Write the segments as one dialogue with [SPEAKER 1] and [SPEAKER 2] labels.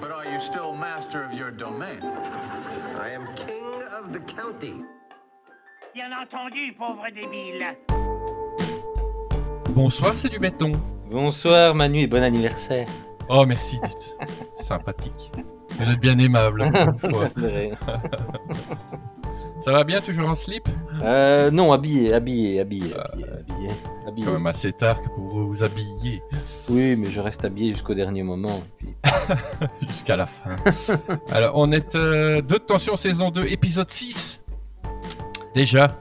[SPEAKER 1] But are you still master of your domain?
[SPEAKER 2] I am king of the county.
[SPEAKER 3] Bien entendu, pauvre débile.
[SPEAKER 4] Bonsoir, c'est du béton.
[SPEAKER 5] Bonsoir Manu et bon anniversaire.
[SPEAKER 4] Oh, merci, dites. Sympathique. Vous êtes bien aimable. hein, une fois. Ça va bien, toujours en slip
[SPEAKER 5] Euh, non, habillé, habillé, habillé, habillé, Ah, habillé, habillé.
[SPEAKER 4] Quand même assez tard que pour vous vous habiller
[SPEAKER 5] Oui, mais je reste habillé jusqu'au dernier moment. Puis,
[SPEAKER 4] jusqu'à la fin. Alors, on est euh, de tension saison 2, épisode 6. Déjà.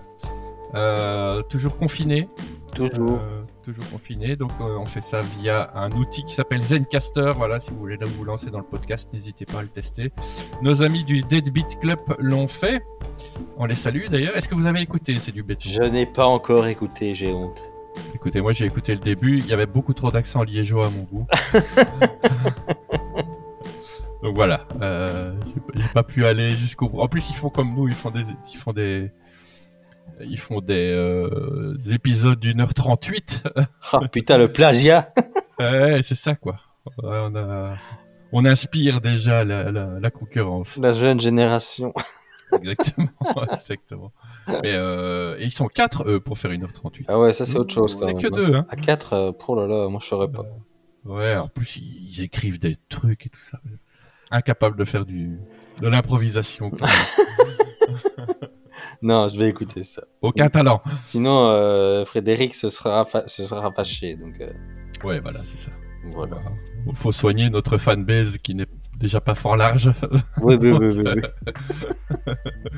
[SPEAKER 4] Euh, toujours confiné.
[SPEAKER 5] toujours.
[SPEAKER 4] Euh, toujours confiné. Donc, euh, on fait ça via un outil qui s'appelle Zencaster. Voilà, si vous voulez là vous lancer dans le podcast, n'hésitez pas à le tester. Nos amis du Deadbeat Club l'ont fait. On les salue d'ailleurs. Est-ce que vous avez écouté C'est du bête.
[SPEAKER 5] Je n'ai pas encore écouté, j'ai honte.
[SPEAKER 4] Écoutez, moi j'ai écouté le début. Il y avait beaucoup trop d'accent liégeois à mon goût. Donc voilà, euh, j'ai pas- j'ai pas pu aller jusqu'au bout. En plus, ils font comme nous, ils font des, ils font des, ils font des euh, épisodes d'une heure 38
[SPEAKER 5] Ah putain, le plagiat
[SPEAKER 4] Ouais, c'est ça quoi. Ouais, on, a- on inspire déjà la, la- la concurrence.
[SPEAKER 5] La jeune génération.
[SPEAKER 4] Exactement. exactement. Mais, euh, et ils sont 4 eux pour faire 1h38.
[SPEAKER 5] Ah ouais, ça c'est autre chose quand
[SPEAKER 4] on est
[SPEAKER 5] même.
[SPEAKER 4] que
[SPEAKER 5] hein.
[SPEAKER 4] deux. Hein.
[SPEAKER 5] À 4, pour là là, moi je saurais pas.
[SPEAKER 4] Ouais, en plus ils, ils écrivent des trucs et tout ça. Incapables de faire du de l'improvisation. quoi.
[SPEAKER 5] Non, je vais écouter ça.
[SPEAKER 4] Aucun talent.
[SPEAKER 5] Sinon, euh, Frédéric se sera, fa- se sera fâché, donc euh,
[SPEAKER 4] Ouais, voilà, c'est ça.
[SPEAKER 5] voilà.
[SPEAKER 4] Il faut soigner notre fanbase qui n'est déjà pas fort large.
[SPEAKER 5] Oui, oui, oui, oui,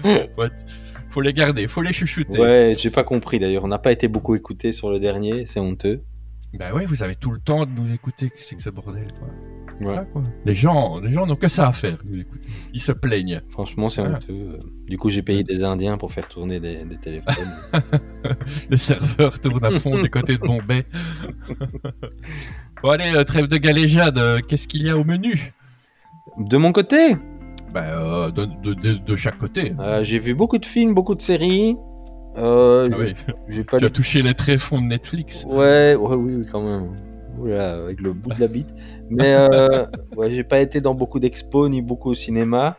[SPEAKER 5] oui.
[SPEAKER 4] faut, être- faut les garder, faut les chuchoter.
[SPEAKER 5] Ouais, j'ai pas compris d'ailleurs. On n'a pas été beaucoup écouté sur le dernier, c'est honteux.
[SPEAKER 4] Bah ouais, vous avez tout le temps de nous écouter. Qu'est-ce que c'est que ce bordel, quoi. Voilà, quoi. Les gens, les gens n'ont que ça à faire. de nous écouter. Ils se plaignent.
[SPEAKER 5] Franchement, c'est
[SPEAKER 4] Voilà.
[SPEAKER 5] honteux. euh. Du coup, j'ai payé des Indiens pour faire tourner des, des téléphones.
[SPEAKER 4] Les serveurs tournent à fond du côté de Bombay. bon allez, euh, trêve de galéjade. euh, Qu'est-ce qu'il y a au menu
[SPEAKER 5] de mon côté,
[SPEAKER 4] Bah euh, de, de- de- de chaque côté.
[SPEAKER 5] euh, j'ai vu beaucoup de films, beaucoup de séries. Euh,
[SPEAKER 4] Ah oui,
[SPEAKER 5] J'ai pas
[SPEAKER 4] tu
[SPEAKER 5] lu.
[SPEAKER 4] as touché les tréfonds de Netflix.
[SPEAKER 5] Ouais, ouais, oui, oui, quand même. Oula, avec le bout de la bite. Mais euh, ouais, j'ai pas été dans beaucoup d'expos ni beaucoup au cinéma.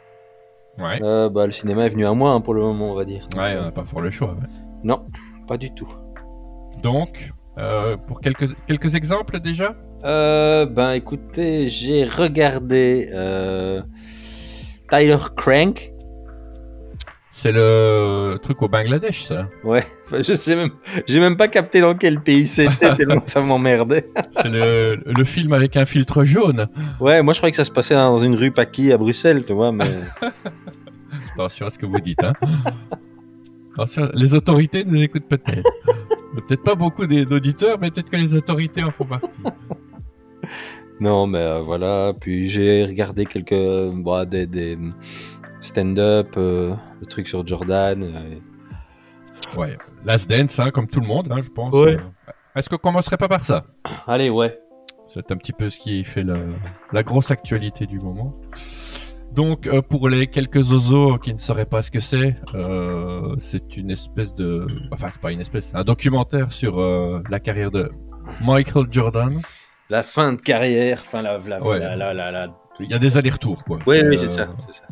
[SPEAKER 4] Ouais.
[SPEAKER 5] Euh, bah, le cinéma est venu à moi hein, pour le moment, on va dire.
[SPEAKER 4] Ouais, on n'a pas fort le choix. ouais.
[SPEAKER 5] Non, pas du tout.
[SPEAKER 4] Donc, euh, pour quelques, quelques exemples déjà
[SPEAKER 5] Euh, ben écoutez, j'ai regardé euh, Tyler Crank.
[SPEAKER 4] C'est le truc au Bangladesh, ça.
[SPEAKER 5] Ouais, enfin, je sais même, j'ai même pas capté dans quel pays c'était tellement ça m'emmerdait.
[SPEAKER 4] C'est le, le film avec un filtre jaune.
[SPEAKER 5] Ouais, moi je croyais que ça se passait dans une rue Paki à Bruxelles, tu vois, mais
[SPEAKER 4] Attention à ce que vous dites. Hein. Attention, les autorités nous écoutent peut-être. peut-être pas beaucoup des- d'auditeurs, mais peut-être que les autorités en font partie.
[SPEAKER 5] non, mais euh, voilà. Puis j'ai regardé quelques, bah, des, des stand-up, euh, des trucs sur Jordan. euh,
[SPEAKER 4] Ouais. Last Dance, hein, comme tout le monde, hein, je pense.
[SPEAKER 5] Ouais.
[SPEAKER 4] Euh, Est-ce qu'on commencerait pas par ça
[SPEAKER 5] Allez, ouais.
[SPEAKER 4] C'est un petit peu ce qui fait le- la grosse actualité du moment. Donc, euh, pour les quelques oiseaux qui ne sauraient pas ce que c'est, euh, c'est une espèce de... Enfin, c'est pas une espèce, c'est un documentaire sur euh, la carrière de Michael Jordan.
[SPEAKER 5] La fin de carrière, enfin la, la,
[SPEAKER 4] Ouais.
[SPEAKER 5] la, la, la, la-
[SPEAKER 4] Il y a des allers-retours, quoi.
[SPEAKER 5] Ouais, oui,
[SPEAKER 4] euh,
[SPEAKER 5] c'est ça, c'est ça.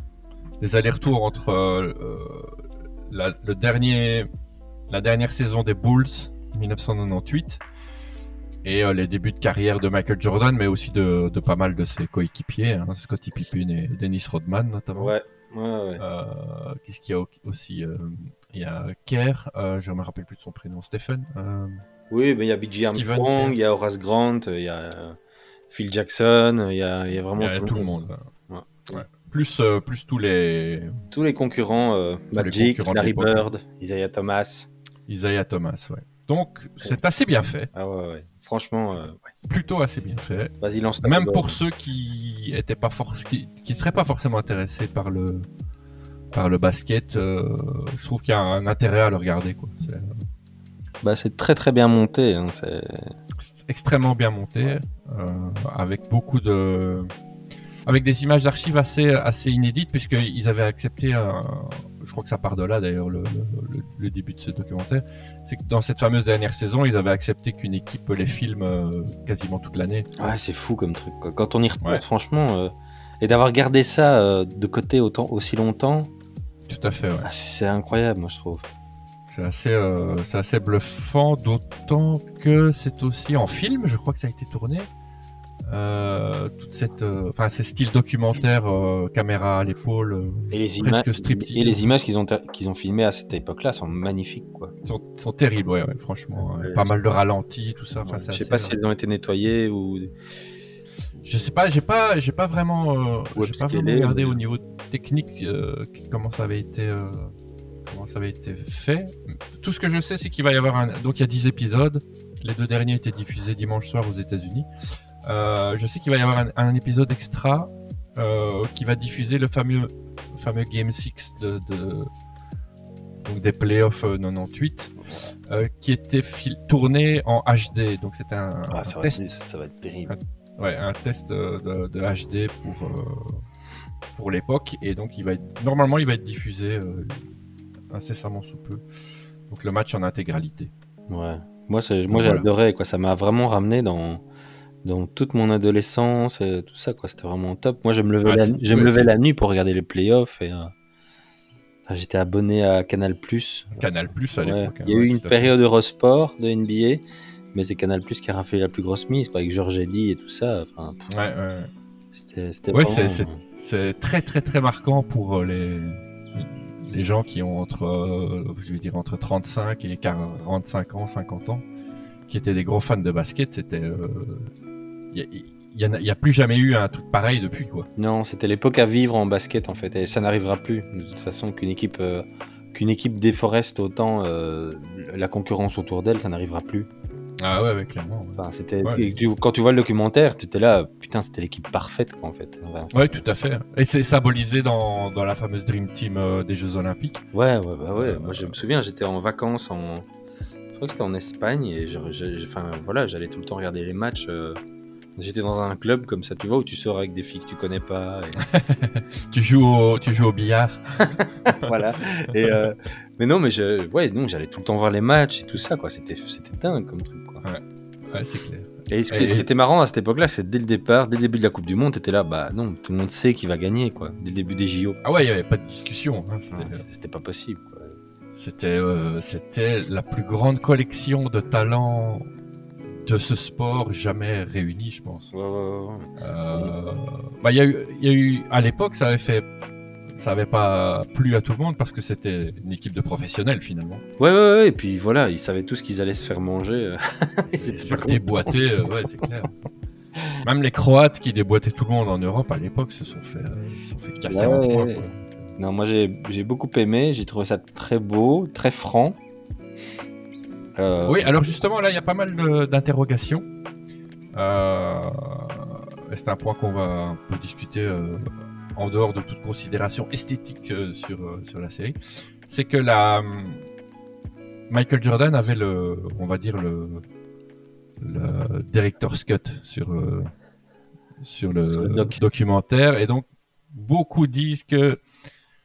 [SPEAKER 4] des allers-retours entre euh, euh, la, le dernier, la dernière saison des Bulls 1998 et euh, les débuts de carrière de Michael Jordan, mais aussi de, de pas mal de ses coéquipiers, hein, Scottie Pippen et Dennis Rodman notamment.
[SPEAKER 5] Ouais, ouais, ouais.
[SPEAKER 4] Euh, Qu'est-ce qu'il y a au- aussi euh, Il y a Kerr, euh, je me rappelle plus de son prénom, Stephen. euh,
[SPEAKER 5] Oui, mais il y a B.J.
[SPEAKER 4] Steven
[SPEAKER 5] Armstrong,
[SPEAKER 4] Pierce.
[SPEAKER 5] il y a Horace Grant, il y a euh, Phil Jackson, il y a, il y
[SPEAKER 4] il
[SPEAKER 5] a vraiment
[SPEAKER 4] y a tout le monde. hein.
[SPEAKER 5] Ouais.
[SPEAKER 4] Ouais. Plus, euh, plus tous les
[SPEAKER 5] Tous les concurrents, euh,
[SPEAKER 4] les
[SPEAKER 5] Magic,
[SPEAKER 4] concurrents de
[SPEAKER 5] Larry
[SPEAKER 4] l'époque.
[SPEAKER 5] Bird, Isaiah Thomas.
[SPEAKER 4] Isaiah Thomas. Ouais. Donc, c'est assez bien fait,
[SPEAKER 5] Ah ouais, ouais. Franchement, euh, ouais.
[SPEAKER 4] plutôt assez bien fait.
[SPEAKER 5] vas-y, lance ta
[SPEAKER 4] Même
[SPEAKER 5] balle.
[SPEAKER 4] pour ceux qui étaient pas forc- qui, qui seraient pas forcément intéressés par le par le basket, euh, je trouve qu'il y a un intérêt à le regarder quoi. C'est-
[SPEAKER 5] Bah, c'est très très bien monté. hein, c'est-
[SPEAKER 4] C'est extrêmement bien monté, euh, avec beaucoup de avec des images d'archives assez assez inédites puisqu'ils avaient accepté, un- je crois que ça part de là d'ailleurs le, le- le- le début de ce documentaire, c'est que dans cette fameuse dernière saison ils avaient accepté qu'une équipe les filme euh, quasiment toute l'année.
[SPEAKER 5] Ah, Ouais, c'est fou comme truc. quoi. Quand on y repense,
[SPEAKER 4] Ouais.
[SPEAKER 5] franchement, euh, Et d'avoir gardé ça euh, de côté autant, aussi longtemps,
[SPEAKER 4] Tout à fait, ouais.
[SPEAKER 5] ah, c'est incroyable, moi, je trouve.
[SPEAKER 4] C'est assez, euh, c'est assez bluffant, d'autant que c'est aussi en film, je crois que ça a été tourné. Euh, toute cette, euh, enfin, ces styles documentaires, euh, caméra à l'épaule, euh,
[SPEAKER 5] Et les,
[SPEAKER 4] Presque
[SPEAKER 5] ima-
[SPEAKER 4] striptease.
[SPEAKER 5] et les images qu'ils ont, qu'ils ont filmées à cette époque-là sont magnifiques, quoi.
[SPEAKER 4] sont, sont terribles, ouais, ouais, franchement. ouais.
[SPEAKER 5] Ouais,
[SPEAKER 4] Pas mal de ralentis, tout ça. enfin,
[SPEAKER 5] je
[SPEAKER 4] c'est
[SPEAKER 5] sais
[SPEAKER 4] assez,
[SPEAKER 5] pas
[SPEAKER 4] euh,
[SPEAKER 5] si elles ont été nettoyées ou.
[SPEAKER 4] Je sais pas, j'ai pas, j'ai pas vraiment, euh,
[SPEAKER 5] Ou
[SPEAKER 4] j'ai pas
[SPEAKER 5] upscalé,
[SPEAKER 4] vraiment regardé
[SPEAKER 5] ou-
[SPEAKER 4] au niveau technique euh, comment ça avait été, euh, comment ça avait été fait. Tout ce que je sais, c'est qu'il va y avoir un, donc il y a 10 épisodes. Les deux derniers étaient diffusés dimanche soir aux États-Unis. Euh, je sais qu'il va y avoir un, un épisode extra euh, qui va diffuser le fameux, fameux Game 6 de, de- donc des playoffs euh, 98, euh, qui était fil- tourné en HD. Donc c'était un, un test.
[SPEAKER 5] Ah, ça va être terrible.
[SPEAKER 4] Ouais, un test euh, de, de HD pour, euh, pour l'époque. Et donc, il va être, normalement, il va être diffusé euh, incessamment sous peu. Donc, le match en intégralité.
[SPEAKER 5] Ouais. Moi, c'est- moi
[SPEAKER 4] Voilà.
[SPEAKER 5] j'adorais, quoi. Ça m'a vraiment ramené dans, dans toute mon adolescence et tout ça, quoi. C'était vraiment top. Moi, je me levais,
[SPEAKER 4] Ah,
[SPEAKER 5] la,
[SPEAKER 4] c'est-
[SPEAKER 5] je me
[SPEAKER 4] ouais,
[SPEAKER 5] levais
[SPEAKER 4] c'est-
[SPEAKER 5] la nuit pour regarder les playoffs et. euh, enfin, J'étais abonné à Canal Plus.
[SPEAKER 4] Canal Plus à l'époque. hein,
[SPEAKER 5] Il y a eu
[SPEAKER 4] ouais,
[SPEAKER 5] une
[SPEAKER 4] tout à fait.
[SPEAKER 5] période Eurosport de NBA, mais c'est Canal Plus qui a raflé la plus grosse mise, quoi, avec Georges Eddy et tout ça. Enfin, pff,
[SPEAKER 4] Ouais, ouais.
[SPEAKER 5] c'était c'était
[SPEAKER 4] Ouais,
[SPEAKER 5] vraiment-
[SPEAKER 4] c'est- C'est très, très, très marquant pour euh, les, les gens qui ont entre, euh, je vais dire, entre 35 et 45 ans, 50 ans, qui étaient des gros fans de basket. C'était. euh, Il n'y a, il y a plus jamais eu un truc pareil depuis, quoi.
[SPEAKER 5] Non, c'était l'époque à vivre en basket en fait, et ça n'arrivera plus. De toute façon, qu'une équipe, euh, qu'une équipe déforeste autant euh, la concurrence autour d'elle, ça n'arrivera plus.
[SPEAKER 4] Ah ouais, ouais, clairement. ouais.
[SPEAKER 5] Enfin, c'était
[SPEAKER 4] Ouais.
[SPEAKER 5] et tu- quand tu vois le documentaire, tu étais là, putain, c'était l'équipe parfaite quoi, en fait. Enfin,
[SPEAKER 4] Ouais, tout à fait. Et c'est symbolisé dans, dans la fameuse Dream Team euh, des Jeux Olympiques.
[SPEAKER 5] ouais, ouais, bah ouais.
[SPEAKER 4] Euh,
[SPEAKER 5] Moi, je me souviens, j'étais en vacances en, je crois que c'était en Espagne, et je, je- je- enfin voilà, j'allais tout le temps regarder les matchs. euh, J'étais dans un club comme ça, tu vois, où tu sors avec des filles que tu connais pas. et-
[SPEAKER 4] Tu joues au, tu joues au billard.
[SPEAKER 5] voilà. Et euh, mais non, mais je, ouais, donc j'allais tout le temps voir les matchs et tout ça, quoi. C'était, c'était dingue comme truc, quoi.
[SPEAKER 4] Ouais, c'est clair.
[SPEAKER 5] Et ce
[SPEAKER 4] Et-
[SPEAKER 5] qui ce qui était marrant à cette époque-là, c'est dès le départ, dès le début de la Coupe du Monde, t'étais là, bah non, tout le monde sait qui va gagner, quoi. Dès le début des JO,
[SPEAKER 4] Ah ouais, il n'y avait pas de discussion. hein.
[SPEAKER 5] C'était-
[SPEAKER 4] C'était-
[SPEAKER 5] c'était pas possible. Quoi.
[SPEAKER 4] C'était euh, c'était la plus grande collection de talents de ce sport jamais réunie, je pense.
[SPEAKER 5] Ouais, ouais, ouais, ouais.
[SPEAKER 4] Euh, bah, il y a eu, il y a eu, à l'époque, ça avait fait, ça avait pas plu à tout le monde parce que c'était une équipe de professionnels finalement.
[SPEAKER 5] Ouais, ouais, ouais, Et puis voilà, ils savaient tous qu'ils allaient se faire manger. euh, Ils étaient
[SPEAKER 4] Ils
[SPEAKER 5] pas
[SPEAKER 4] déboîté, euh, ouais, c'est clair. Même les Croates qui déboîtaient tout le monde en Europe à l'époque se sont fait, euh, se sont fait casser
[SPEAKER 5] Ouais.
[SPEAKER 4] en trois. quoi.
[SPEAKER 5] contents. Non, moi j'ai, j'ai beaucoup aimé. J'ai trouvé ça très beau, très franc. Euh,
[SPEAKER 4] Oui, alors justement, là, il y a pas mal de- d'interrogations. Euh, et c'est un point qu'on va un peu discuter euh, en dehors de toute considération esthétique euh, sur, euh, sur la série. C'est que la, hum, Michael Jordan avait le, on va dire le, le director's cut sur, euh, sur le,
[SPEAKER 5] Sur le doc.
[SPEAKER 4] documentaire. Et donc, beaucoup disent que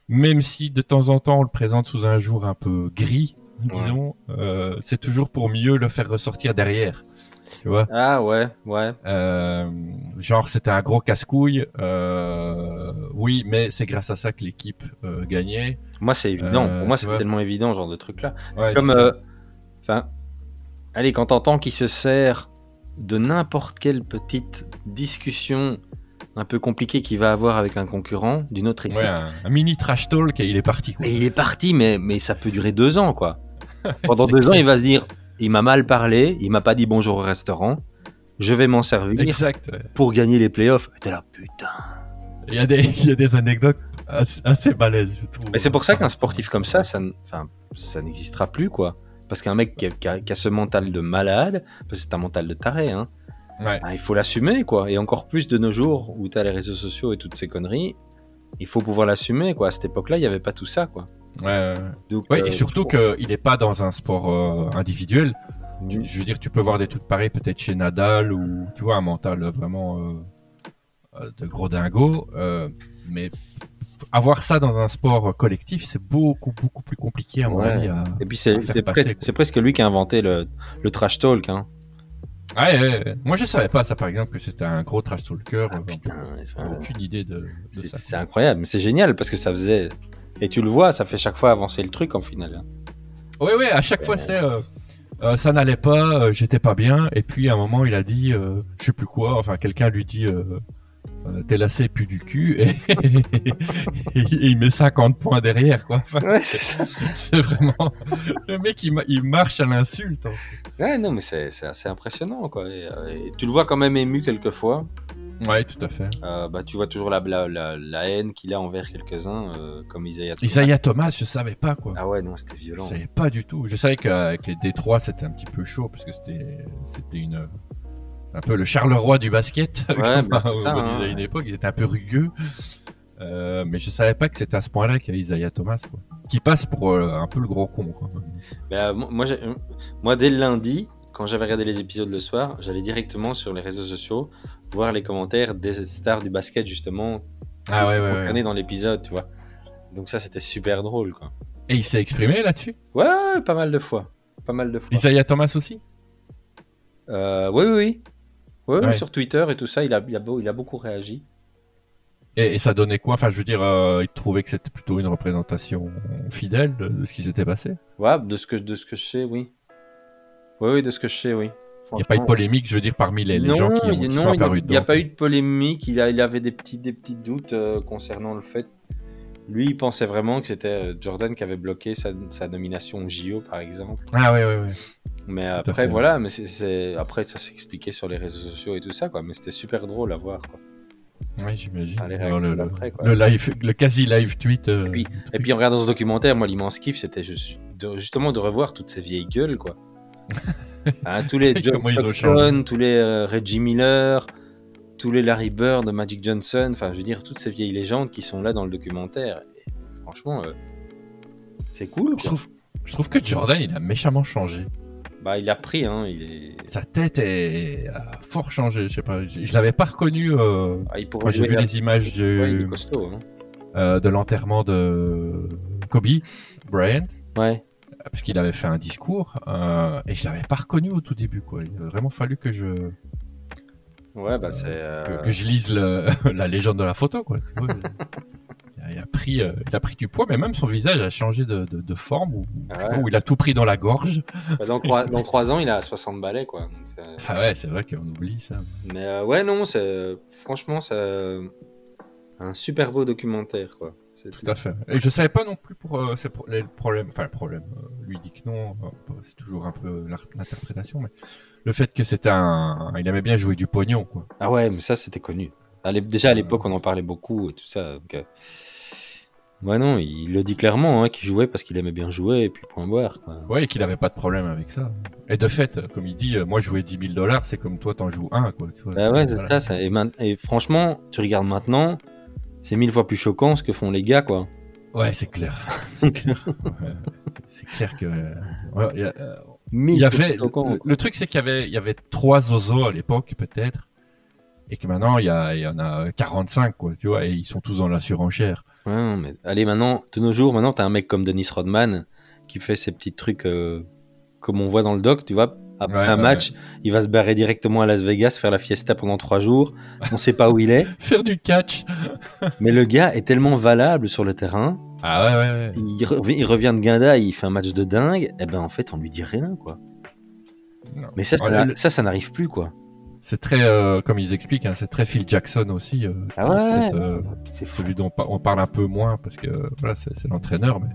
[SPEAKER 4] même si de temps en temps on le présente sous un jour un peu gris, disons, euh, c'est toujours pour mieux le faire ressortir derrière. Tu vois
[SPEAKER 5] Ah ouais, ouais.
[SPEAKER 4] euh, Genre, c'était un gros casse-couille. Euh, oui, mais c'est grâce à ça que l'équipe euh, gagnait.
[SPEAKER 5] Moi c'est évident.
[SPEAKER 4] Euh,
[SPEAKER 5] Pour moi
[SPEAKER 4] tu
[SPEAKER 5] c'est
[SPEAKER 4] vois.
[SPEAKER 5] tellement évident, ce genre de truc là.
[SPEAKER 4] Ouais,
[SPEAKER 5] Comme,
[SPEAKER 4] c'est ça.
[SPEAKER 5] euh, enfin, allez, quand t'entends qu'il se sert de n'importe quelle petite discussion un peu compliquée qu'il va avoir avec un concurrent d'une autre équipe.
[SPEAKER 4] Ouais, hein. un, un mini trash talk et il est parti. Quoi.
[SPEAKER 5] Et il est parti, mais, mais ça peut durer deux ans, quoi. Pendant
[SPEAKER 4] C'est
[SPEAKER 5] deux ans,
[SPEAKER 4] clair.
[SPEAKER 5] il va se dire, il m'a mal parlé, il m'a pas dit bonjour au restaurant, je vais m'en servir
[SPEAKER 4] Exact. ouais.
[SPEAKER 5] pour gagner les playoffs. Et t'es là, putain.
[SPEAKER 4] Il y a des, il y a des anecdotes assez, assez balèzes, je trouve.
[SPEAKER 5] Mais c'est pour ça qu'un sportif comme ça, ça, n- enfin, ça n'existera plus, quoi. Parce qu'un mec qui a, qui a- qui a ce mental de malade, parce que c'est un mental de taré, hein,
[SPEAKER 4] Ouais.
[SPEAKER 5] Ah, il faut l'assumer, quoi. Et encore plus de nos jours où tu as les réseaux sociaux et toutes ces conneries, il faut pouvoir l'assumer, quoi. À cette époque-là, il n'y avait pas tout ça, quoi.
[SPEAKER 4] Ouais, ouais, ouais.
[SPEAKER 5] Donc,
[SPEAKER 4] Ouais,
[SPEAKER 5] euh,
[SPEAKER 4] et surtout qu'il n'est pas dans un sport euh, individuel. Tu-
[SPEAKER 5] tu-
[SPEAKER 4] je veux dire, tu peux voir des trucs pareils peut-être chez Nadal ou tu vois un mental euh, vraiment euh, euh, de gros dingo, euh, mais avoir ça dans un sport euh, collectif, c'est beaucoup beaucoup plus compliqué à mon
[SPEAKER 5] Ouais.
[SPEAKER 4] avis. à-
[SPEAKER 5] Et puis, c'est
[SPEAKER 4] à faire passer,
[SPEAKER 5] c'est presque-
[SPEAKER 4] quoi.
[SPEAKER 5] c'est presque lui qui a inventé le, le trash talk, hein.
[SPEAKER 4] Ah, Ouais, ouais, ouais. Moi, je savais pas ça, par exemple, que c'était un gros trash talker.
[SPEAKER 5] Ah,
[SPEAKER 4] euh,
[SPEAKER 5] putain,
[SPEAKER 4] j'avais
[SPEAKER 5] enfin,
[SPEAKER 4] aucune idée de, de
[SPEAKER 5] c'est
[SPEAKER 4] ça.
[SPEAKER 5] c'est incroyable, mais c'est génial parce que ça faisait. Et tu le vois, ça fait chaque fois avancer le truc en hein. finale.
[SPEAKER 4] Oui, oui, à chaque fois, c'est. euh, euh, ça n'allait pas, euh, j'étais pas bien, et puis à un moment il a dit, euh, je sais plus quoi, enfin quelqu'un lui dit, euh, euh, t'es lassé, plus du cul, et, et il met 50 points derrière, quoi. Enfin,
[SPEAKER 5] Ouais, c'est ça.
[SPEAKER 4] c'est vraiment. Le mec il, ma- il marche à l'insulte. hein. en fait.
[SPEAKER 5] Ouais, non, mais c'est c'est assez impressionnant, quoi. Et, euh, et tu le vois quand même ému quelquefois.
[SPEAKER 4] Ouais, tout à fait.
[SPEAKER 5] Euh, bah, tu vois toujours la, la, la, la haine qu'il a envers quelques-uns, euh, comme Isaiah. Thomas.
[SPEAKER 4] Isaiah Thomas, je savais pas, quoi.
[SPEAKER 5] Ah ouais, non, c'était
[SPEAKER 4] Je
[SPEAKER 5] violent.
[SPEAKER 4] savais pas du tout. Je savais qu'avec les Détroits, c'était un petit peu chaud parce que c'était, c'était une, un peu le Charleroi du basket.
[SPEAKER 5] Ouais,
[SPEAKER 4] comme
[SPEAKER 5] mais
[SPEAKER 4] on
[SPEAKER 5] c'est ça,
[SPEAKER 4] disait à une
[SPEAKER 5] hein.
[SPEAKER 4] époque, ils étaient un peu rugueux. Euh, mais je savais pas que c'était à ce point-là qu'il y a Isaiah Thomas, quoi. Qui passe pour euh, un peu le gros con, quoi.
[SPEAKER 5] Bah, moi, moi, j'ai- moi, dès le lundi, quand j'avais regardé les épisodes le soir, j'allais directement sur les réseaux sociaux voir les commentaires des stars du basket, justement,
[SPEAKER 4] Ah ouais, ouais, ouais.
[SPEAKER 5] concernés dans l'épisode, tu vois. Donc ça, c'était super drôle, quoi.
[SPEAKER 4] Et il s'est exprimé là-dessus.
[SPEAKER 5] Ouais, pas mal de fois. Pas mal de fois.
[SPEAKER 4] Isaiah Thomas aussi.
[SPEAKER 5] Euh, oui, oui, oui. Ouais, ouais,
[SPEAKER 4] Ouais.
[SPEAKER 5] Sur Twitter et tout ça, il a, il a, beau- il a beaucoup réagi.
[SPEAKER 4] Et, et ça donnait quoi Enfin, je veux dire, euh, il trouvait que c'était plutôt une représentation fidèle de, de ce qui s'était passé.
[SPEAKER 5] Ouais, de ce que, de ce que je sais, oui. Oui, oui, de ce que je sais, oui.
[SPEAKER 4] Il n'y a pas eu de polémique, je veux dire, parmi les, les
[SPEAKER 5] non,
[SPEAKER 4] gens qui, ont,
[SPEAKER 5] il y a-
[SPEAKER 4] qui
[SPEAKER 5] non,
[SPEAKER 4] sont
[SPEAKER 5] il y a-
[SPEAKER 4] apparus
[SPEAKER 5] Il n'y a
[SPEAKER 4] dedans.
[SPEAKER 5] pas eu de polémique, il, a, il avait des petits, des petits doutes euh, concernant le fait. Lui, il pensait vraiment que c'était euh, Jordan qui avait bloqué sa, sa nomination au JO, par exemple.
[SPEAKER 4] Ah ouais, ouais, ouais.
[SPEAKER 5] Mais
[SPEAKER 4] à
[SPEAKER 5] après,
[SPEAKER 4] fait.
[SPEAKER 5] voilà, mais c'est- c'est après, ça s'expliquait sur les réseaux sociaux et tout ça, quoi. Mais c'était super drôle à voir, quoi.
[SPEAKER 4] Ouais, j'imagine.
[SPEAKER 5] Ah, les
[SPEAKER 4] Alors,
[SPEAKER 5] réactions
[SPEAKER 4] le, le-
[SPEAKER 5] d'après, quoi.
[SPEAKER 4] le live, le quasi live tweet. euh,
[SPEAKER 5] Et puis, et puis en regardant ce documentaire, moi, l'immense kiff, c'était juste de- justement de revoir toutes ces vieilles gueules, quoi. Hein, tous les John
[SPEAKER 4] Comment ils ont
[SPEAKER 5] Stockton, tous les euh, Reggie Miller, tous les Larry Bird, Magic Johnson, enfin, je veux dire, toutes ces vieilles légendes qui sont là dans le documentaire. Et franchement, euh, c'est cool,
[SPEAKER 4] je
[SPEAKER 5] quoi.
[SPEAKER 4] trouve, je trouve que Jordan, il a méchamment changé.
[SPEAKER 5] Bah, il a pris, hein, il est...
[SPEAKER 4] Sa tête est a fort changée. Je sais pas, je, je l'avais pas reconnu euh,
[SPEAKER 5] Ah, il pourrait
[SPEAKER 4] quand j'ai
[SPEAKER 5] jouer
[SPEAKER 4] vu
[SPEAKER 5] la-
[SPEAKER 4] les images
[SPEAKER 5] Ouais, il est
[SPEAKER 4] du-
[SPEAKER 5] costaud, hein.
[SPEAKER 4] euh, de l'enterrement de Kobe Bryant,
[SPEAKER 5] Ouais.
[SPEAKER 4] parce qu'il avait fait un discours euh, et je l'avais pas reconnu au tout début. Quoi, il a vraiment fallu que je que-
[SPEAKER 5] Ouais, bah, c'est... euh,
[SPEAKER 4] que, je lise le- la légende de la photo. Quoi. Tu vois, il, a, il a pris, euh, il a pris du poids, mais même son visage a changé de, de- de forme ou je sais
[SPEAKER 5] Ouais.
[SPEAKER 4] pas, où il a tout pris dans la gorge.
[SPEAKER 5] bah, dans, trois, dans trois ans, il a 60 balais, quoi. Donc, euh, c'est-
[SPEAKER 4] Ah ouais, c'est vrai qu'on oublie ça.
[SPEAKER 5] Mais euh, ouais, non, c'est franchement, c'est euh, un super beau documentaire, quoi. C'est
[SPEAKER 4] Tout à fait. Et je savais pas non plus pour euh, ces pro- les problèmes. Enfin, le problème. euh, lui dit que non. enfin, c'est toujours un peu l'art- l'interprétation, mais le fait que c'était un. Il aimait bien jouer du pognon, quoi.
[SPEAKER 5] Ah ouais, mais ça, c'était connu. À l'ép- Déjà, à l'époque, on en parlait beaucoup et tout ça. donc, euh, Ouais, non, il le dit clairement, hein, qu'il jouait parce qu'il aimait bien jouer et puis point boire, quoi.
[SPEAKER 4] Ouais, et qu'il avait pas de problème avec ça. Et de fait, euh, comme il dit, euh, moi jouer 10 000 dollars, c'est comme toi t'en joues un, quoi. Tu vois,
[SPEAKER 5] Bah ouais, c'est
[SPEAKER 4] Voilà.
[SPEAKER 5] ça. ça. Et, main- et franchement, tu regardes maintenant, c'est mille fois plus choquant ce que font les gars, quoi.
[SPEAKER 4] Ouais, c'est clair. c'est clair. Ouais. C'est clair que. euh, ouais, il y a, euh,
[SPEAKER 5] Mille
[SPEAKER 4] il y
[SPEAKER 5] fois
[SPEAKER 4] avait
[SPEAKER 5] plus choquant,
[SPEAKER 4] le,
[SPEAKER 5] quoi.
[SPEAKER 4] le truc c'est qu'il y avait il y avait trois zozos à l'époque peut-être et que maintenant il y, a, il y en a 45 quoi tu vois et ils sont tous dans la surenchère
[SPEAKER 5] Ouais, non, mais allez, maintenant, de nos jours, maintenant, t'as un mec comme Dennis Rodman qui fait ses petits trucs euh, comme on voit dans le doc, tu vois. Après
[SPEAKER 4] Ouais,
[SPEAKER 5] un
[SPEAKER 4] ouais,
[SPEAKER 5] match, il va se barrer directement à Las Vegas, faire la fiesta pendant trois jours. On sait pas où il est,
[SPEAKER 4] faire du catch
[SPEAKER 5] mais le gars est tellement valable sur le terrain.
[SPEAKER 4] ah ouais ouais, ouais.
[SPEAKER 5] Il, rev- il revient de Guinda, il fait un match de dingue. Et ben, en fait, on lui dit rien, quoi.
[SPEAKER 4] Non.
[SPEAKER 5] Mais ça, ça,
[SPEAKER 4] Voilà,
[SPEAKER 5] n'a-
[SPEAKER 4] le-
[SPEAKER 5] ça, ça n'arrive plus, quoi.
[SPEAKER 4] c'est très euh, comme ils expliquent hein, c'est très Phil Jackson aussi euh,
[SPEAKER 5] Ah ouais,
[SPEAKER 4] peut-être, euh,
[SPEAKER 5] C'est fou.
[SPEAKER 4] celui dont on par- on parle un peu moins parce que euh, voilà c'est c'est l'entraîneur mais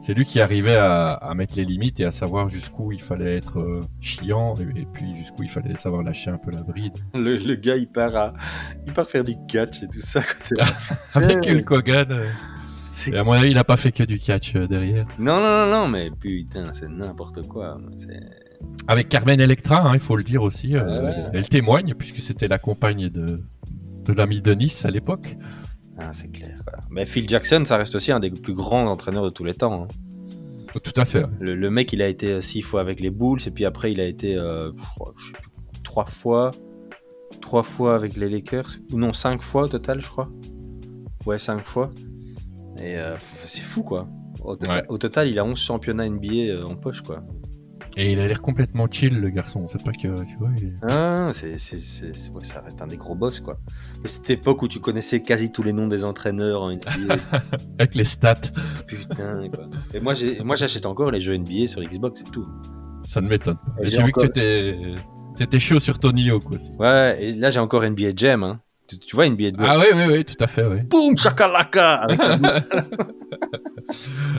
[SPEAKER 4] c'est lui qui arrivait à, à mettre les limites et à savoir jusqu'où il fallait être euh, chiant et, et puis jusqu'où il fallait savoir lâcher un peu la bride
[SPEAKER 5] Le, le gars, il part, à... il part faire du catch et tout ça. quoi. T'es là,
[SPEAKER 4] avec
[SPEAKER 5] Ouais.
[SPEAKER 4] Hulk Hogan euh,
[SPEAKER 5] c'est
[SPEAKER 4] et à mon avis il a pas fait que du catch euh, derrière
[SPEAKER 5] Non, non, non, non, mais putain, c'est n'importe quoi. c'est-
[SPEAKER 4] Avec Carmen Electra, hein, il faut le dire aussi. euh,
[SPEAKER 5] Ouais.
[SPEAKER 4] elle- Elle témoigne, puisque c'était la compagne de, de l'ami de Nice à l'époque.
[SPEAKER 5] Ah, c'est clair. Quoi. Mais Phil Jackson, ça reste aussi un des plus grands entraîneurs de tous les temps. hein.
[SPEAKER 4] Tout à fait.
[SPEAKER 5] Le, le mec, il a été euh, six fois avec les Bulls, et puis après, il a été, euh, je crois- je sais plus, trois fois, trois fois avec les Lakers, ou non, cinq fois au total, je crois. Ouais, cinq fois. Et euh, f- c'est fou, quoi. Au, to-
[SPEAKER 4] Ouais.
[SPEAKER 5] au total, il a 11 championnats NBA euh, en poche, quoi.
[SPEAKER 4] Et il a l'air complètement chill, le garçon. C'est pas que, tu vois, il est-
[SPEAKER 5] Ah, c'est, c'est, c'est- c'est- ouais, ça reste un des gros boss, quoi. Et cette époque où tu connaissais quasi tous les noms des entraîneurs en NBA,
[SPEAKER 4] avec les stats,
[SPEAKER 5] putain, quoi. Et moi, j'ai, et moi, j'achète encore les jeux NBA sur Xbox, c'est tout.
[SPEAKER 4] ça ne m'étonne pas.
[SPEAKER 5] Et
[SPEAKER 4] Mais
[SPEAKER 5] j'ai
[SPEAKER 4] J'ai vu
[SPEAKER 5] encore-
[SPEAKER 4] que t'étais, t'étais chaud sur Tony Hawk aussi.
[SPEAKER 5] Ouais, et là, j'ai encore NBA Jam, hein. Tu, tu vois NBA Jam
[SPEAKER 4] Ah oui, oui, oui, tout à fait, oui.
[SPEAKER 5] Boum, chakalaka Avec la-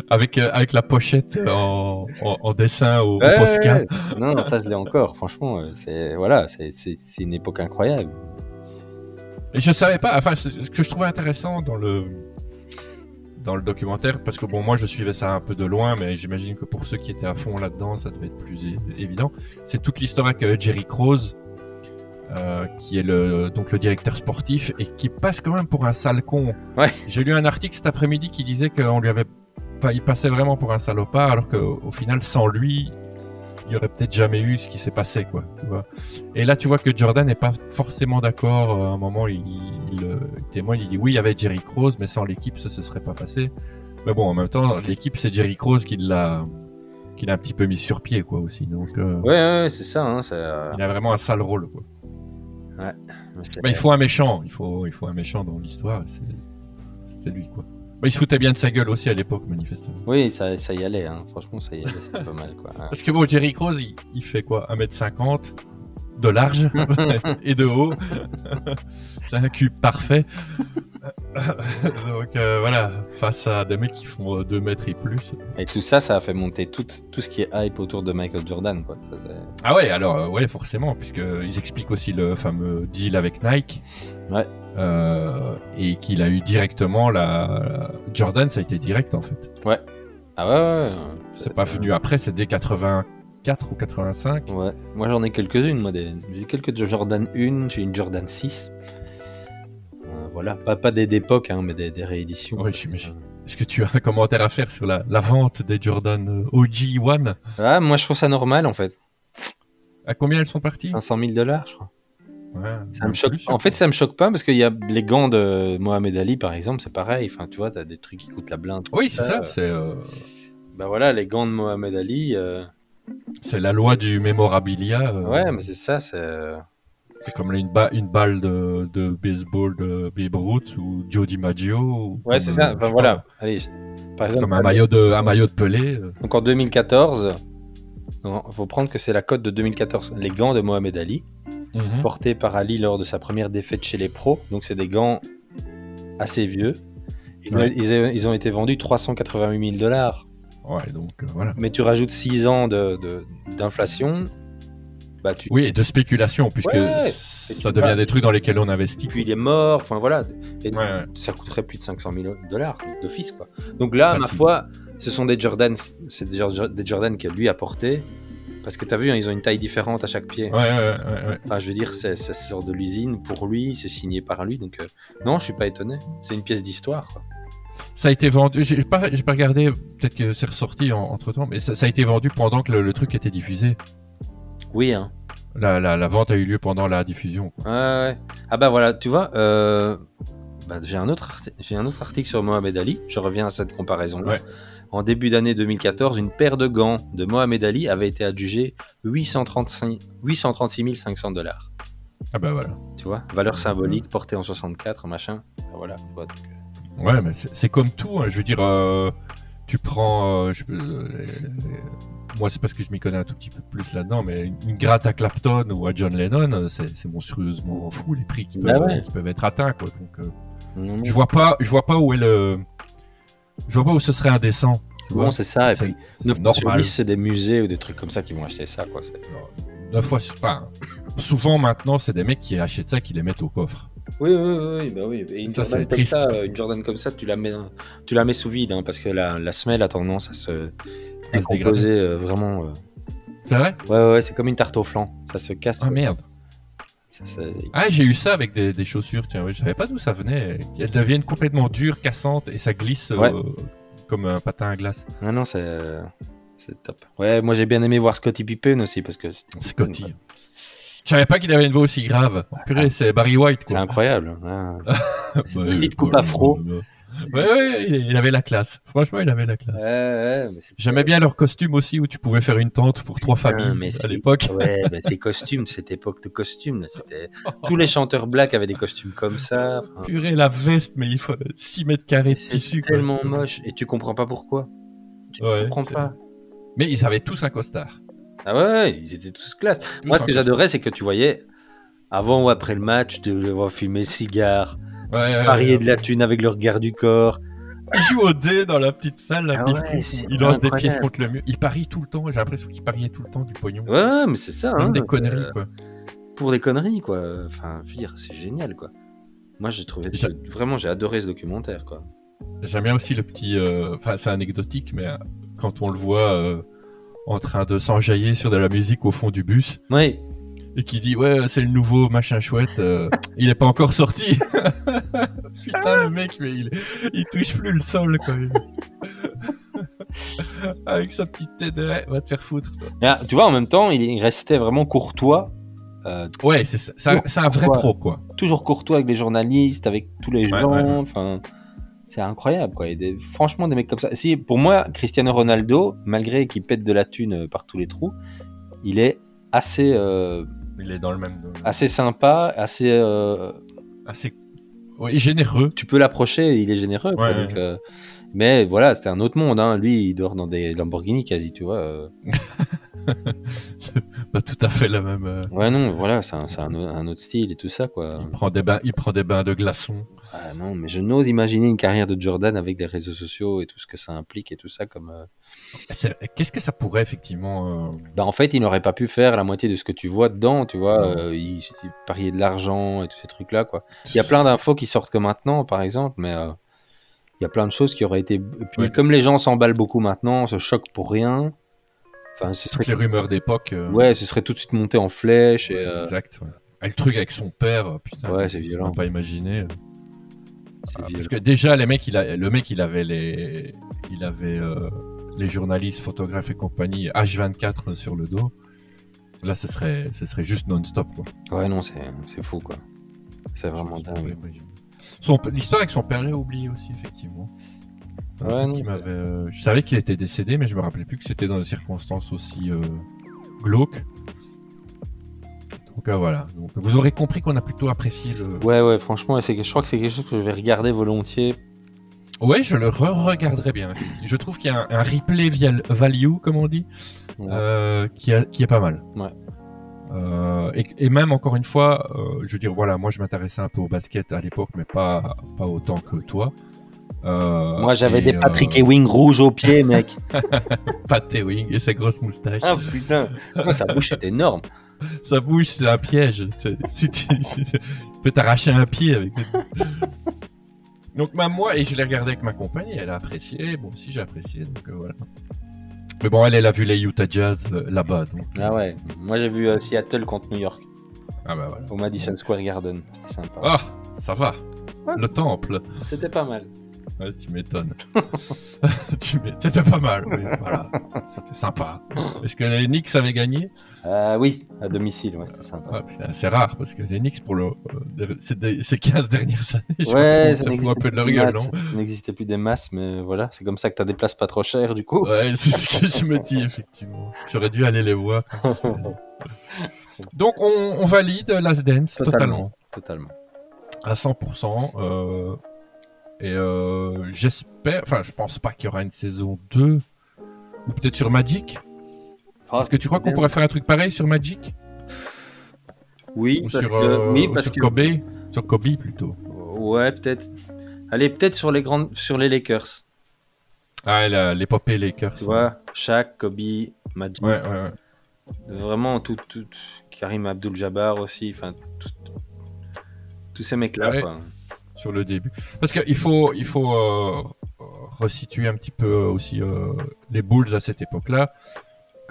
[SPEAKER 4] Avec, euh, avec la pochette en, en- en dessin au, au
[SPEAKER 5] Ouais,
[SPEAKER 4] Posca.
[SPEAKER 5] ouais, ouais. Non, non, ça, je l'ai encore, franchement. euh, C'est, voilà, c'est, c'est, c'est une époque incroyable.
[SPEAKER 4] Et je savais pas, enfin, ce ce que je trouvais intéressant dans le, dans le documentaire, parce que bon, moi je suivais ça un peu de loin, mais j'imagine que pour ceux qui étaient à fond là-dedans, ça devait être plus é- évident. C'est toute l'histoire avec euh, Jerry Krause, euh, qui est le, donc le directeur sportif et qui passe quand même pour un sale con.
[SPEAKER 5] Ouais.
[SPEAKER 4] J'ai lu un article cet après-midi qui disait qu'on lui avait, enfin, il passait vraiment pour un salopard, alors qu'au au final, sans lui, il y aurait peut-être jamais eu ce qui s'est passé, quoi. Tu vois. Et là, tu vois que Jordan n'est pas forcément d'accord. Euh, À un moment, il, il, euh, il témoigne, il dit oui, il y avait Jerry Krause, mais sans l'équipe, ça se serait pas passé. Mais bon, en même temps, l'équipe, c'est Jerry Krause qui l'a, qui l'a un petit peu mis sur pied, quoi, aussi. Donc, euh,
[SPEAKER 5] Ouais, ouais, ouais, c'est ça, hein. Ça...
[SPEAKER 4] il a vraiment un sale rôle, quoi.
[SPEAKER 5] c'est-
[SPEAKER 4] Mais il faut un méchant, il faut, il faut un méchant dans l'histoire. c'est- C'était lui, quoi. Mais il se foutait bien de sa gueule aussi à l'époque, manifestement.
[SPEAKER 5] Oui, ça, ça y allait, hein. Franchement, ça y allait, c'est pas mal, quoi.
[SPEAKER 4] Parce que bon, Jerry Krause, il, il fait quoi 1m50 de large et de haut. C'est un cube parfait. Donc euh, voilà, face à des mecs qui font 2 mètres et plus.
[SPEAKER 5] Et tout ça, ça a fait monter tout, tout ce qui est hype autour de Michael Jordan. Quoi. Ça, c'est-
[SPEAKER 4] Ah ouais, alors euh, ouais, forcément, puisque ils expliquent aussi le fameux deal avec Nike.
[SPEAKER 5] Ouais.
[SPEAKER 4] Euh, et qu'il a eu directement la... Jordan, ça a été direct en fait.
[SPEAKER 5] Ah ouais, ouais, ouais.
[SPEAKER 4] C'est pas venu après, c'est dès 84 ou 85.
[SPEAKER 5] euh, Ouais. Moi j'en ai quelques-unes, moi. Des... J'ai quelques Jordan 1, j'ai une Jordan 6. Euh, voilà, pas, pas des d'époque, hein, mais des, des rééditions.
[SPEAKER 4] Ouais, j'imagine. Est-ce que tu as un commentaire à faire sur la, la vente des Jordan euh, OG One
[SPEAKER 5] Ah, moi je trouve ça normal en fait.
[SPEAKER 4] À combien elles sont parties
[SPEAKER 5] 500 000 dollars, je crois.
[SPEAKER 4] Ouais,
[SPEAKER 5] Ça me
[SPEAKER 4] plus,
[SPEAKER 5] choque.
[SPEAKER 4] je
[SPEAKER 5] En
[SPEAKER 4] crois.
[SPEAKER 5] fait, ça me choque pas parce qu'il y a les gants de Mohamed Ali par exemple, c'est pareil. Enfin, tu vois, t'as des trucs qui coûtent la blinde.
[SPEAKER 4] Oui, c'est ça.
[SPEAKER 5] Euh,
[SPEAKER 4] C'est euh,
[SPEAKER 5] Bah voilà, les gants de Mohamed Ali. euh,
[SPEAKER 4] c'est la loi du mémorabilia. euh,
[SPEAKER 5] Ouais, mais c'est ça, c'est. euh,
[SPEAKER 4] c'est comme une, ba- une balle de, de baseball de Babe Ruth ou Joe DiMaggio. ou
[SPEAKER 5] Ouais,
[SPEAKER 4] comme,
[SPEAKER 5] c'est
[SPEAKER 4] euh,
[SPEAKER 5] ça.
[SPEAKER 4] je
[SPEAKER 5] Enfin
[SPEAKER 4] sais
[SPEAKER 5] voilà. Allez, je- par
[SPEAKER 4] pas,
[SPEAKER 5] exemple.
[SPEAKER 4] Comme un maillot de, un maillot de Pelé. euh.
[SPEAKER 5] Donc en 2014, il faut prendre que c'est la cote de 2014, les gants de Mohamed Ali,
[SPEAKER 4] Mhm.
[SPEAKER 5] portés par Ali lors de sa première défaite chez les pros. Donc c'est des gants assez vieux. Ils,
[SPEAKER 4] Ouais.
[SPEAKER 5] ils a- ils ont été vendus 388 000 dollars.
[SPEAKER 4] Ouais, donc euh, voilà.
[SPEAKER 5] Mais tu rajoutes 6 ans de- de- d'inflation. bah tu...
[SPEAKER 4] Oui, et de spéculation, puisque
[SPEAKER 5] Ouais, et
[SPEAKER 4] ça
[SPEAKER 5] tu
[SPEAKER 4] devient
[SPEAKER 5] vas-
[SPEAKER 4] des trucs dans lesquels on investit.
[SPEAKER 5] Puis il est mort. Enfin voilà. Et
[SPEAKER 4] Ouais, ouais.
[SPEAKER 5] ça coûterait plus de 500 000 dollars d'office. quoi. Donc là, ma
[SPEAKER 4] Facile.
[SPEAKER 5] foi, ce sont des Jordan, c'est des Jor- des Jordan que lui a portés. Parce que tu as vu, hein, ils ont une taille différente à chaque pied.
[SPEAKER 4] Ouais, ouais, ouais, ouais.
[SPEAKER 5] Enfin, je veux dire, c'est- ça sort de l'usine pour lui, c'est signé par lui, donc euh, non, je suis pas étonné. C'est une pièce d'histoire. quoi.
[SPEAKER 4] Ça a été vendu. J'ai pas, j'ai pas regardé. Peut-être que c'est ressorti entre temps, mais ça, ça a été vendu pendant que le, le truc était diffusé.
[SPEAKER 5] Oui, hein.
[SPEAKER 4] La, la, la vente a eu lieu pendant la diffusion. quoi.
[SPEAKER 5] Ouais, ouais. Ah bah voilà, tu vois, euh, bah, j'ai un autre arti- j'ai un autre article sur Mohamed Ali. Je reviens à cette comparaison. là
[SPEAKER 4] Ouais.
[SPEAKER 5] En début d'année 2014, une paire de gants de Mohamed Ali avait été adjugée 835 836 500 dollars.
[SPEAKER 4] Ah bah voilà.
[SPEAKER 5] Tu vois, valeur symbolique portée en 64, machin. Ah, voilà. tu vois, donc, euh,
[SPEAKER 4] Ouais, mais c'est c'est comme tout. hein. Je veux dire, euh, tu prends. euh, je- euh, les- moi, c'est parce que je m'y connais un tout petit peu plus là-dedans, mais une, une gratte à Clapton ou à John Lennon, euh, c'est c'est monstrueusement fou les prix qui peuvent,
[SPEAKER 5] Bah ouais.
[SPEAKER 4] qui peuvent être atteints. Quoi. Donc, euh,
[SPEAKER 5] non, non.
[SPEAKER 4] je vois pas, je vois pas où est le. Je vois pas où ce serait indécent. tu vois.
[SPEAKER 5] Bon, c'est ça. Et
[SPEAKER 4] C'est-
[SPEAKER 5] puis,
[SPEAKER 4] c'est
[SPEAKER 5] 9
[SPEAKER 4] normal.
[SPEAKER 5] c'est des musées ou des trucs comme ça qui vont acheter ça, quoi. c'est-
[SPEAKER 4] Neuf fois, sur- enfin, souvent maintenant, c'est des mecs qui achètent ça, qui les mettent au coffre.
[SPEAKER 5] Oui, oui, oui, oui, bah oui. Et une,
[SPEAKER 4] Ça,
[SPEAKER 5] Jordan
[SPEAKER 4] c'est
[SPEAKER 5] comme
[SPEAKER 4] triste.
[SPEAKER 5] ça, euh, une Jordan comme ça, tu la mets, tu la mets sous vide, hein, parce que la, la semelle a tendance à se
[SPEAKER 4] À se dégrader.
[SPEAKER 5] décomposer euh, vraiment. euh.
[SPEAKER 4] C'est vrai
[SPEAKER 5] Ouais, ouais, ouais, c'est comme une tarte au flan, ça se casse.
[SPEAKER 4] Ah
[SPEAKER 5] quoi.
[SPEAKER 4] merde.
[SPEAKER 5] Ça, ça-
[SPEAKER 4] Ah, j'ai eu ça avec des, des chaussures, tiens, oui, je savais pas d'où ça venait. Elles deviennent complètement dures, cassantes, et ça glisse euh,
[SPEAKER 5] Ouais.
[SPEAKER 4] comme un patin à glace.
[SPEAKER 5] Ah non, c'est, euh, c'est top. Ouais, moi j'ai bien aimé voir Scotty Pippen aussi, parce que c'est,
[SPEAKER 4] Scotty. Je savais pas qu'il avait une voix aussi grave. Purée, c'est Barry White,
[SPEAKER 5] c'est
[SPEAKER 4] quoi.
[SPEAKER 5] incroyable. Ah.
[SPEAKER 4] Bah,
[SPEAKER 5] c'est une petite
[SPEAKER 4] euh,
[SPEAKER 5] coupe
[SPEAKER 4] quoi,
[SPEAKER 5] afro.
[SPEAKER 4] euh, Ouais, ouais, il- il avait la classe. Franchement, il avait la classe.
[SPEAKER 5] Ouais, ouais, mais c'est-
[SPEAKER 4] J'aimais bien leur costume aussi, où tu pouvais faire une tente pour trois
[SPEAKER 5] Putain,
[SPEAKER 4] familles
[SPEAKER 5] Euh, mais
[SPEAKER 4] à
[SPEAKER 5] c'est-
[SPEAKER 4] l'époque.
[SPEAKER 5] Ouais, mais ces costumes, cette époque de costumes, là, c'était tous les chanteurs black avaient des costumes comme ça. Enfin,
[SPEAKER 4] Purée, la veste, mais il faut 6 mètres carrés de
[SPEAKER 5] hein. c'est
[SPEAKER 4] tissu. quoi.
[SPEAKER 5] tellement moche et tu comprends pas pourquoi. Tu
[SPEAKER 4] Ouais,
[SPEAKER 5] comprends
[SPEAKER 4] c'est-
[SPEAKER 5] pas.
[SPEAKER 4] Mais ils avaient tous un costard.
[SPEAKER 5] Ah ouais, ouais, ils étaient tous classe. Moi, ce que j'adorais, c'est que tu voyais avant ou après le match, tu les vois fumer le cigare,
[SPEAKER 4] Ouais, ouais,
[SPEAKER 5] parier
[SPEAKER 4] ouais.
[SPEAKER 5] de la thune avec le regard du corps.
[SPEAKER 4] Ils jouent au dé dans la petite salle. Là,
[SPEAKER 5] Ah
[SPEAKER 4] puis
[SPEAKER 5] ouais,
[SPEAKER 4] ils font-
[SPEAKER 5] c'est
[SPEAKER 4] ils lancent des
[SPEAKER 5] incroyable.
[SPEAKER 4] pièces contre le mur. Ils parient tout le temps. J'ai l'impression qu'ils pariaient tout le temps du pognon.
[SPEAKER 5] Ouais, ouais, mais c'est ça.
[SPEAKER 4] Comme
[SPEAKER 5] hein,
[SPEAKER 4] des
[SPEAKER 5] euh,
[SPEAKER 4] conneries, quoi.
[SPEAKER 5] pour des conneries, quoi. Enfin, je veux dire, c'est génial, quoi. Moi, j'ai trouvé
[SPEAKER 4] J'a-
[SPEAKER 5] vraiment, j'ai adoré ce documentaire, quoi.
[SPEAKER 4] J'aime bien aussi le petit. euh, Enfin, c'est anecdotique, mais euh, quand on le voit euh, en train de s'enjailler sur de la musique au fond du bus
[SPEAKER 5] Oui,
[SPEAKER 4] et qui dit ouais, c'est le nouveau machin chouette. euh, il est pas encore sorti. Putain, le mec, mais il, il touche plus le sol, quoi. Avec sa petite tête, de, Ouais, va te faire foutre. toi.
[SPEAKER 5] Mais, ah, tu vois, en même temps, il il restait vraiment courtois, euh,
[SPEAKER 4] Ouais, c'est ça. C'est un- c'est un vrai
[SPEAKER 5] Ouais.
[SPEAKER 4] pro, quoi.
[SPEAKER 5] toujours courtois avec les journalistes, avec tous les
[SPEAKER 4] Ouais,
[SPEAKER 5] gens.
[SPEAKER 4] ouais, ouais.
[SPEAKER 5] Enfin, c'est incroyable, quoi. Et des- franchement, des mecs comme ça. Si, pour moi, Cristiano Ronaldo, malgré qu'il pète de la thune euh, par tous les trous, il est assez, euh,
[SPEAKER 4] Il est dans le même. euh,
[SPEAKER 5] assez sympa, assez. euh,
[SPEAKER 4] assez oui, généreux.
[SPEAKER 5] tu peux l'approcher, il est généreux. quoi.
[SPEAKER 4] Ouais,
[SPEAKER 5] Donc,
[SPEAKER 4] ouais.
[SPEAKER 5] euh, mais voilà, c'était un autre monde. hein. Lui, il dort dans des Lamborghini quasi, tu vois. euh.
[SPEAKER 4] Pas tout à fait la même. euh,
[SPEAKER 5] Ouais, non, voilà, c'est un, c'est un au- un autre style et tout ça, quoi.
[SPEAKER 4] Il prend des bains, il prend des bains de glaçons.
[SPEAKER 5] Ah non, mais je n'ose imaginer une carrière de Jordan avec les réseaux sociaux et tout ce que ça implique et tout ça. comme. euh.
[SPEAKER 4] C'est- Qu'est-ce que ça pourrait effectivement euh,
[SPEAKER 5] Bah, en fait, il n'aurait pas pu faire la moitié de ce que tu vois dedans, tu vois. euh, il, il pariait de l'argent et tous ces trucs-là, quoi. Il y a plein d'infos qui sortent que maintenant, par exemple, mais euh, il y a plein de choses qui auraient été. et puis,
[SPEAKER 4] Ouais.
[SPEAKER 5] comme les gens s'emballent beaucoup maintenant, se choquent pour rien. Enfin, ce serait
[SPEAKER 4] toutes les rumeurs d'époque. euh,
[SPEAKER 5] Ouais, ce serait tout de suite monté en flèche. Et, euh,
[SPEAKER 4] Exact. ouais. Et le truc avec son père, euh, putain.
[SPEAKER 5] Ouais,
[SPEAKER 4] je
[SPEAKER 5] c'est
[SPEAKER 4] peux
[SPEAKER 5] violent.
[SPEAKER 4] Pas imaginer.
[SPEAKER 5] c'est
[SPEAKER 4] Ah,
[SPEAKER 5] violent.
[SPEAKER 4] Parce que déjà, les mecs, il a, le mec, il avait les, il avait euh, les journalistes, photographes et compagnie H24 sur le dos. Là, ce serait, ce serait juste non-stop, quoi.
[SPEAKER 5] Ouais, non, c'est c'est fou, quoi. C'est vraiment
[SPEAKER 4] Je pense qu'on
[SPEAKER 5] dingue.
[SPEAKER 4] peut imaginer. Son- L'histoire avec son père, j'ai oublié aussi, effectivement. Un
[SPEAKER 5] Ouais,
[SPEAKER 4] truc
[SPEAKER 5] non,
[SPEAKER 4] qui
[SPEAKER 5] c'est-
[SPEAKER 4] m'avait, euh, Je savais qu'il était décédé, mais je me rappelais plus que c'était dans des circonstances aussi euh, glauques. Donc euh, voilà. Donc, vous aurez compris qu'on a plutôt apprécié le.
[SPEAKER 5] Ouais, ouais, franchement, et c'est que- je crois que c'est quelque chose que je vais regarder volontiers.
[SPEAKER 4] Ouais, je le re-regarderai bien. effectivement. Je trouve qu'il y a un, un replay via le value, comme on dit,
[SPEAKER 5] Ouais.
[SPEAKER 4] euh, qui, a- qui est pas mal.
[SPEAKER 5] Ouais.
[SPEAKER 4] Euh, et, et même encore une fois, euh, je veux dire, voilà, moi je m'intéressais un peu au basket à l'époque, mais pas, pas autant que toi. Euh,
[SPEAKER 5] Moi, j'avais
[SPEAKER 4] et,
[SPEAKER 5] des Patrick
[SPEAKER 4] euh,
[SPEAKER 5] Ewing rouges aux pieds, mec.
[SPEAKER 4] Pat Ewing et sa grosse moustache.
[SPEAKER 5] ah, putain. Moi, sa bouche est énorme.
[SPEAKER 4] Sa bouche, c'est un piège. C'est- Si tu, tu peux t'arracher un pied avec. donc même moi, et je l'ai regardé avec ma compagne, et elle a apprécié. Bon, si j'ai apprécié, donc euh, voilà. Mais bon, elle, elle a vu les Utah Jazz euh, là-bas, donc.
[SPEAKER 5] Ah ouais. Moi, j'ai vu euh, Seattle contre New York
[SPEAKER 4] Ah bah voilà.
[SPEAKER 5] au Madison Square Garden. C'était sympa.
[SPEAKER 4] Ah, ça va. Le temple.
[SPEAKER 5] C'était pas mal.
[SPEAKER 4] Ouais, tu m'étonnes. Tu m'é- C'était pas mal, oui, voilà. C'était sympa. Est-ce que les Knicks avaient gagné
[SPEAKER 5] Ah oui, à domicile, ouais, c'était sympa.
[SPEAKER 4] Ah, putain, c'est rare parce que les Knicks pour le, euh, ces, des- ces 15 dernières années, je
[SPEAKER 5] Ouais,
[SPEAKER 4] pense qu'on se fout un peu de leur gueule, non
[SPEAKER 5] ça n'existait plus des masses, mais voilà, c'est comme ça que t'as des places pas trop chères, du coup.
[SPEAKER 4] Ouais, c'est ce que je me dis, effectivement. J'aurais dû aller les voir. Donc, on, on valide Last Dance totalement,
[SPEAKER 5] Totalement.
[SPEAKER 4] à 100%. euh, et euh, j'espère, enfin, je pense pas qu'il y aura une saison 2, ou peut-être sur Magic.
[SPEAKER 5] Ah,
[SPEAKER 4] Est-ce que tu crois qu'on pourrait faire un truc pareil sur Magic
[SPEAKER 5] Oui,
[SPEAKER 4] Ou
[SPEAKER 5] parce
[SPEAKER 4] sur,
[SPEAKER 5] que-
[SPEAKER 4] euh,
[SPEAKER 5] oui,
[SPEAKER 4] ou
[SPEAKER 5] parce
[SPEAKER 4] sur
[SPEAKER 5] que
[SPEAKER 4] Kobe Sur Kobe plutôt.
[SPEAKER 5] Ouais, peut-être. Allez, peut-être sur les grandes, sur les Lakers.
[SPEAKER 4] Ah, la- l'épopée Lakers.
[SPEAKER 5] Tu vois, Shaq, Kobe, Magic,
[SPEAKER 4] Ouais, ouais, ouais.
[SPEAKER 5] vraiment tout, tout, Karim Abdul-Jabbar aussi, enfin tout- tous ces mecs-là.
[SPEAKER 4] Ouais.
[SPEAKER 5] quoi.
[SPEAKER 4] sur le début. Parce qu'il faut, il faut euh, resituer un petit peu aussi euh, les Bulls à cette époque-là.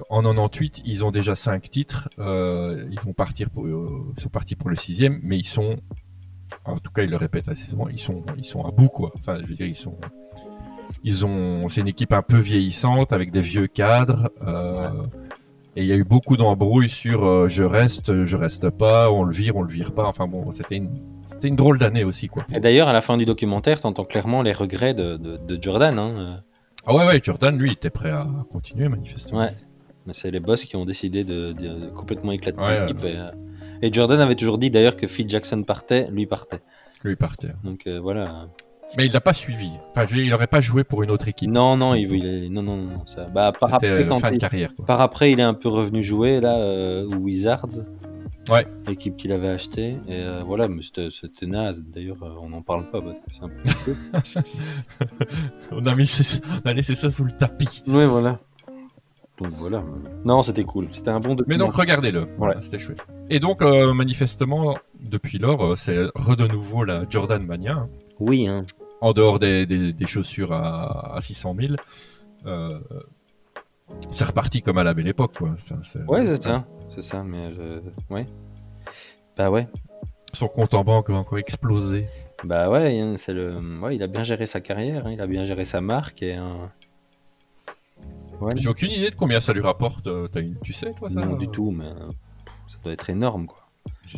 [SPEAKER 4] En 98, ils ont déjà 5 titres. euh, ils vont partir pour, euh, sont partis pour le sixième, mais ils sont, en tout cas, ils le répètent assez souvent, ils sont, ils sont à bout, quoi. Enfin, je veux dire, ils sont, ils ont, c'est une équipe un peu vieillissante avec des vieux cadres. euh, Et il y a eu beaucoup d'embrouilles sur euh, je reste, je reste pas, on le vire, on le vire pas. Enfin bon, c'était une, c'était C'était une drôle d'année aussi, quoi.
[SPEAKER 5] Et d'ailleurs, à la fin du documentaire, t'entends clairement les regrets de, de, de Jordan. hein.
[SPEAKER 4] Ah ouais, ouais, Jordan, lui, il était prêt à continuer, manifestement.
[SPEAKER 5] Ouais. Mais c'est les boss qui ont décidé de, de- de complètement éclater
[SPEAKER 4] Ouais,
[SPEAKER 5] l'équipe. Et, euh, et Jordan avait toujours dit d'ailleurs que Phil Jackson partait, lui partait.
[SPEAKER 4] Lui, il partait.
[SPEAKER 5] Donc euh, voilà.
[SPEAKER 4] Mais il l'a pas suivi. Enfin, je veux dire, il aurait pas joué pour une autre équipe.
[SPEAKER 5] Non, non, il, il est- non, non, non, non, ça. Bah, par
[SPEAKER 4] C'était
[SPEAKER 5] après,
[SPEAKER 4] euh,
[SPEAKER 5] quand
[SPEAKER 4] fin de
[SPEAKER 5] il-
[SPEAKER 4] carrière, quoi.
[SPEAKER 5] par après, il est un peu revenu jouer là euh, aux Wizards.
[SPEAKER 4] Ouais.
[SPEAKER 5] L'équipe qu'il avait achetée. Et euh, voilà, mais c'était c'était naze. D'ailleurs, euh, on n'en parle pas parce que c'est un peu.
[SPEAKER 4] On a, mis ça- on a laissé ça sous le tapis.
[SPEAKER 5] ouais, voilà. Donc voilà. Non, c'était cool. C'était un bon.
[SPEAKER 4] Mais donc,
[SPEAKER 5] documentaire.
[SPEAKER 4] regardez-le. Voilà, c'était chouette. Et donc, euh, manifestement, depuis lors, euh, c'est re de nouveau la Jordan Mania. hein.
[SPEAKER 5] Oui, hein.
[SPEAKER 4] en dehors des, des- des chaussures à, à 600 000, euh, c'est reparti comme à la belle époque. Quoi. Enfin, c'est-
[SPEAKER 5] Ouais, c'est ça. C'est ça, mais euh, ouais. Bah ouais.
[SPEAKER 4] Son compte en banque va encore exploser.
[SPEAKER 5] Bah ouais, hein, c'est le. Ouais, il a bien géré sa carrière. hein, il a bien géré sa marque et. euh, Ouais.
[SPEAKER 4] J'ai aucune idée de combien ça lui rapporte. euh, t'as une- tu sais, toi ça
[SPEAKER 5] Non, du tout, mais euh, pff, ça doit être énorme, quoi.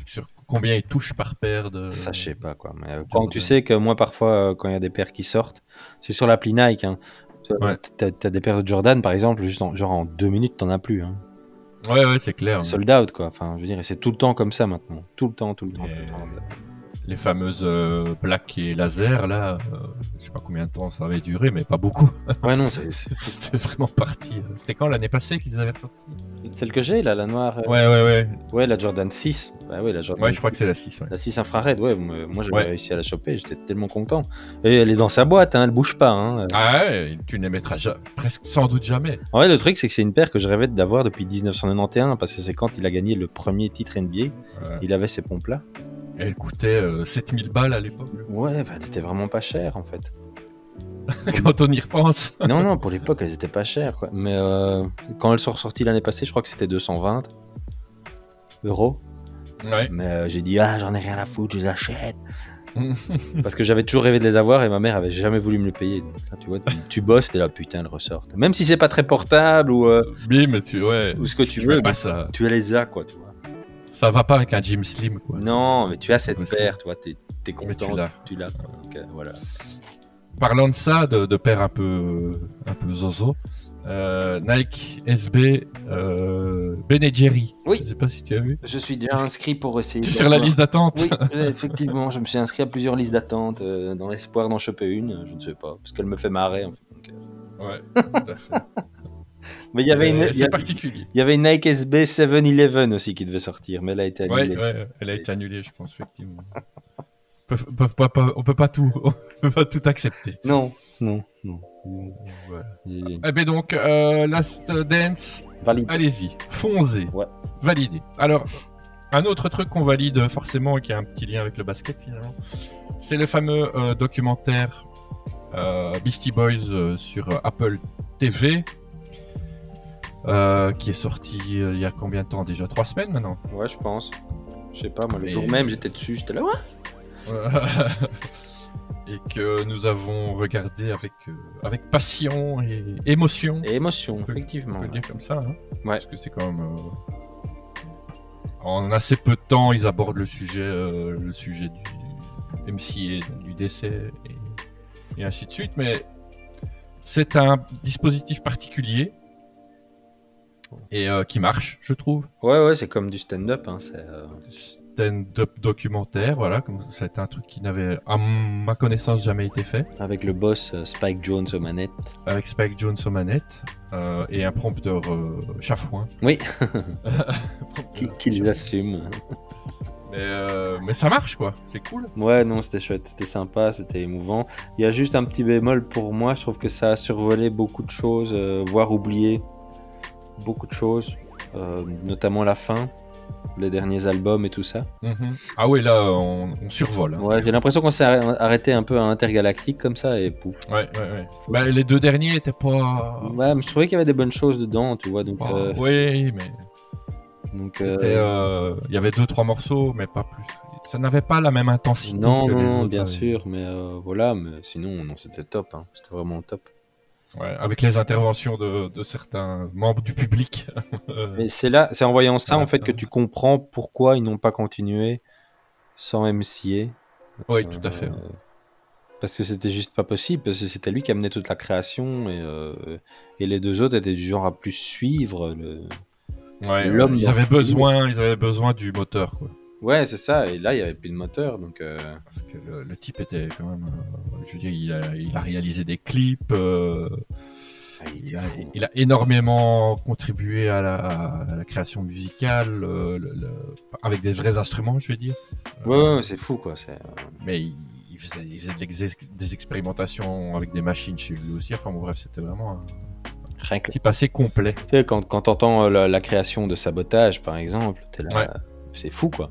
[SPEAKER 4] Sur combien il touche par paire de...
[SPEAKER 5] Ça, je sais pas, quoi. Mais euh,
[SPEAKER 4] genre
[SPEAKER 5] quand tu
[SPEAKER 4] de-
[SPEAKER 5] sais que moi, parfois, euh, quand il y a des paires qui sortent, c'est sur l'appli Nike. Hein. Tu-
[SPEAKER 4] Ouais.
[SPEAKER 5] T'as t'as des paires de Jordan, par exemple, juste en- genre en deux minutes, t'en as plus. Hein.
[SPEAKER 4] Ouais, ouais, c'est clair.
[SPEAKER 5] Sold out, quoi. Enfin, je veux dire, et c'est tout le temps comme ça maintenant. Tout le temps, tout le temps.
[SPEAKER 4] Et-
[SPEAKER 5] tout le temps comme ça.
[SPEAKER 4] Les fameuses euh, plaques et laser, là, euh, je sais pas combien de temps ça avait duré, mais pas beaucoup.
[SPEAKER 5] Ouais, non, c'est c'est-
[SPEAKER 4] C'était vraiment parti. C'était quand l'année passée qu'ils avaient ressorti
[SPEAKER 5] celle que j'ai, là, la noire. euh, Ouais.
[SPEAKER 4] Ouais, ouais, ouais.
[SPEAKER 5] la Jordan 6. Bah ouais, la Jordan
[SPEAKER 4] Ouais, je crois que c'est la 6. Ouais.
[SPEAKER 5] La 6 infrared, ouais, me- moi j'avais
[SPEAKER 4] Ouais.
[SPEAKER 5] réussi à la choper, j'étais tellement content. Et elle est dans sa boîte, hein, elle bouge pas. Hein.
[SPEAKER 4] Ah ouais, tu ne les mettras ja- presque sans doute jamais.
[SPEAKER 5] En vrai, le truc, c'est que c'est une paire que je rêvais d'avoir depuis 1991, parce que c'est quand il a gagné le premier titre NBA,
[SPEAKER 4] Ouais.
[SPEAKER 5] il avait ces pompes-là.
[SPEAKER 4] Euh, Elle coûtait euh, 7000 balles à l'époque.
[SPEAKER 5] Ouais, bah, elles étaient vraiment pas chères en fait.
[SPEAKER 4] Quand on y repense.
[SPEAKER 5] Non, non, pour l'époque, elles étaient pas chères, quoi. Mais euh, quand elles sont ressorties l'année passée, je crois que c'était 220 euros.
[SPEAKER 4] Ouais.
[SPEAKER 5] Mais euh, j'ai dit, ah, j'en ai rien à foutre, je les achète. Parce que j'avais toujours rêvé de les avoir et ma mère avait jamais voulu me les payer. Donc là, tu vois, tu, tu bosses, t'es là, putain, elles ressortent. Même si c'est pas très portable ou, euh,
[SPEAKER 4] Bim, tu, ouais.
[SPEAKER 5] ou ce que tu,
[SPEAKER 4] Tu
[SPEAKER 5] veux,
[SPEAKER 4] veux bah, pas ça.
[SPEAKER 5] tu les as, quoi, tu vois.
[SPEAKER 4] Ça va pas avec un Jim Slim, quoi.
[SPEAKER 5] non, mais tu as cette
[SPEAKER 4] possible.
[SPEAKER 5] paire, tu vois, t'es t'es
[SPEAKER 4] Mais tu
[SPEAKER 5] content,
[SPEAKER 4] l'as.
[SPEAKER 5] tu l'as. quoi. Donc, euh, voilà.
[SPEAKER 4] Parlant de ça, de, de paire un peu, un peu zozo, euh, Nike, SB, euh, Ben Jerry.
[SPEAKER 5] Oui.
[SPEAKER 4] Je sais pas si tu as vu.
[SPEAKER 5] Je suis déjà inscrit pour essayer.
[SPEAKER 4] Tu es sur la liste d'attente.
[SPEAKER 5] Oui, effectivement, je me suis inscrit à plusieurs listes d'attente euh, dans l'espoir d'en choper une, euh, je ne sais pas, parce qu'elle me fait marrer. En fait. Donc, euh.
[SPEAKER 4] Ouais. tout à fait.
[SPEAKER 5] Mais il y avait une,
[SPEAKER 4] Euh,
[SPEAKER 5] il y
[SPEAKER 4] C'est
[SPEAKER 5] a-
[SPEAKER 4] particulier.
[SPEAKER 5] il y avait une Nike SB 7-Eleven aussi qui devait sortir, mais elle a été
[SPEAKER 4] Ouais,
[SPEAKER 5] annulée.
[SPEAKER 4] ouais, elle a été annulée, je pense, effectivement. Peuvent- peuvent pas- pas- on peut pas tout, on peut pas tout accepter.
[SPEAKER 5] Non, non, non.
[SPEAKER 4] Voilà.
[SPEAKER 5] Et-
[SPEAKER 4] Eh ben donc, euh, Last Dance,
[SPEAKER 5] Valide.
[SPEAKER 4] Allez-y, foncez.
[SPEAKER 5] Ouais.
[SPEAKER 4] Validez. Alors, un autre truc qu'on valide euh, forcément et qui a un petit lien avec le basket finalement, c'est le fameux euh, documentaire euh, Beastie Boys euh, sur euh, Apple TV. euh, qui est sorti euh, il y a combien de temps déjà Trois semaines maintenant
[SPEAKER 5] Ouais, je pense. Je sais pas, moi, le
[SPEAKER 4] Et-
[SPEAKER 5] jour même, j'étais dessus, j'étais là, ouais.
[SPEAKER 4] Et que nous avons regardé avec, euh, avec passion et émotion.
[SPEAKER 5] Et émotion,
[SPEAKER 4] peut-
[SPEAKER 5] effectivement.
[SPEAKER 4] On peut le
[SPEAKER 5] ouais.
[SPEAKER 4] dire comme ça. Hein
[SPEAKER 5] Ouais.
[SPEAKER 4] Parce que c'est quand même. euh, En assez peu de temps, ils abordent le sujet, euh, le sujet du MCA, donc du décès et, et ainsi de suite. Mais c'est un dispositif particulier et euh, qui marche, je trouve.
[SPEAKER 5] Ouais, ouais, c'est comme du stand-up. Hein, c'est, euh,
[SPEAKER 4] Stand-up documentaire, voilà. Comme c'est un truc qui n'avait, à ma connaissance, jamais été fait.
[SPEAKER 5] Avec le boss euh, Spike Jones aux manettes.
[SPEAKER 4] avec Spike Jones aux manettes euh, et un prompteur euh, chafouin.
[SPEAKER 5] Oui.
[SPEAKER 4] Prompteur.
[SPEAKER 5] Qui, qui les assume.
[SPEAKER 4] mais, euh, mais ça marche quoi, c'est cool.
[SPEAKER 5] Ouais, non, c'était chouette, c'était sympa, c'était émouvant. Il y a juste un petit bémol pour moi, je trouve que ça a survolé beaucoup de choses, euh, voire oublié beaucoup de choses, euh, notamment la fin, les derniers albums et tout ça.
[SPEAKER 4] Ah ouais, là on, on survole. hein.
[SPEAKER 5] Ouais, j'ai l'impression qu'on s'est arr- arrêté un peu à Intergalactique comme ça et pouf.
[SPEAKER 4] Ouais, ouais, ouais. Bah, les deux derniers étaient pas.
[SPEAKER 5] Ouais, mais je trouvais qu'il y avait des bonnes choses dedans, tu vois, donc.
[SPEAKER 4] pas-
[SPEAKER 5] euh,
[SPEAKER 4] Oui, mais
[SPEAKER 5] donc euh,
[SPEAKER 4] Ah, c'était. euh, Il y avait deux, trois morceaux, mais pas plus. Ça n'avait pas la même intensité.
[SPEAKER 5] Non,
[SPEAKER 4] que
[SPEAKER 5] non,
[SPEAKER 4] les
[SPEAKER 5] non,
[SPEAKER 4] autres hein.
[SPEAKER 5] bien
[SPEAKER 4] avaient.
[SPEAKER 5] sûr, mais euh, voilà, mais sinon, non, c'était top, hein, c'était vraiment top.
[SPEAKER 4] Ouais, avec les interventions de, de certains membres du public. Euh,
[SPEAKER 5] Et c'est là, c'est en voyant ça,
[SPEAKER 4] Ah,
[SPEAKER 5] en fait, que
[SPEAKER 4] putain.
[SPEAKER 5] tu comprends pourquoi ils n'ont pas continué sans MCA.
[SPEAKER 4] Oui, tout à fait.
[SPEAKER 5] Euh, Parce que c'était juste pas possible, parce que c'était lui qui amenait toute la création et, euh, et les deux autres étaient du genre à plus suivre le.
[SPEAKER 4] Ouais,
[SPEAKER 5] L'homme
[SPEAKER 4] ils
[SPEAKER 5] dans
[SPEAKER 4] avaient
[SPEAKER 5] le film.
[SPEAKER 4] besoin, ils avaient besoin du moteur. Quoi.
[SPEAKER 5] Ouais, c'est ça, et là il y avait plus de moteur, donc. euh,
[SPEAKER 4] Parce que le, le type était quand même, euh, je veux dire, il a, il a réalisé des clips, euh,
[SPEAKER 5] ah, il
[SPEAKER 4] il,
[SPEAKER 5] était
[SPEAKER 4] a,
[SPEAKER 5] fou.
[SPEAKER 4] il a énormément contribué à la, à la création musicale, euh, le- le- avec des vrais instruments, je vais dire. Euh,
[SPEAKER 5] Ouais, ouais, ouais, c'est fou quoi. c'est- euh,
[SPEAKER 4] Mais il, il faisait, il faisait de l'ex- des expérimentations avec des machines chez lui aussi. Enfin bon, bref, c'était vraiment un
[SPEAKER 5] Rien que-
[SPEAKER 4] type assez complet.
[SPEAKER 5] Tu sais, quand, quand t'entends euh, la, la création de Sabotage, par exemple, t'es là,
[SPEAKER 4] Ouais.
[SPEAKER 5] c'est fou, quoi.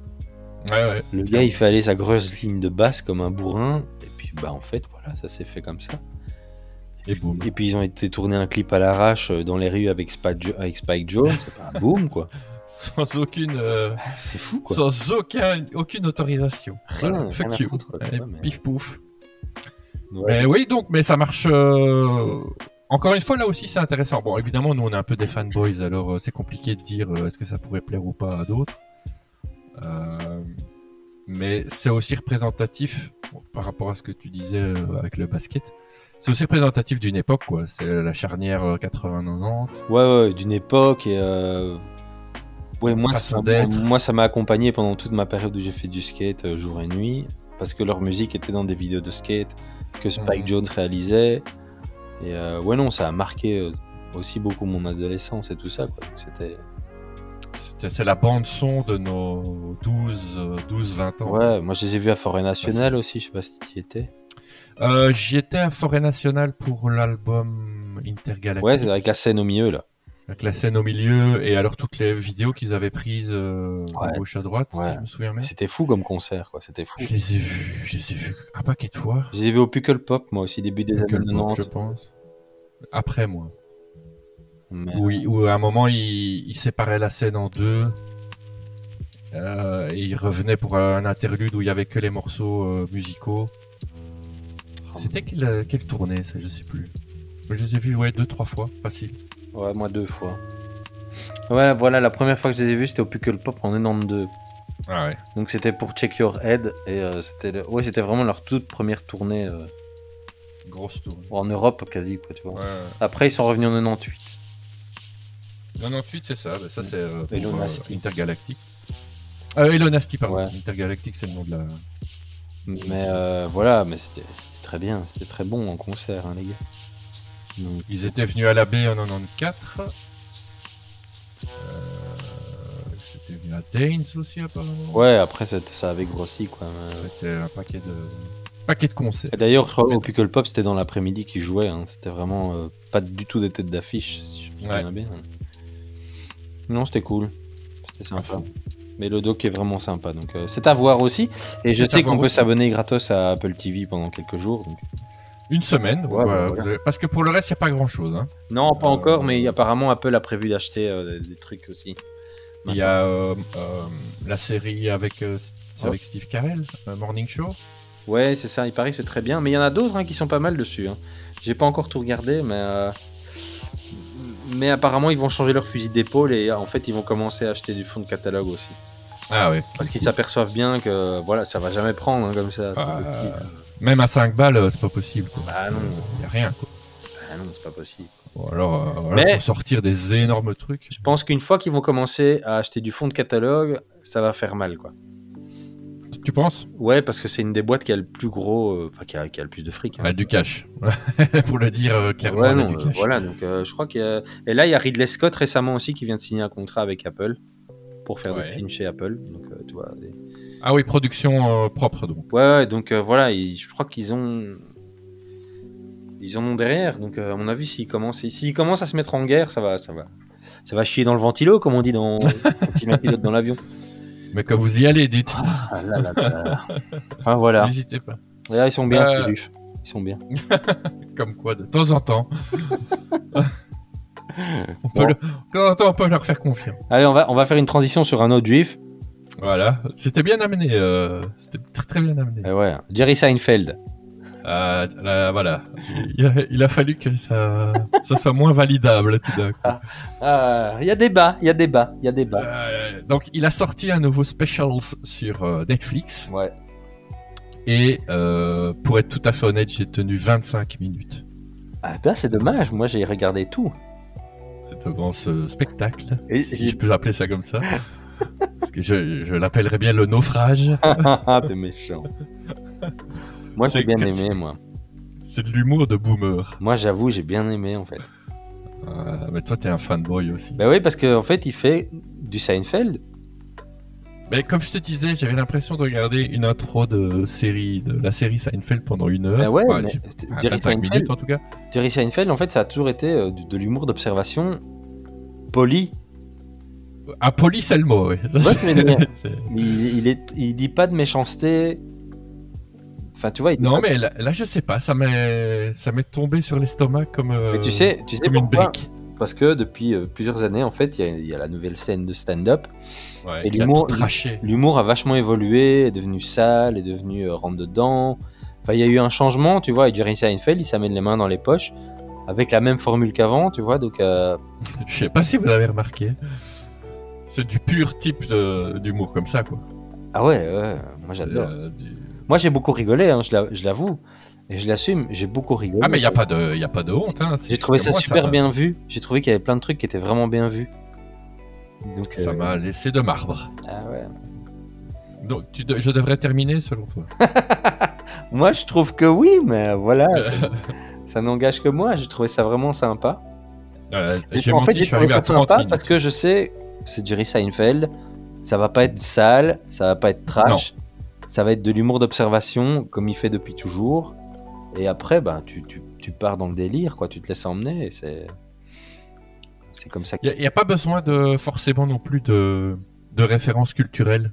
[SPEAKER 4] Ouais, ouais.
[SPEAKER 5] Le gars, il fait aller sa grosse ligne de basse comme un bourrin, et puis, bah, en fait, voilà, ça s'est fait comme ça.
[SPEAKER 4] Et boum.
[SPEAKER 5] Et puis, ils ont été tourner un clip à l'arrache euh, dans les rues avec, Spa- Jo- avec Spike Jones, c'est pas un boom, quoi.
[SPEAKER 4] Sans aucune, euh,
[SPEAKER 5] C'est fou, quoi.
[SPEAKER 4] sans aucun, aucune autorisation.
[SPEAKER 5] Rien, rien à
[SPEAKER 4] Fuck you.
[SPEAKER 5] foutre, quoi.
[SPEAKER 4] Allez,
[SPEAKER 5] Ouais, mais-
[SPEAKER 4] Pif pouf.
[SPEAKER 5] Ouais.
[SPEAKER 4] Mais oui, donc, mais ça marche. euh, Encore une fois, là aussi, c'est intéressant. Bon, évidemment, nous, on est un peu des fanboys, alors euh, c'est compliqué de dire euh, est-ce que ça pourrait plaire ou pas à d'autres. Euh, Mais c'est aussi représentatif, bon, par rapport à ce que tu disais euh, avec le basket, c'est aussi représentatif d'une époque, quoi. C'est la charnière euh, 80-90.
[SPEAKER 5] Ouais, ouais, d'une époque, et. euh, Ouais, moi,
[SPEAKER 4] Façon
[SPEAKER 5] ça-
[SPEAKER 4] d'être.
[SPEAKER 5] moi, ça m'a accompagné pendant toute ma période où j'ai fait du skate euh, jour et nuit, parce que leur musique était dans des vidéos de skate que Spike
[SPEAKER 4] Mhm.
[SPEAKER 5] Jones réalisait. Et euh, ouais, non, ça a marqué euh, aussi beaucoup mon adolescence et tout ça. quoi. Donc, C'était.
[SPEAKER 4] C'était- C'est la bande-son de nos 12, euh, 12-20 ans.
[SPEAKER 5] Ouais, moi, je les ai vus à Forêt Nationale aussi, je sais pas si tu y étais.
[SPEAKER 4] Euh, J'y étais à Forêt Nationale pour l'album Intergalactique.
[SPEAKER 5] Ouais, c'est avec la scène au milieu, là.
[SPEAKER 4] Avec la scène au milieu et alors toutes les vidéos qu'ils avaient prises euh, à
[SPEAKER 5] Ouais.
[SPEAKER 4] gauche à droite,
[SPEAKER 5] Ouais.
[SPEAKER 4] si je me souviens bien.
[SPEAKER 5] C'était fou comme concert, quoi. C'était fou.
[SPEAKER 4] Je les ai vus, je les ai vus un paquet de fois.
[SPEAKER 5] Je les ai vus au Puckle Pop, moi aussi, début des
[SPEAKER 4] Gueule
[SPEAKER 5] années
[SPEAKER 4] Pop, je
[SPEAKER 5] 90.
[SPEAKER 4] pense. Après moi.
[SPEAKER 5] Mais-
[SPEAKER 4] Où, il- où à un moment ils il séparaient la scène en deux. Euh, et ils revenaient pour un interlude où il y avait que les morceaux euh, musicaux.
[SPEAKER 5] Oh.
[SPEAKER 4] C'était quelle, euh, quelle tournée ça, je sais plus. Mais Je les ai vus ouais deux trois fois, facile.
[SPEAKER 5] Ouais, moi deux fois. Ouais, voilà, la première fois que je les ai vus, c'était au Puckle Pop en 92.
[SPEAKER 4] Ah ouais.
[SPEAKER 5] Donc c'était pour Check Your Head. Et euh, c'était le- ouais, c'était vraiment leur toute première tournée euh,
[SPEAKER 4] Grosse tournée.
[SPEAKER 5] en Europe, quasi, quoi, tu vois.
[SPEAKER 4] Ouais.
[SPEAKER 5] Après, ils sont revenus en 98.
[SPEAKER 4] 98, c'est ça. bah, ça, c'est euh, pour,
[SPEAKER 5] Elon
[SPEAKER 4] euh,
[SPEAKER 5] Asti.
[SPEAKER 4] Intergalactic. Euh, Elon Asti, pardon.
[SPEAKER 5] Ouais.
[SPEAKER 4] Intergalactic, c'est le nom de la.
[SPEAKER 5] Mais euh, voilà, mais c'était c'était très bien. C'était très bon en concert, hein, les gars. Donc,
[SPEAKER 4] Ils étaient venus à la baie en 94. Euh, Ils étaient venus Euh, à Daines aussi, apparemment.
[SPEAKER 5] ouais, après, c'était- ça avait grossi, quoi. mais, euh,
[SPEAKER 4] C'était un paquet de. Paquet de concerts.
[SPEAKER 5] et D'ailleurs, je crois, au Pickle Pop, c'était dans l'après-midi qu'ils jouaient. hein. C'était vraiment euh, pas du tout des têtes d'affiche, si je me souviens
[SPEAKER 4] Ouais.
[SPEAKER 5] bien. Non, c'était cool. C'était sympa. Mais le doc est vraiment sympa, donc euh, c'est à voir aussi. Et je
[SPEAKER 4] C'est à
[SPEAKER 5] sais qu'on
[SPEAKER 4] voir
[SPEAKER 5] peut
[SPEAKER 4] aussi.
[SPEAKER 5] s'abonner gratos à Apple TV pendant quelques jours. donc-
[SPEAKER 4] Une semaine.
[SPEAKER 5] Ouais,
[SPEAKER 4] voilà,
[SPEAKER 5] bah,
[SPEAKER 4] vous
[SPEAKER 5] voilà.
[SPEAKER 4] avez- Parce que pour le reste, il n'y a pas grand chose. Hein.
[SPEAKER 5] Non, pas
[SPEAKER 4] Euh,
[SPEAKER 5] encore, mais apparemment Apple a prévu d'acheter euh, des trucs aussi.
[SPEAKER 4] Il y a euh, euh, la série avec, euh,
[SPEAKER 5] Oh.
[SPEAKER 4] c'est avec Steve Carell, euh, Morning Show.
[SPEAKER 5] Ouais, c'est ça, il paraît que c'est très bien. Mais il y en a d'autres hein, qui sont pas mal dessus. hein. J'ai pas encore tout regardé, mais. euh, Mais apparemment, ils vont changer leur fusil d'épaule et en fait, ils vont commencer à acheter du fond de catalogue aussi.
[SPEAKER 4] Ah ouais.
[SPEAKER 5] Parce qu'ils s'aperçoivent bien que voilà, ça va jamais prendre hein, comme ça. c'est pas
[SPEAKER 4] Ah,
[SPEAKER 5] possible.
[SPEAKER 4] Même à 5 balles, euh, c'est pas possible. quoi.
[SPEAKER 5] Bah non.
[SPEAKER 4] Il n'y a rien. Quoi.
[SPEAKER 5] Bah non, c'est pas possible.
[SPEAKER 4] Ou alors, euh, voilà,
[SPEAKER 5] Mais-
[SPEAKER 4] faut sortir des énormes trucs.
[SPEAKER 5] Je pense qu'une fois qu'ils vont commencer à acheter du fond de catalogue, ça va faire mal, quoi.
[SPEAKER 4] Tu penses
[SPEAKER 5] Ouais, parce que c'est une des boîtes qui a le plus gros, euh, enfin qui a, qui a le plus de fric. hein.
[SPEAKER 4] Bah, Du cash. Pour le dire euh, clairement,
[SPEAKER 5] Ouais,
[SPEAKER 4] elle a
[SPEAKER 5] non,
[SPEAKER 4] du
[SPEAKER 5] euh,
[SPEAKER 4] cash.
[SPEAKER 5] voilà, donc euh, je crois qu'il y a... Et là, il y a Ridley Scott récemment aussi qui vient de signer un contrat avec Apple pour faire
[SPEAKER 4] Ouais.
[SPEAKER 5] des films chez Apple. Donc, euh, tu vois, des-
[SPEAKER 4] Ah oui, production euh, propre donc.
[SPEAKER 5] Ouais, ouais, donc euh, voilà, ils- je crois qu'ils ont... Ils en ont derrière, donc euh, à mon avis, s'ils commencent, s'ils commencent à se mettre en guerre, ça va, ça va. Ça va chier dans le ventilo, comme on dit dans... quand il y a un pilote dans l'avion.
[SPEAKER 4] Mais quand vous y allez, dites,
[SPEAKER 5] Ah là là là. Enfin voilà.
[SPEAKER 4] n'hésitez pas.
[SPEAKER 5] Et là, ils sont bien,
[SPEAKER 4] Euh,
[SPEAKER 5] ces juifs. Ils sont bien.
[SPEAKER 4] Comme quoi, de temps en temps, on peut
[SPEAKER 5] Bon.
[SPEAKER 4] le- de temps en temps, on peut leur faire confiance.
[SPEAKER 5] Allez, on va, on va faire une transition sur un autre juif.
[SPEAKER 4] Voilà, c'était bien amené. euh, C'était très très bien amené.
[SPEAKER 5] Eh ouais, Jerry Seinfeld.
[SPEAKER 4] Ah, là, voilà, il a, il a fallu que ça, ça soit moins validable tout d'un coup.
[SPEAKER 5] Ah, Il y a débat, il y a débat, il y a débat.
[SPEAKER 4] Euh, donc, il a sorti un nouveau special sur euh, Netflix
[SPEAKER 5] Ouais.
[SPEAKER 4] Et euh, pour être tout à fait honnête, j'ai tenu 25 minutes
[SPEAKER 5] Ah ben c'est dommage, moi j'ai regardé tout.
[SPEAKER 4] devant ce spectacle,
[SPEAKER 5] Et
[SPEAKER 4] si je
[SPEAKER 5] j'ai...
[SPEAKER 4] peux l'appeler ça comme ça. Parce que je, je l'appellerais bien le naufrage.
[SPEAKER 5] T'es méchant. Moi j'ai
[SPEAKER 4] C'est
[SPEAKER 5] bien
[SPEAKER 4] presque-
[SPEAKER 5] aimé, moi.
[SPEAKER 4] C'est de l'humour de boomer.
[SPEAKER 5] Moi j'avoue, j'ai bien aimé en fait.
[SPEAKER 4] Euh, mais toi, t'es un fanboy aussi.
[SPEAKER 5] Ben oui, parce qu'en fait il fait du Seinfeld.
[SPEAKER 4] Mais comme je te disais, j'avais l'impression de regarder une intro de série, de la série Seinfeld pendant une heure.
[SPEAKER 5] Ben ouais,
[SPEAKER 4] Enfin,
[SPEAKER 5] mais
[SPEAKER 4] j'ai-
[SPEAKER 5] c'est-
[SPEAKER 4] enfin,
[SPEAKER 5] Jerry
[SPEAKER 4] 25
[SPEAKER 5] Seinfeld,
[SPEAKER 4] minutes en tout cas.
[SPEAKER 5] Jerry Seinfeld, en fait ça a toujours été euh, de, de l'humour d'observation poli.
[SPEAKER 4] Ah, poli, c'est le mot, ouais.
[SPEAKER 5] Ouais, mais- mais-
[SPEAKER 4] C'est-
[SPEAKER 5] Il, il, est, il dit pas de méchanceté. Enfin, tu vois, il dit
[SPEAKER 4] Non,
[SPEAKER 5] pas-
[SPEAKER 4] mais là, là, je sais pas, ça m'est ça m'est tombé sur l'estomac comme, euh,
[SPEAKER 5] Mais tu sais, tu sais
[SPEAKER 4] comme une
[SPEAKER 5] pourquoi
[SPEAKER 4] brique.
[SPEAKER 5] Parce que depuis euh, plusieurs années, en fait, il y a- il y, a la nouvelle scène de stand-up.
[SPEAKER 4] Ouais,
[SPEAKER 5] Et
[SPEAKER 4] il a
[SPEAKER 5] l'humour-
[SPEAKER 4] tout traché.
[SPEAKER 5] L'humour a vachement évolué, est devenu sale, est devenu euh, rentre dedans. Enfin, il y a eu un changement, tu vois. Et Jerry Seinfeld, il s'amène les mains dans les poches avec la même formule qu'avant, tu vois. Donc, euh,
[SPEAKER 4] Je sais pas si vous l'avez remarqué. C'est du pur type de- d'humour comme ça, quoi.
[SPEAKER 5] ah ouais, ouais, moi j'adore.
[SPEAKER 4] C'est, euh, du-
[SPEAKER 5] Moi, j'ai beaucoup rigolé, hein, je l'a- je l'avoue. Et je l'assume, j'ai beaucoup rigolé.
[SPEAKER 4] Ah, mais il n'y a, pas de- y a pas de honte. Hein. c'est
[SPEAKER 5] J'ai trouvé
[SPEAKER 4] juste
[SPEAKER 5] ça
[SPEAKER 4] que moi,
[SPEAKER 5] super
[SPEAKER 4] m'a-
[SPEAKER 5] bien vu. J'ai trouvé qu'il y avait plein de trucs qui étaient vraiment bien vus. Donc,
[SPEAKER 4] Ça
[SPEAKER 5] euh,
[SPEAKER 4] m'a laissé de marbre.
[SPEAKER 5] ah ouais.
[SPEAKER 4] Donc, tu de- je devrais terminer selon toi.
[SPEAKER 5] Moi, je trouve que oui, mais voilà. ça n'engage que moi. J'ai trouvé ça vraiment sympa.
[SPEAKER 4] Euh,
[SPEAKER 5] Et
[SPEAKER 4] j'ai
[SPEAKER 5] en
[SPEAKER 4] menti,
[SPEAKER 5] fait,
[SPEAKER 4] je
[SPEAKER 5] j'ai
[SPEAKER 4] suis
[SPEAKER 5] trouvé
[SPEAKER 4] arrivé
[SPEAKER 5] ça
[SPEAKER 4] à 30
[SPEAKER 5] sympa
[SPEAKER 4] minutes.
[SPEAKER 5] parce que je sais, c'est Jerry Seinfeld. Ça va pas être sale, ça va pas être trash. Ça va être de l'humour d'observation, comme il fait depuis toujours. Et après, ben, tu, tu, tu pars dans le délire, quoi. Tu te laisses emmener. et C'est c'est comme ça. Que...
[SPEAKER 4] Il n'y a, pas besoin de forcément non plus de, de références culturelles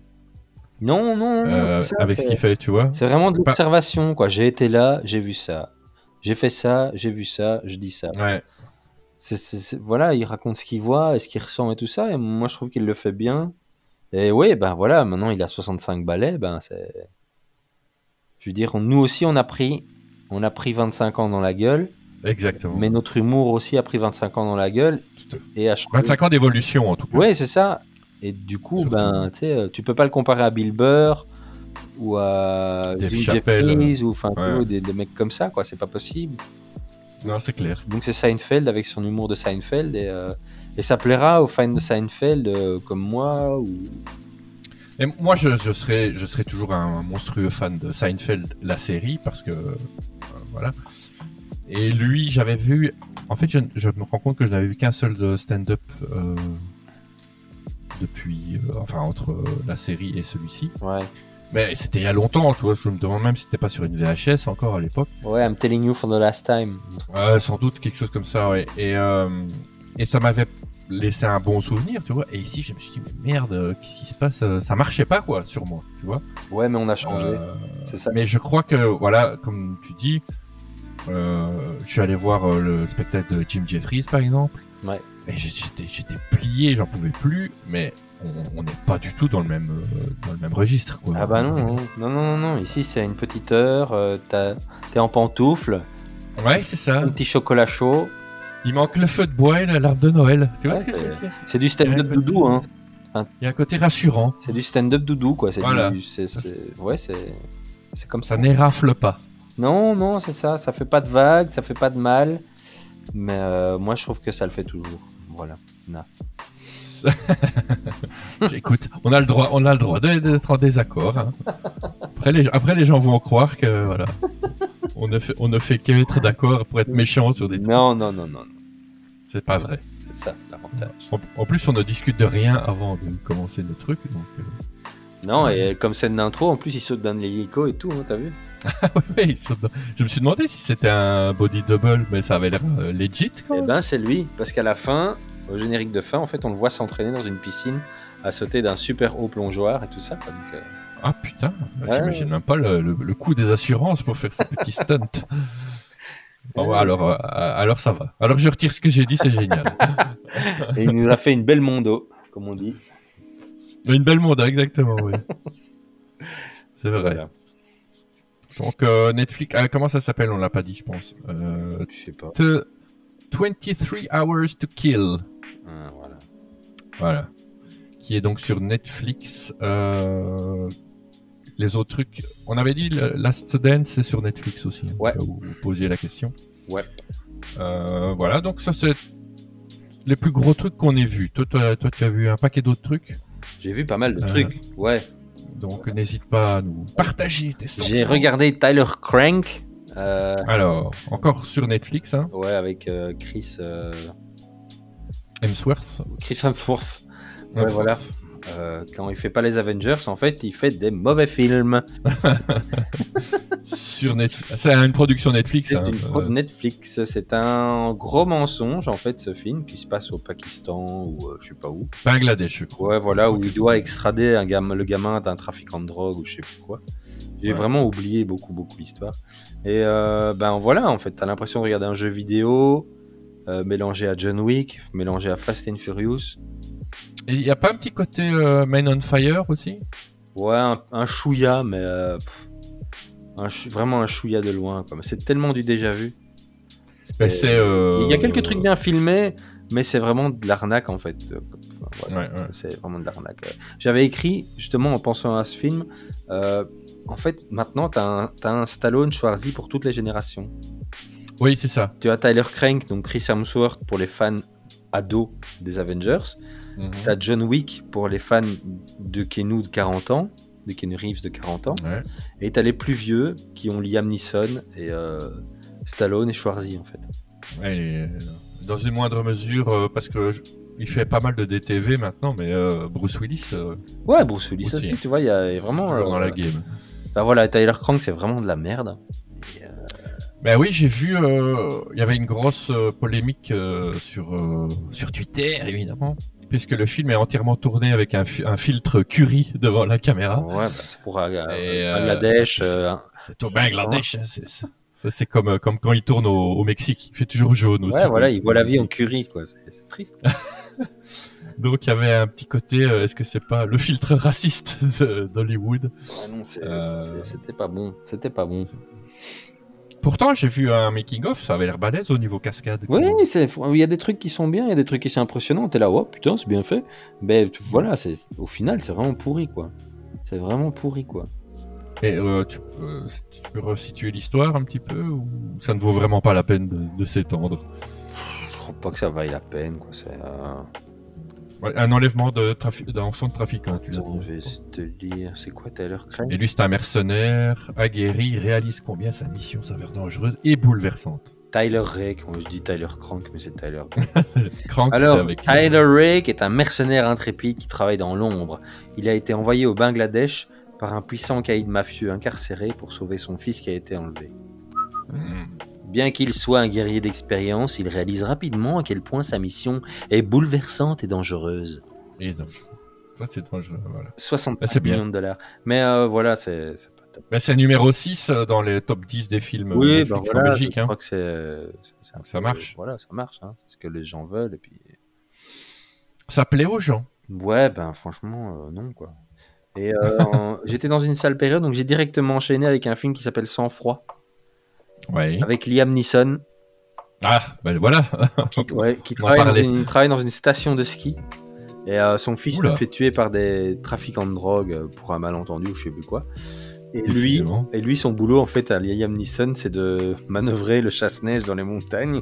[SPEAKER 5] Non, non. non,
[SPEAKER 4] euh,
[SPEAKER 5] c'est Ah, ça,
[SPEAKER 4] avec
[SPEAKER 5] c'est-
[SPEAKER 4] ce qu'il fait, tu vois.
[SPEAKER 5] C'est vraiment de
[SPEAKER 4] Pas-
[SPEAKER 5] l'observation, quoi. J'ai été là, j'ai vu ça. J'ai fait ça, j'ai vu ça, je dis ça.
[SPEAKER 4] Ouais.
[SPEAKER 5] C'est- c'est- c'est- voilà, il raconte ce qu'il voit et ce qu'il ressent et tout ça. Et moi, je trouve qu'il le fait bien. Et oui, ben voilà, maintenant il a 65 balais. Ben c'est. Je veux dire, on- nous aussi, on a pris, on a pris 25 ans dans la gueule,
[SPEAKER 4] Exactement.
[SPEAKER 5] mais notre humour aussi a pris 25 ans dans la gueule
[SPEAKER 4] Tout à-
[SPEAKER 5] et a changé.
[SPEAKER 4] 25 ans d'évolution en tout cas.
[SPEAKER 5] Ouais, c'est ça. Et du coup,
[SPEAKER 4] Surtout.
[SPEAKER 5] ben, tu sais, euh, tu peux pas le comparer à Bill Burr ou à
[SPEAKER 4] Dave
[SPEAKER 5] Jim
[SPEAKER 4] Chappelle.
[SPEAKER 5] Jeffries ou enfin tu
[SPEAKER 4] Ouais.
[SPEAKER 5] vois, des, des mecs comme ça, quoi. C'est pas possible.
[SPEAKER 4] Non, c'est clair.
[SPEAKER 5] Donc c'est Seinfeld avec son humour de Seinfeld et, euh, et ça plaira aux fans de Seinfeld euh, comme moi ou
[SPEAKER 4] Et moi, je, je serais, je serais toujours un monstrueux fan de Seinfeld, la série, parce que euh, voilà. Et lui, j'avais vu. En fait, je, je me rends compte que je n'avais vu qu'un seul de stand-up euh, depuis, euh, enfin entre euh, la série et celui-ci.
[SPEAKER 5] ouais.
[SPEAKER 4] Mais c'était il y a longtemps, tu vois. Je me demande même si c'était pas sur une VHS encore à l'époque.
[SPEAKER 5] Ouais, I'm telling you for the last time.
[SPEAKER 4] Euh, sans doute quelque chose comme ça, ouais. Et, euh, et ça m'avait laissé un bon souvenir, tu vois. Et ici, je me suis dit, mais merde, euh, qu'est-ce qui se passe Euh, Ça marchait pas, quoi, sur moi, tu vois.
[SPEAKER 5] Ouais, mais on a changé.
[SPEAKER 4] Euh,
[SPEAKER 5] C'est ça.
[SPEAKER 4] mais je crois que, voilà, comme tu dis, euh, je suis allé voir euh, le spectacle de Jim Jeffries, par exemple.
[SPEAKER 5] Ouais.
[SPEAKER 4] Et j'ai- j'étais, j'étais plié, j'en pouvais plus, mais on- on n'est pas du tout dans le même, euh, dans le même registre, quoi.
[SPEAKER 5] Ah bah non, non, non, non, non. Ici c'est à une petite heure. euh, t'as- T'es en pantoufle, hein.
[SPEAKER 4] Ouais, c'est ça.
[SPEAKER 5] un petit chocolat chaud.
[SPEAKER 4] Il manque le feu de bois et la larme de Noël. Tu vois
[SPEAKER 5] Ouais,
[SPEAKER 4] ce que je veux dire
[SPEAKER 5] C'est du stand-up
[SPEAKER 4] Ouais,
[SPEAKER 5] doudou, hein.
[SPEAKER 4] Il y a un côté rassurant.
[SPEAKER 5] C'est du stand-up doudou, quoi. C'est
[SPEAKER 4] Voilà.
[SPEAKER 5] du, c'est, c'est- ouais, c'est, c'est comme ça.
[SPEAKER 4] Ça n'érafle pas.
[SPEAKER 5] Non, non, c'est ça. Ça fait pas de vagues, ça fait pas de mal. Mais euh, moi, je trouve que ça le fait toujours. Voilà.
[SPEAKER 4] Écoute, on a le droit, on a le droit d'être d'être en désaccord. hein. Après, les, après, les gens vont croire que voilà, on ne fait, on ne fait qu'être d'accord pour être méchant sur des.
[SPEAKER 5] Non, non, non, non, non.
[SPEAKER 4] C'est pas vrai.
[SPEAKER 5] C'est ça l'avantage.
[SPEAKER 4] En, Ah, en plus, on ne discute de rien avant de commencer nos trucs. Donc, euh,
[SPEAKER 5] Non, et comme scène d'intro, en plus, il saute dans l'hélico et tout, hein, t'as vu
[SPEAKER 4] ouais, ils sont dans- je me suis demandé si c'était un body double, mais ça avait l'air euh, legit. Quand
[SPEAKER 5] Eh
[SPEAKER 4] même.
[SPEAKER 5] ben, c'est lui. Parce qu'à la fin, au générique de fin, en fait, on le voit s'entraîner dans une piscine à sauter d'un super haut plongeoir et tout ça. quoi. Donc, euh,
[SPEAKER 4] Ah putain,
[SPEAKER 5] Ouais.
[SPEAKER 4] j'imagine même pas le, le- le coût des assurances pour faire ce petit stunt. Bon, ouais, alors, euh, alors ça va. Alors je retire ce que j'ai dit, c'est génial.
[SPEAKER 5] Et il nous a fait une belle mondo, comme on dit.
[SPEAKER 4] Une belle monde, hein, exactement, oui. C'est vrai.
[SPEAKER 5] Voilà.
[SPEAKER 4] Donc euh, Netflix, ah, comment ça s'appelle On l'a pas dit, je pense. Euh,
[SPEAKER 5] Je sais pas.
[SPEAKER 4] The 23 Hours to Kill,
[SPEAKER 5] Ah, voilà.
[SPEAKER 4] voilà, qui est donc sur Netflix. Euh, les autres trucs. On avait dit le- Last Dance, c'est sur Netflix aussi. hein,
[SPEAKER 5] Ouais.
[SPEAKER 4] au cas où vous posiez la question.
[SPEAKER 5] Ouais.
[SPEAKER 4] Euh, voilà, donc ça, c'est les plus gros trucs qu'on ait vus. Toi, t'as- toi, tu as vu un paquet d'autres trucs.
[SPEAKER 5] J'ai vu pas mal de
[SPEAKER 4] Euh,
[SPEAKER 5] trucs. Ouais.
[SPEAKER 4] Donc, n'hésite pas à nous partager tes sentiments.
[SPEAKER 5] J'ai regardé Tyler Crank. euh,
[SPEAKER 4] Alors, encore sur Netflix, hein,
[SPEAKER 5] ouais, avec euh, Chris, euh,
[SPEAKER 4] Hemsworth.
[SPEAKER 5] Chris Hemsworth. Ouais, voilà. Euh, quand il fait pas les Avengers, en fait, il fait des mauvais films.
[SPEAKER 4] Sur Netflix. C'est une production Netflix.
[SPEAKER 5] C'est
[SPEAKER 4] hein,
[SPEAKER 5] une prod
[SPEAKER 4] euh,
[SPEAKER 5] Netflix. C'est un gros mensonge, en fait, ce film qui se passe au Pakistan ou euh, je sais pas où.
[SPEAKER 4] Bangladesh, je crois.
[SPEAKER 5] Ouais, voilà, où
[SPEAKER 4] Ok.
[SPEAKER 5] il doit extrader un gam- le gamin d'un trafiquant de drogue ou je sais plus quoi. J'ai
[SPEAKER 4] Ouais.
[SPEAKER 5] vraiment oublié beaucoup, beaucoup l'histoire. Et euh, ben voilà, en fait, t'as l'impression de regarder un jeu vidéo euh, mélangé à John Wick, mélangé à Fast and Furious.
[SPEAKER 4] Et il n'y a pas un petit côté euh, Man on Fire aussi
[SPEAKER 5] Ouais, un, un chouïa, mais euh, pff, un chou- vraiment un chouïa de loin. quoi. Mais C'est tellement du déjà vu.
[SPEAKER 4] Ben,
[SPEAKER 5] C'est-
[SPEAKER 4] c'est, euh,
[SPEAKER 5] Il y a quelques trucs bien filmés, mais c'est vraiment de l'arnaque en fait. Euh, comme- enfin, voilà.
[SPEAKER 4] Ouais, ouais.
[SPEAKER 5] C'est vraiment de l'arnaque. ouais. J'avais écrit, justement, en pensant à ce film, euh, en fait, maintenant, tu as, un Stallone Schwarzy pour toutes les générations.
[SPEAKER 4] Oui, c'est ça.
[SPEAKER 5] Tu as Tyler Crank, donc Chris Hemsworth pour les fans ados des Avengers.
[SPEAKER 4] Mhm.
[SPEAKER 5] Tu as John Wick pour les fans de Keanu de 40 ans, de Keanu Reeves de 40 ans.
[SPEAKER 4] Ouais.
[SPEAKER 5] Et tu as les plus vieux qui ont Liam Neeson et euh, Stallone et Schwarzy, en fait.
[SPEAKER 4] Et, euh, dans une moindre mesure, euh, parce que je- il fait pas mal de DTV maintenant, mais euh, Bruce Willis, euh,
[SPEAKER 5] Ouais, Bruce Willis
[SPEAKER 4] Aussi.
[SPEAKER 5] aussi, tu vois, il y a il y a vraiment...
[SPEAKER 4] toujours dans
[SPEAKER 5] euh,
[SPEAKER 4] la game.
[SPEAKER 5] bah voilà, Tyler Crank, c'est vraiment de la merde.
[SPEAKER 4] Ben oui, j'ai vu, euh, il y avait une grosse euh, polémique euh, sur, euh, sur Twitter, évidemment, puisque le film est entièrement tourné avec un, fi- un filtre curry devant la caméra.
[SPEAKER 5] Ouais, bah, c'est pour euh,
[SPEAKER 4] Ah. Et, euh,
[SPEAKER 5] Bangladesh. euh,
[SPEAKER 4] C'est au Bangladesh, hein, c'est- c'est- ça, c'est comme, euh, comme quand il tourne au, au Mexique, il fait toujours jaune aussi.
[SPEAKER 5] ouais, voilà,
[SPEAKER 4] donc.
[SPEAKER 5] ils voient la vie en curry, quoi. C'est c'est triste. quoi.
[SPEAKER 4] Donc il y avait un petit côté, euh, est-ce que c'est pas le filtre raciste de- d'Hollywood
[SPEAKER 5] Ouais, Ah non, c'est-
[SPEAKER 4] Euh.
[SPEAKER 5] c'était- c'était pas bon. C'était pas bon.
[SPEAKER 4] Pourtant, j'ai vu un making-of, ça avait l'air balèze au niveau cascade.
[SPEAKER 5] Oui, c'est- il y a des trucs qui sont bien, il y a des trucs qui sont impressionnants. T'es là, oh putain, c'est bien fait. Ben tu- voilà, c'est au final, c'est vraiment pourri, quoi. C'est vraiment pourri, quoi.
[SPEAKER 4] Et euh, tu, peux, tu peux resituer l'histoire un petit peu ou ça ne vaut vraiment pas la peine de, de s'étendre
[SPEAKER 5] Je crois pas que ça vaille la peine, quoi. C'est. euh,
[SPEAKER 4] Ouais, Un enlèvement de trafi- d'enfant de trafiquant, tu l'as
[SPEAKER 5] Attends,
[SPEAKER 4] dit.
[SPEAKER 5] je vais essayer de te dire, c'est quoi Tyler Crank
[SPEAKER 4] Et lui, c'est un mercenaire aguerri, réalise combien sa mission s'avère dangereuse et bouleversante.
[SPEAKER 5] Tyler Rake, moi je dis Tyler Crank, mais c'est Tyler
[SPEAKER 4] Crank, c'est
[SPEAKER 5] Alors,
[SPEAKER 4] avec
[SPEAKER 5] Tyler Rake est un mercenaire intrépide qui travaille dans l'ombre. Il a été envoyé au Bangladesh par un puissant caïd mafieux incarcéré pour sauver son fils qui a été enlevé. Hmm.
[SPEAKER 4] Mm.
[SPEAKER 5] Bien qu'il soit un guerrier d'expérience, il réalise rapidement à quel point sa mission est bouleversante et dangereuse.
[SPEAKER 4] Et dangereux. Toi, c'est dangereux, voilà.
[SPEAKER 5] 65
[SPEAKER 4] Ah, c'est bien.
[SPEAKER 5] millions de dollars. Mais euh, voilà, c'est c'est pas top.
[SPEAKER 4] Ben, c'est numéro 6 dans les top 10 des films euh,
[SPEAKER 5] Oui,
[SPEAKER 4] Netflix
[SPEAKER 5] ben
[SPEAKER 4] en
[SPEAKER 5] voilà,
[SPEAKER 4] Belgique.
[SPEAKER 5] je
[SPEAKER 4] hein.
[SPEAKER 5] crois que c'est- euh, c'est- c'est un
[SPEAKER 4] Ça
[SPEAKER 5] peu-
[SPEAKER 4] marche.
[SPEAKER 5] Voilà, ça marche. hein. C'est ce que les gens veulent. Et puis,
[SPEAKER 4] Ça plaît aux gens.
[SPEAKER 5] Ouais, ben franchement, euh, non quoi. Et euh, en- j'étais dans une sale période, donc j'ai directement enchaîné avec un film qui s'appelle Sans froid,
[SPEAKER 4] Ouais.
[SPEAKER 5] avec Liam Neeson,
[SPEAKER 4] Ah, ben voilà.
[SPEAKER 5] qui, ouais, qui
[SPEAKER 4] On en
[SPEAKER 5] travaille, dans
[SPEAKER 4] parlait.
[SPEAKER 5] une, il travaille dans une station de ski. Et euh, son fils
[SPEAKER 4] Oula.
[SPEAKER 5] se fait tuer par des trafiquants de drogue euh, pour un malentendu ou je sais plus quoi. Et lui,
[SPEAKER 4] Décidément.
[SPEAKER 5] et lui, son boulot en fait à Liam Neeson, c'est de manœuvrer le chasse-neige dans les montagnes.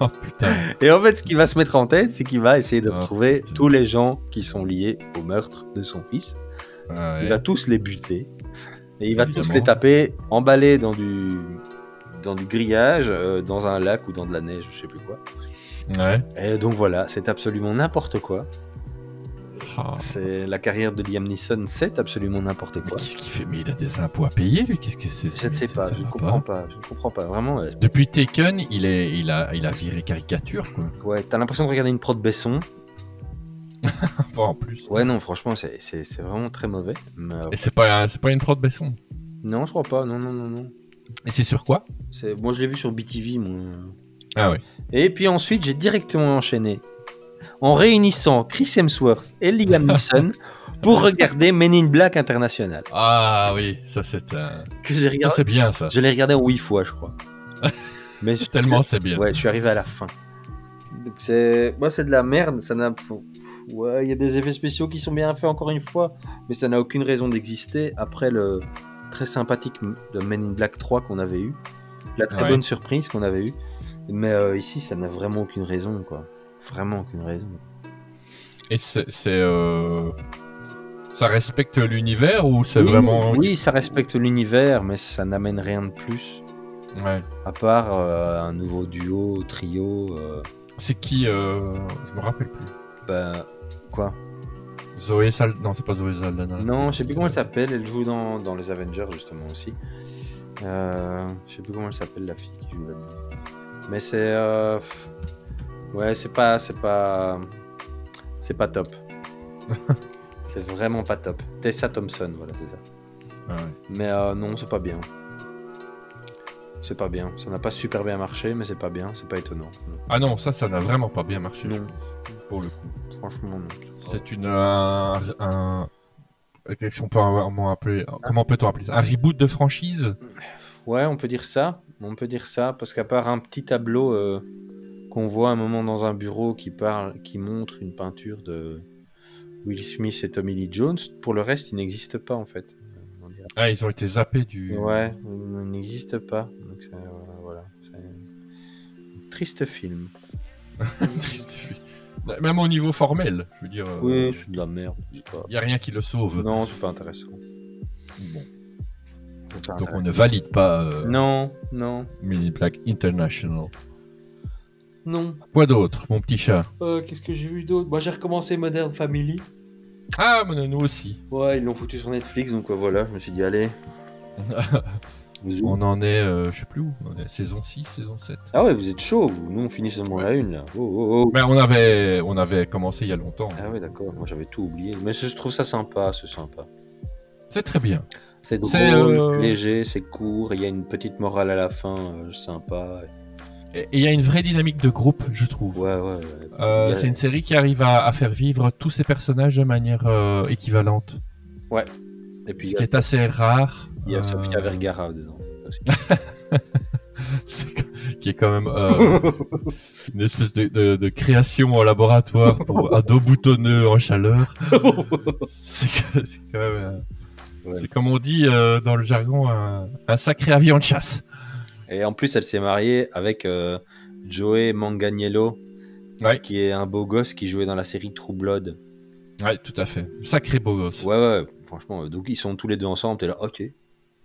[SPEAKER 4] Oh putain.
[SPEAKER 5] Et en fait, ce qu'il va se mettre en tête, c'est qu'il va essayer de
[SPEAKER 4] Ah,
[SPEAKER 5] retrouver
[SPEAKER 4] putain.
[SPEAKER 5] tous les gens qui sont liés au meurtre de son fils.
[SPEAKER 4] Ah,
[SPEAKER 5] Il
[SPEAKER 4] ouais.
[SPEAKER 5] va tous les buter. Et il va tous
[SPEAKER 4] Évidemment.
[SPEAKER 5] les taper emballés dans du, dans du grillage, euh, dans un lac ou dans de la neige, je sais plus quoi.
[SPEAKER 4] Ouais.
[SPEAKER 5] Et donc voilà, c'est absolument n'importe quoi.
[SPEAKER 4] Ah.
[SPEAKER 5] C'est La carrière de Liam Neeson, c'est absolument n'importe
[SPEAKER 4] Mais
[SPEAKER 5] quoi.
[SPEAKER 4] qu'est-ce qu'il fait Mais il a des impôts à payer, lui Qu'est-ce que c'est
[SPEAKER 5] Je ne sais
[SPEAKER 4] ça-
[SPEAKER 5] pas,
[SPEAKER 4] ça hein.
[SPEAKER 5] je ne
[SPEAKER 4] va
[SPEAKER 5] comprends pas. Je ne comprends pas, vraiment. euh,
[SPEAKER 4] Depuis Taken, il, est, il, a, il a viré caricature, quoi.
[SPEAKER 5] Ouais, t'as l'impression de regarder une prod Besson.
[SPEAKER 4] Enfin, en plus.
[SPEAKER 5] Ouais, non, franchement, c'est- c'est c'est vraiment très mauvais. Mais, euh,
[SPEAKER 4] Et c'est pas, un- c'est pas une prod Besson.
[SPEAKER 5] Non, je crois pas, non, non, non, non.
[SPEAKER 4] Et c'est sur quoi
[SPEAKER 5] C'est- Moi, je l'ai vu sur BTV, moi.
[SPEAKER 4] Ah ouais.
[SPEAKER 5] Et puis ensuite, j'ai directement enchaîné en réunissant Chris Hemsworth et Liam Neeson pour regarder Men in Black International.
[SPEAKER 4] Ah oui, ça c'est un...
[SPEAKER 5] Que j'ai
[SPEAKER 4] Ça
[SPEAKER 5] regardé.
[SPEAKER 4] c'est bien, ça.
[SPEAKER 5] Je l'ai regardé en 8 fois, je crois. Mais je-
[SPEAKER 4] Tellement c'est bien.
[SPEAKER 5] Ouais, je suis arrivé à la fin. Donc c'est. Moi, c'est de la merde. Ça n'a. faut- ouais, il y a des effets spéciaux qui sont bien faits encore une fois, mais ça n'a aucune raison d'exister après le très sympathique de Men in Black 3 qu'on avait eu, la très
[SPEAKER 4] Ouais.
[SPEAKER 5] bonne surprise qu'on avait eu, mais euh, ici ça n'a vraiment aucune raison quoi, vraiment aucune raison.
[SPEAKER 4] Et c'est. c'est, euh, Ça respecte l'univers ou c'est
[SPEAKER 5] Oui,
[SPEAKER 4] vraiment.
[SPEAKER 5] Oui, ça respecte l'univers, mais ça n'amène rien de plus
[SPEAKER 4] Ouais.
[SPEAKER 5] à part euh, un nouveau duo, trio, euh,
[SPEAKER 4] C'est qui euh... Je me rappelle plus.
[SPEAKER 5] bah quoi
[SPEAKER 4] Zoé Saldana. Non, c'est pas Zoé Saldana.
[SPEAKER 5] Non, je sais plus comment elle
[SPEAKER 4] ça
[SPEAKER 5] s'appelle. Elle joue dans, dans les Avengers justement aussi. Euh, je sais plus comment elle s'appelle la fille qui joue là-dedans. Mais c'est euh, pff, ouais, c'est pas, c'est pas, c'est pas top. c'est vraiment pas top. Tessa Thompson, voilà, c'est ça. Mais euh, non, c'est pas bien. C'est pas bien. Ça n'a pas super bien marché, mais c'est pas bien. C'est pas étonnant. Non.
[SPEAKER 4] Ah non, ça, ça n'a vraiment pas bien marché, je
[SPEAKER 5] Non.
[SPEAKER 4] pense. Pour le coup.
[SPEAKER 5] Franchement, non. pas-
[SPEAKER 4] C'est une. Un. un... Qu'est-ce qu'on peut vraiment appeler
[SPEAKER 5] Ah.
[SPEAKER 4] Comment peut-on appeler ça Un reboot de franchise
[SPEAKER 5] Ouais, on peut dire ça. On peut dire ça parce qu'à part un petit tableau euh, qu'on voit un moment dans un bureau qui parle, qui montre une peinture de Will Smith et Tommy Lee Jones, pour le reste, il n'existe pas en fait. On dirait-
[SPEAKER 4] Ah, ils ont été zappés du.
[SPEAKER 5] Ouais, il n'existe pas. Donc c'est- voilà, voilà. C'est un Triste film.
[SPEAKER 4] Triste fille. Même au niveau formel, je veux dire.
[SPEAKER 5] Oui, c'est de la merde. c'est pas-
[SPEAKER 4] Il n'y a rien qui le sauve.
[SPEAKER 5] Non, c'est pas intéressant.
[SPEAKER 4] Bon.
[SPEAKER 5] C'est pas
[SPEAKER 4] Donc on
[SPEAKER 5] intéressant.
[SPEAKER 4] ne valide pas euh,
[SPEAKER 5] Non, non,
[SPEAKER 4] Mini Black International.
[SPEAKER 5] non.
[SPEAKER 4] Quoi d'autre, mon petit chat
[SPEAKER 5] Euh, Qu'est-ce que j'ai vu d'autre Moi, j'ai recommencé Modern Family.
[SPEAKER 4] Ah, mais nous aussi.
[SPEAKER 5] Ouais, ils l'ont foutu sur Netflix, donc euh, voilà, je me suis dit, allez. Zoom.
[SPEAKER 4] On en est, euh, je sais plus où, on est saison 6, saison 7.
[SPEAKER 5] Ah ouais, vous êtes chaud, vous. nous on finit seulement la une là. Oh, oh, oh.
[SPEAKER 4] Mais Ben, on avait, on avait commencé il y a longtemps.
[SPEAKER 5] Ah ouais, d'accord, moi j'avais tout oublié. Mais je trouve ça sympa, c'est sympa.
[SPEAKER 4] C'est très bien.
[SPEAKER 5] C'est drôle,
[SPEAKER 4] C'est, euh,
[SPEAKER 5] c'est léger, c'est court, il y a une petite morale à la fin, euh, sympa.
[SPEAKER 4] Et et il y a une vraie dynamique de groupe, je trouve.
[SPEAKER 5] Ouais, ouais. ouais.
[SPEAKER 4] Euh,
[SPEAKER 5] Ouais.
[SPEAKER 4] C'est une série qui arrive à, à faire vivre tous ses personnages de manière euh, équivalente,
[SPEAKER 5] Et puis
[SPEAKER 4] ce
[SPEAKER 5] il
[SPEAKER 4] qui
[SPEAKER 5] y a,
[SPEAKER 4] est assez rare.
[SPEAKER 5] il y a
[SPEAKER 4] euh,
[SPEAKER 5] Sofia Vergara dedans. aussi.
[SPEAKER 4] c'est- qui est quand même euh, une espèce de, de- de création en laboratoire pour un dos boutonneux en chaleur. c'est que- c'est quand même, euh,
[SPEAKER 5] Ouais.
[SPEAKER 4] c'est comme on dit euh, dans le jargon, un, un sacré avion de chasse.
[SPEAKER 5] Et en plus, elle s'est mariée avec euh, Joey Manganiello,
[SPEAKER 4] Ouais.
[SPEAKER 5] qui est un beau gosse qui jouait dans la série True Blood.
[SPEAKER 4] Ouais, tout à fait. Sacré beau gosse.
[SPEAKER 5] Ouais, ouais, franchement. euh, Donc, ils sont tous les deux ensemble. T'es là, ok.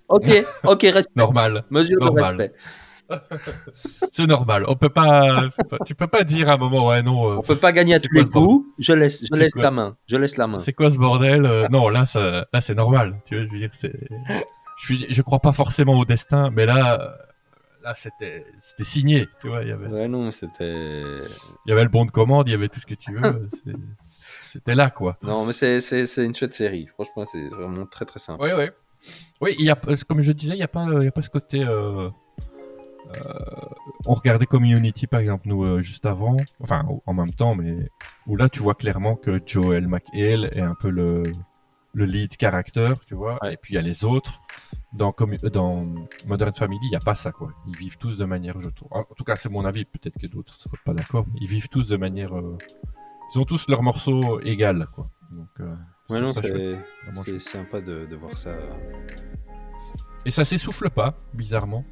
[SPEAKER 5] Ok, ok, respect.
[SPEAKER 4] Normal.
[SPEAKER 5] Mesure de
[SPEAKER 4] Normal.
[SPEAKER 5] respect.
[SPEAKER 4] C'est normal. On peut pas, faut pas- tu peux pas dire à un moment, ouais, non, euh,
[SPEAKER 5] On peut pas gagner à tous
[SPEAKER 4] quoi
[SPEAKER 5] les
[SPEAKER 4] ce bordel
[SPEAKER 5] coups. Je laisse, je
[SPEAKER 4] C'est
[SPEAKER 5] laisse
[SPEAKER 4] quoi
[SPEAKER 5] la main. Je laisse la main.
[SPEAKER 4] c'est quoi ce bordel? Euh, non, là, ça, là, c'est normal. Tu vois, je veux dire, c'est, je suis, je crois pas forcément au destin, mais là, euh, là, c'était, c'était signé. Tu vois, il y avait,
[SPEAKER 5] Ouais, non, c'était.
[SPEAKER 4] il y avait le bon de commande, il y avait tout ce que tu veux. c'est- C'était là, quoi.
[SPEAKER 5] Non, mais c'est- c'est c'est une chouette série. Franchement, c'est vraiment très très simple.
[SPEAKER 4] Oui, oui. Oui, il y a, euh, comme je disais, il n'y a, pas, euh, il y a pas ce côté. euh, euh, on regardait Community, par exemple, nous, euh, juste avant, enfin, au- en même temps, mais où là, tu vois clairement que Joel McHale est un peu le, le lead character, tu vois,
[SPEAKER 5] Ouais.
[SPEAKER 4] et puis il y a les autres. Dans, Commu- euh, dans Modern Family, il n'y a pas ça, quoi. Ils vivent tous de manière, je trouve. En tout cas, c'est mon avis, peut-être que d'autres ne seraient pas d'accord. mais Ils vivent tous de manière. euh, ils ont tous leur morceau égal, quoi. Donc, euh,
[SPEAKER 5] Ouais,
[SPEAKER 4] je
[SPEAKER 5] non,
[SPEAKER 4] trouve ça chouette,
[SPEAKER 5] c'est
[SPEAKER 4] vraiment
[SPEAKER 5] c'est sympa de, de voir ça.
[SPEAKER 4] Et ça s'essouffle pas, bizarrement.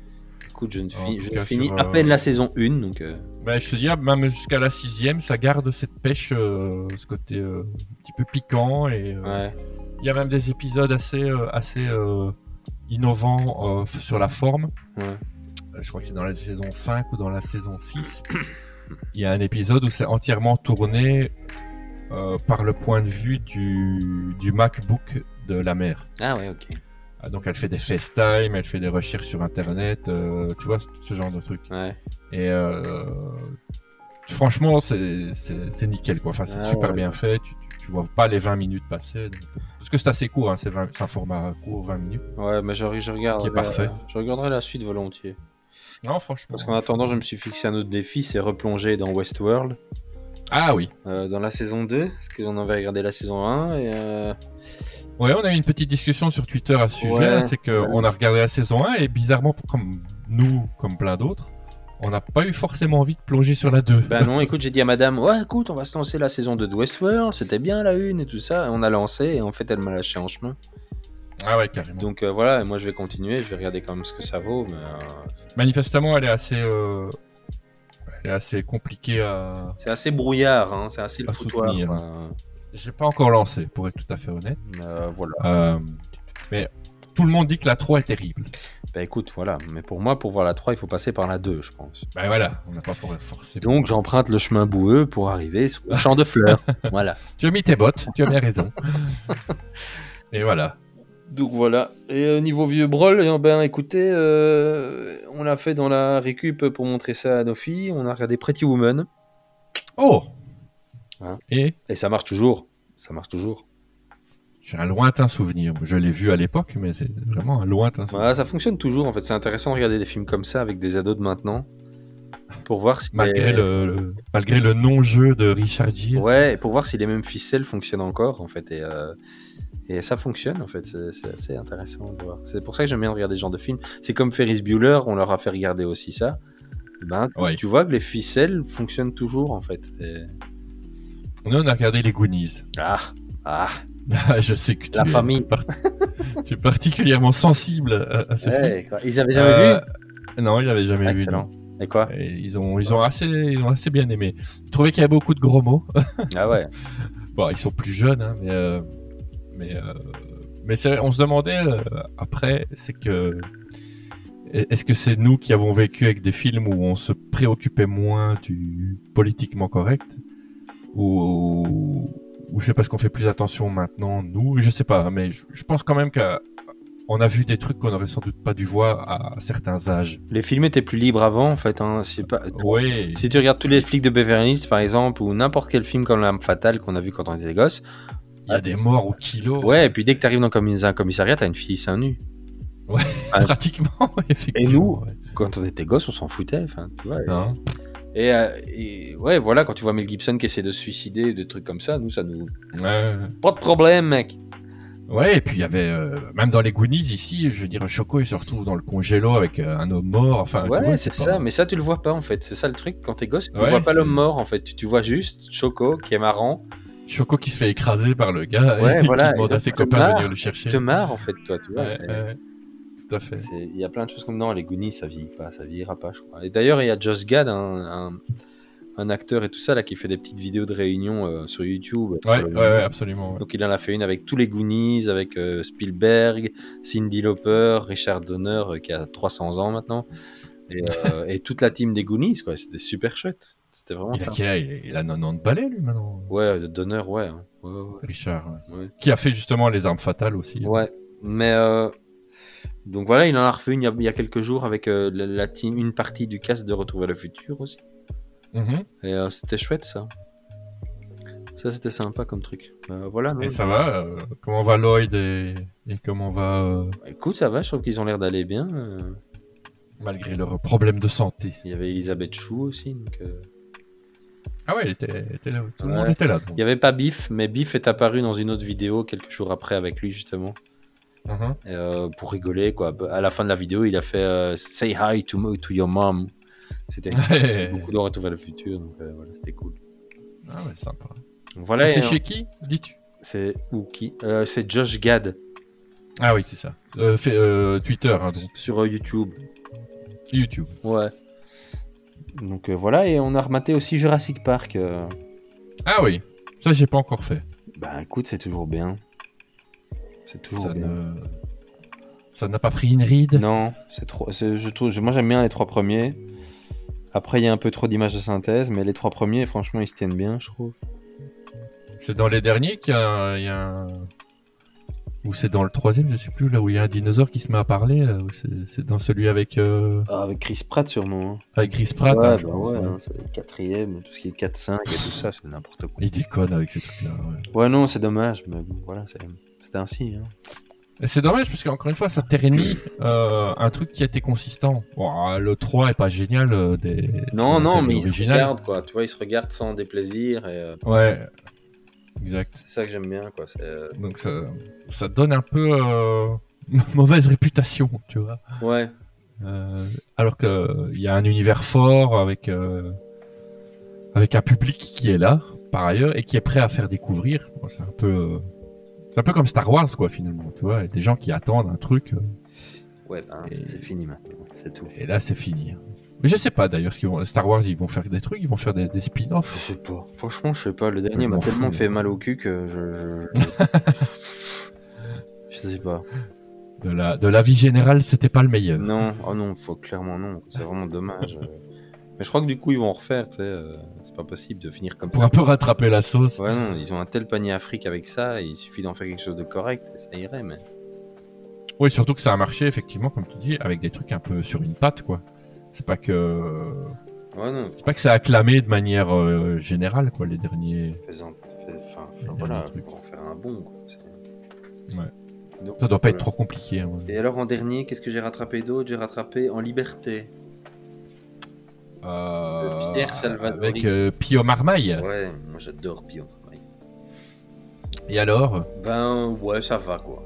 [SPEAKER 5] Écoute, je ne,
[SPEAKER 4] En
[SPEAKER 5] finis-
[SPEAKER 4] tout
[SPEAKER 5] je ne
[SPEAKER 4] cas,
[SPEAKER 5] finis
[SPEAKER 4] sur,
[SPEAKER 5] à
[SPEAKER 4] euh,
[SPEAKER 5] peine la saison 1, donc. euh,
[SPEAKER 4] Bah, je te dis, ah, même jusqu'à la sixième, ça garde cette pêche, euh, ce côté euh, un petit peu piquant. Et euh,
[SPEAKER 5] ouais.
[SPEAKER 4] il y a même des épisodes assez, euh, assez euh, innovants euh, f- sur la forme.
[SPEAKER 5] Ouais.
[SPEAKER 4] Euh, Je crois que c'est dans la saison 5 ou dans la saison 6. Il y a un épisode où c'est entièrement tourné euh, par le point de vue du, du MacBook de la mère.
[SPEAKER 5] Ah ouais, ok.
[SPEAKER 4] Ah, Donc elle fait des FaceTime, elle fait des recherches sur Internet, euh, tu vois, ce- ce genre de truc.
[SPEAKER 5] Ouais.
[SPEAKER 4] Et euh, franchement, c'est c'est- c'est nickel, quoi. Enfin, c'est
[SPEAKER 5] Ah
[SPEAKER 4] super
[SPEAKER 5] ouais.
[SPEAKER 4] bien fait. Tu, tu, tu vois pas les 20 minutes passer. donc. Parce que c'est assez court, hein, c'est 20 c'est un format court, 20 minutes.
[SPEAKER 5] Ouais, mais je, je regarde. euh,
[SPEAKER 4] Qui est parfait.
[SPEAKER 5] Je regarderai la suite volontiers.
[SPEAKER 4] Non, franchement.
[SPEAKER 5] Parce qu'en attendant, je me suis fixé un autre défi, c'est replonger dans Westworld,
[SPEAKER 4] Ah oui.
[SPEAKER 5] euh, dans la saison 2, parce que j'en avais regardé la saison 1, et euh,
[SPEAKER 4] Ouais, on a eu une petite discussion sur Twitter à ce sujet.
[SPEAKER 5] Ouais.
[SPEAKER 4] là, C'est que on a regardé la saison 1 et bizarrement, comme nous, comme plein d'autres, on n'a pas eu forcément envie de plonger sur la 2.
[SPEAKER 5] Ben non, écoute, j'ai dit à madame, ouais, écoute, on va se lancer la saison 2 de Westworld, c'était bien la une et tout ça. Et on a lancé, et en fait, elle m'a lâché en chemin.
[SPEAKER 4] Ah ouais, carrément.
[SPEAKER 5] Donc euh, voilà, et moi je vais continuer, je vais regarder quand même ce que ça vaut. Mais, euh,
[SPEAKER 4] Manifestement, elle est assez, euh, elle est assez compliquée à.
[SPEAKER 5] c'est assez brouillard, hein, c'est assez le
[SPEAKER 4] À
[SPEAKER 5] foutoir.
[SPEAKER 4] soutenir,
[SPEAKER 5] euh,
[SPEAKER 4] J'ai pas encore lancé, pour être tout à fait honnête.
[SPEAKER 5] euh, voilà.
[SPEAKER 4] Euh, mais tout le monde dit que la 3 est terrible.
[SPEAKER 5] Ben écoute, voilà. Mais pour moi, pour voir la 3, il faut passer par la 2, je pense.
[SPEAKER 4] Ben voilà, on n'a pas pour- forcément.
[SPEAKER 5] Donc j'emprunte le chemin boueux pour arriver sur le champ de fleurs. voilà.
[SPEAKER 4] Tu as mis tes bottes, tu as bien raison. Et voilà.
[SPEAKER 5] Donc voilà. Et euh, niveau vieux brawl, eh ben écoutez, euh, on l'a fait dans la récup pour montrer ça à nos filles. On a regardé Pretty Woman
[SPEAKER 4] Oh
[SPEAKER 5] Hein
[SPEAKER 4] Et
[SPEAKER 5] et ça marche toujours. Ça marche toujours.
[SPEAKER 4] j'ai un lointain souvenir. Je l'ai vu à l'époque, mais c'est vraiment un lointain souvenir.
[SPEAKER 5] Voilà, ça fonctionne toujours. En fait, c'est intéressant de regarder des films comme ça avec des ados de maintenant pour voir si
[SPEAKER 4] Malgré
[SPEAKER 5] les-
[SPEAKER 4] le, le- malgré le non-jeu de Richard Gere.
[SPEAKER 5] ouais, et pour voir si les mêmes ficelles fonctionnent encore en fait. Et, euh, et ça fonctionne en fait. C'est- C'est assez intéressant de voir. C'est pour ça que j'aime bien regarder ce genre de films. C'est comme Ferris Bueller, on leur a fait regarder aussi ça. Ben,
[SPEAKER 4] Ouais.
[SPEAKER 5] tu vois que les ficelles fonctionnent toujours en fait. Et-
[SPEAKER 4] Nous, on a regardé les Goonies.
[SPEAKER 5] Ah, ah,
[SPEAKER 4] je sais que tu
[SPEAKER 5] La
[SPEAKER 4] es,
[SPEAKER 5] famille.
[SPEAKER 4] par- tu es particulièrement sensible à, à ce film.
[SPEAKER 5] ouais, quoi. ils avaient jamais vu
[SPEAKER 4] vu Non, il l'avait Euh, jamais
[SPEAKER 5] Excellent. Et quoi
[SPEAKER 4] vu. non. Et ils ont, ils ont assez, ils ont assez bien aimé. Je trouvais qu'il y avait beaucoup de gros mots.
[SPEAKER 5] Ah ouais.
[SPEAKER 4] Bon, ils sont plus jeunes, hein, mais euh, mais euh, mais c'est vrai, on se demandait euh, après, c'est que est-ce que c'est nous qui avons vécu avec des films où on se préoccupait moins du politiquement correct ou ou c'est parce qu'on fait plus attention maintenant nous je sais pas mais je, je pense quand même que on a vu des trucs qu'on aurait sans doute pas dû voir à certains âges
[SPEAKER 5] Les films étaient plus libres avant en fait. Hein. C'est pas...
[SPEAKER 4] oui
[SPEAKER 5] Si tu regardes tous les flics de Beverly Hills par exemple ou n'importe quel film comme L'âme fatale qu'on a vu quand on était gosse.
[SPEAKER 4] il y a des morts au kilo
[SPEAKER 5] Ouais, et puis dès que t'arrives dans commis- un commissariat, t'as une fille seins nus.
[SPEAKER 4] pratiquement effectivement
[SPEAKER 5] nous
[SPEAKER 4] ouais.
[SPEAKER 5] Quand on était gosse, on s'en foutait. enfin, tu vois.
[SPEAKER 4] Hein
[SPEAKER 5] Et, euh, et ouais, voilà, quand tu vois Mel Gibson qui essaie de se suicider, des trucs comme ça, nous, ça nous.
[SPEAKER 4] Ouais.
[SPEAKER 5] Pas de problème, mec.
[SPEAKER 4] Ouais, et puis il y avait euh, même dans les Goonies ici, je veux dire, Choco il se retrouve dans le congélo avec euh, un homme mort. Enfin, tu
[SPEAKER 5] Ouais,
[SPEAKER 4] vois,
[SPEAKER 5] c'est
[SPEAKER 4] pas-
[SPEAKER 5] ça, mais ça tu le vois pas en fait. C'est ça le truc, quand t'es gosse, tu
[SPEAKER 4] Ouais,
[SPEAKER 5] vois pas
[SPEAKER 4] c'est-
[SPEAKER 5] l'homme mort en fait. Tu, tu vois juste Choco qui est marrant.
[SPEAKER 4] Choco qui se fait écraser par le gars.
[SPEAKER 5] Ouais,
[SPEAKER 4] et
[SPEAKER 5] voilà,
[SPEAKER 4] Il demande à ses
[SPEAKER 5] exactement. Tu te
[SPEAKER 4] copains de
[SPEAKER 5] marres,
[SPEAKER 4] venir le chercher.
[SPEAKER 5] Tu te marres en fait, toi, tu vois.
[SPEAKER 4] Ouais,
[SPEAKER 5] c'est-
[SPEAKER 4] ouais, Tout à fait.
[SPEAKER 5] c'est- Il y a plein de choses comme non, les Goonies ça vieillit pas, ça vieillira pas, je crois. Et d'ailleurs, il y a Josh Gad, un, un- un acteur et tout ça là, qui fait des petites vidéos de réunion euh, sur YouTube.
[SPEAKER 4] Ouais,
[SPEAKER 5] Euh,
[SPEAKER 4] ouais, ouais, absolument. ouais.
[SPEAKER 5] Donc il en a fait une avec tous les Goonies, avec euh, Spielberg, Cindy Lauper, Richard Donner euh, qui a 300 ans maintenant, et, euh, et toute la team des Goonies quoi. C'était super chouette. C'était vraiment.
[SPEAKER 4] Il a
[SPEAKER 5] sympa.
[SPEAKER 4] quel âge Il a 90 balais lui maintenant,
[SPEAKER 5] Ouais, de Donner, ouais. hein. Ouais, ouais, ouais.
[SPEAKER 4] Richard. ouais.
[SPEAKER 5] Ouais.
[SPEAKER 4] Qui a fait justement les armes fatales aussi.
[SPEAKER 5] Ouais, mais euh, donc voilà, il en a refait une il y a, il y a quelques jours avec euh, la, la team, une partie du cast de Retour vers le futur aussi.
[SPEAKER 4] Mhm.
[SPEAKER 5] Et euh, c'était chouette ça. Ça c'était sympa comme truc. Euh, voilà. non,
[SPEAKER 4] Et ça va euh, Comment va Lloyd et, et comment va euh,
[SPEAKER 5] bah, Écoute, ça va. Je trouve qu'ils ont l'air d'aller bien. euh.
[SPEAKER 4] malgré leurs problèmes de santé
[SPEAKER 5] Il y avait Elisabeth Chou aussi. donc, euh.
[SPEAKER 4] Ah ouais, il était, il était là. Tout le
[SPEAKER 5] Ouais.
[SPEAKER 4] monde était là. donc.
[SPEAKER 5] Il y avait pas Biff, mais Biff est apparu dans une autre vidéo quelques jours après avec lui justement
[SPEAKER 4] Mhm.
[SPEAKER 5] Et, euh, pour rigoler quoi. Bah, À la fin de la vidéo, il a fait euh, Say hi to mo- to your mom. C'était beaucoup de Retour vers le futur, donc euh, voilà, c'était cool.
[SPEAKER 4] Ah ouais, sympa.
[SPEAKER 5] Donc Voilà,
[SPEAKER 4] Et
[SPEAKER 5] et,
[SPEAKER 4] Ah, c'est
[SPEAKER 5] euh,
[SPEAKER 4] chez qui Dis-tu
[SPEAKER 5] C'est ou qui Euh, C'est Josh Gad
[SPEAKER 4] Ah oui, c'est ça. Euh, fait, euh, Twitter, hein, donc.
[SPEAKER 5] sur euh, YouTube.
[SPEAKER 4] YouTube.
[SPEAKER 5] Ouais. Donc euh, voilà, et on a rematé aussi Jurassic Park. euh.
[SPEAKER 4] Ah oui, ça j'ai pas encore fait.
[SPEAKER 5] Bah écoute, c'est toujours bien. C'est toujours
[SPEAKER 4] Ça
[SPEAKER 5] bien.
[SPEAKER 4] ne- ça n'a pas pris une ride.
[SPEAKER 5] Oh, Non, c'est trop. c'est- Je trouve. je- Moi j'aime bien les trois premiers. Après il y a un peu trop d'images de synthèse, mais les trois premiers, franchement, ils se tiennent bien, je trouve.
[SPEAKER 4] C'est dans les derniers qu'il y a, un- il y a un... Ou c'est dans le troisième, je sais plus, là où il y a un dinosaure qui se met à parler. là, ou c'est, c'est dans celui avec, euh,
[SPEAKER 5] Ah, avec Chris Pratt sûrement. hein.
[SPEAKER 4] avec Chris Pratt.
[SPEAKER 5] ouais,
[SPEAKER 4] hein, je
[SPEAKER 5] bah
[SPEAKER 4] pense,
[SPEAKER 5] ouais,
[SPEAKER 4] hein.
[SPEAKER 5] hein, c'est le quatrième, tout ce qui est 4-5 et tout ça, c'est n'importe quoi.
[SPEAKER 4] Il déconne avec ces trucs-là. ouais.
[SPEAKER 5] Ouais, non, c'est dommage, mais bon, voilà, c'est- c'était ainsi. Hein.
[SPEAKER 4] Et c'est dommage parce qu'encore une fois, ça ternit euh, un truc qui a été consistant. Bon, ah, le 3 est pas génial. euh, des...
[SPEAKER 5] Non,
[SPEAKER 4] des
[SPEAKER 5] non,
[SPEAKER 4] séries
[SPEAKER 5] mais ils se
[SPEAKER 4] originales.
[SPEAKER 5] regardent, quoi. Tu vois, ils se regardent sans déplaisir. Et, euh,
[SPEAKER 4] Ouais, exact.
[SPEAKER 5] c'est ça que j'aime bien, quoi. c'est, euh,
[SPEAKER 4] Donc ça, ça donne un peu euh, mauvaise réputation, tu vois.
[SPEAKER 5] Ouais.
[SPEAKER 4] Euh, alors que euh, il y a un univers fort avec euh, avec un public qui est là par ailleurs et qui est prêt à faire découvrir. Bon, c'est un peu euh, c'est un peu comme Star Wars quoi finalement, tu vois, et des gens qui attendent un truc euh,
[SPEAKER 5] Ouais, ben,
[SPEAKER 4] Et-
[SPEAKER 5] c'est c'est fini maintenant, c'est tout.
[SPEAKER 4] et là c'est fini. Mais je sais pas d'ailleurs ce qu'ils vont Star Wars ils vont faire des trucs, ils vont faire des, des
[SPEAKER 5] Je
[SPEAKER 4] spin-offs.
[SPEAKER 5] sais pas. Franchement, je sais pas. Le dernier
[SPEAKER 4] Je
[SPEAKER 5] m'a
[SPEAKER 4] m'en fous,
[SPEAKER 5] tellement
[SPEAKER 4] moi.
[SPEAKER 5] fait mal au cul que je. Je, je sais pas.
[SPEAKER 4] De la de la vie générale, c'était pas le meilleur.
[SPEAKER 5] Non, oh non, faut clairement non. C'est vraiment dommage. Mais je crois que du coup, ils vont en refaire, tu sais. euh, c'est pas possible de finir comme
[SPEAKER 4] Pour un
[SPEAKER 5] ça.
[SPEAKER 4] peu rattraper la sauce.
[SPEAKER 5] Ouais, non, ils ont un tel panier Afrique avec ça, et il suffit d'en faire quelque chose de correct, et ça irait, mais.
[SPEAKER 4] Oui, surtout que ça a marché effectivement comme tu dis avec des trucs un peu sur une patte quoi. C'est pas que
[SPEAKER 5] Ouais, non,
[SPEAKER 4] c'est pas que ça a acclamé de manière euh, générale quoi les derniers
[SPEAKER 5] faisant. fais- Enfin,
[SPEAKER 4] Il y a
[SPEAKER 5] voilà,
[SPEAKER 4] des trucs.
[SPEAKER 5] faut en faire un bon, quoi. c'est- Donc,
[SPEAKER 4] Ça doit pas être
[SPEAKER 5] voilà.
[SPEAKER 4] trop compliqué. hein.
[SPEAKER 5] Et alors, en dernier, qu'est-ce que j'ai rattrapé d'autre J'ai rattrapé En Liberté.
[SPEAKER 4] Euh,
[SPEAKER 5] Pierre Salvadori.
[SPEAKER 4] Avec euh, Pio Marmaille.
[SPEAKER 5] Ouais, moi j'adore Pion. ouais.
[SPEAKER 4] Et alors
[SPEAKER 5] Ben ouais, ça va quoi.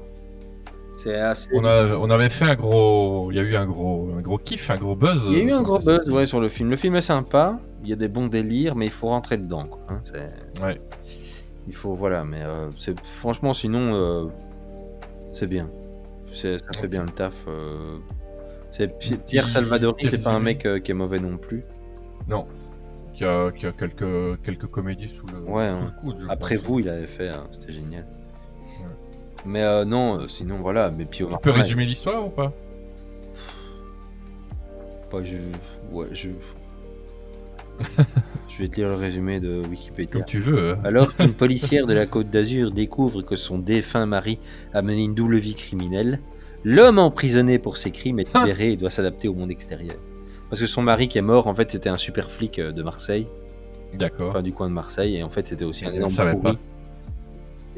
[SPEAKER 5] C'est assez.
[SPEAKER 4] on, a- on avait fait un gros. Il y a eu un gros, un gros kiff, un gros buzz.
[SPEAKER 5] Il y a eu
[SPEAKER 4] euh,
[SPEAKER 5] un
[SPEAKER 4] quand
[SPEAKER 5] gros
[SPEAKER 4] ça
[SPEAKER 5] buzz
[SPEAKER 4] sortit.
[SPEAKER 5] ouais, sur le film. Le film est sympa, il y a des bons délires, mais il faut rentrer dedans. Quoi. hein, c'est-
[SPEAKER 4] Ouais.
[SPEAKER 5] Il faut, voilà, mais euh, c'est- franchement, sinon, euh, c'est bien. C'est- Ça fait bien le taf. euh. C'est Pi- Pierre
[SPEAKER 4] petit-
[SPEAKER 5] Salvadori, c'est pas un
[SPEAKER 4] petit-
[SPEAKER 5] mec euh, qui est mauvais non plus.
[SPEAKER 4] Qui a, qui a quelques, quelques comédies sous le,
[SPEAKER 5] Ouais,
[SPEAKER 4] sous
[SPEAKER 5] hein.
[SPEAKER 4] le coude. je
[SPEAKER 5] Après
[SPEAKER 4] pense.
[SPEAKER 5] vous, il avait fait, hein, c'était génial. Mais euh, non, euh, sinon, voilà. Mais puis,
[SPEAKER 4] Tu peux résumer l'histoire ou pas
[SPEAKER 5] Pas, je... Ouais, je... je vais te lire le résumé de Wikipédia.
[SPEAKER 4] Comme tu veux. hein.
[SPEAKER 5] Alors qu'une policière de la Côte d'Azur découvre que son défunt mari a mené une double vie criminelle, l'homme emprisonné pour ses crimes est libéré et doit s'adapter au monde extérieur. Parce que son mari qui est mort, en fait, c'était un super flic euh, de Marseille,
[SPEAKER 4] D'accord.
[SPEAKER 5] enfin du coin de Marseille, et en fait, c'était aussi un
[SPEAKER 4] Je
[SPEAKER 5] énorme
[SPEAKER 4] savais
[SPEAKER 5] pourri.
[SPEAKER 4] pas.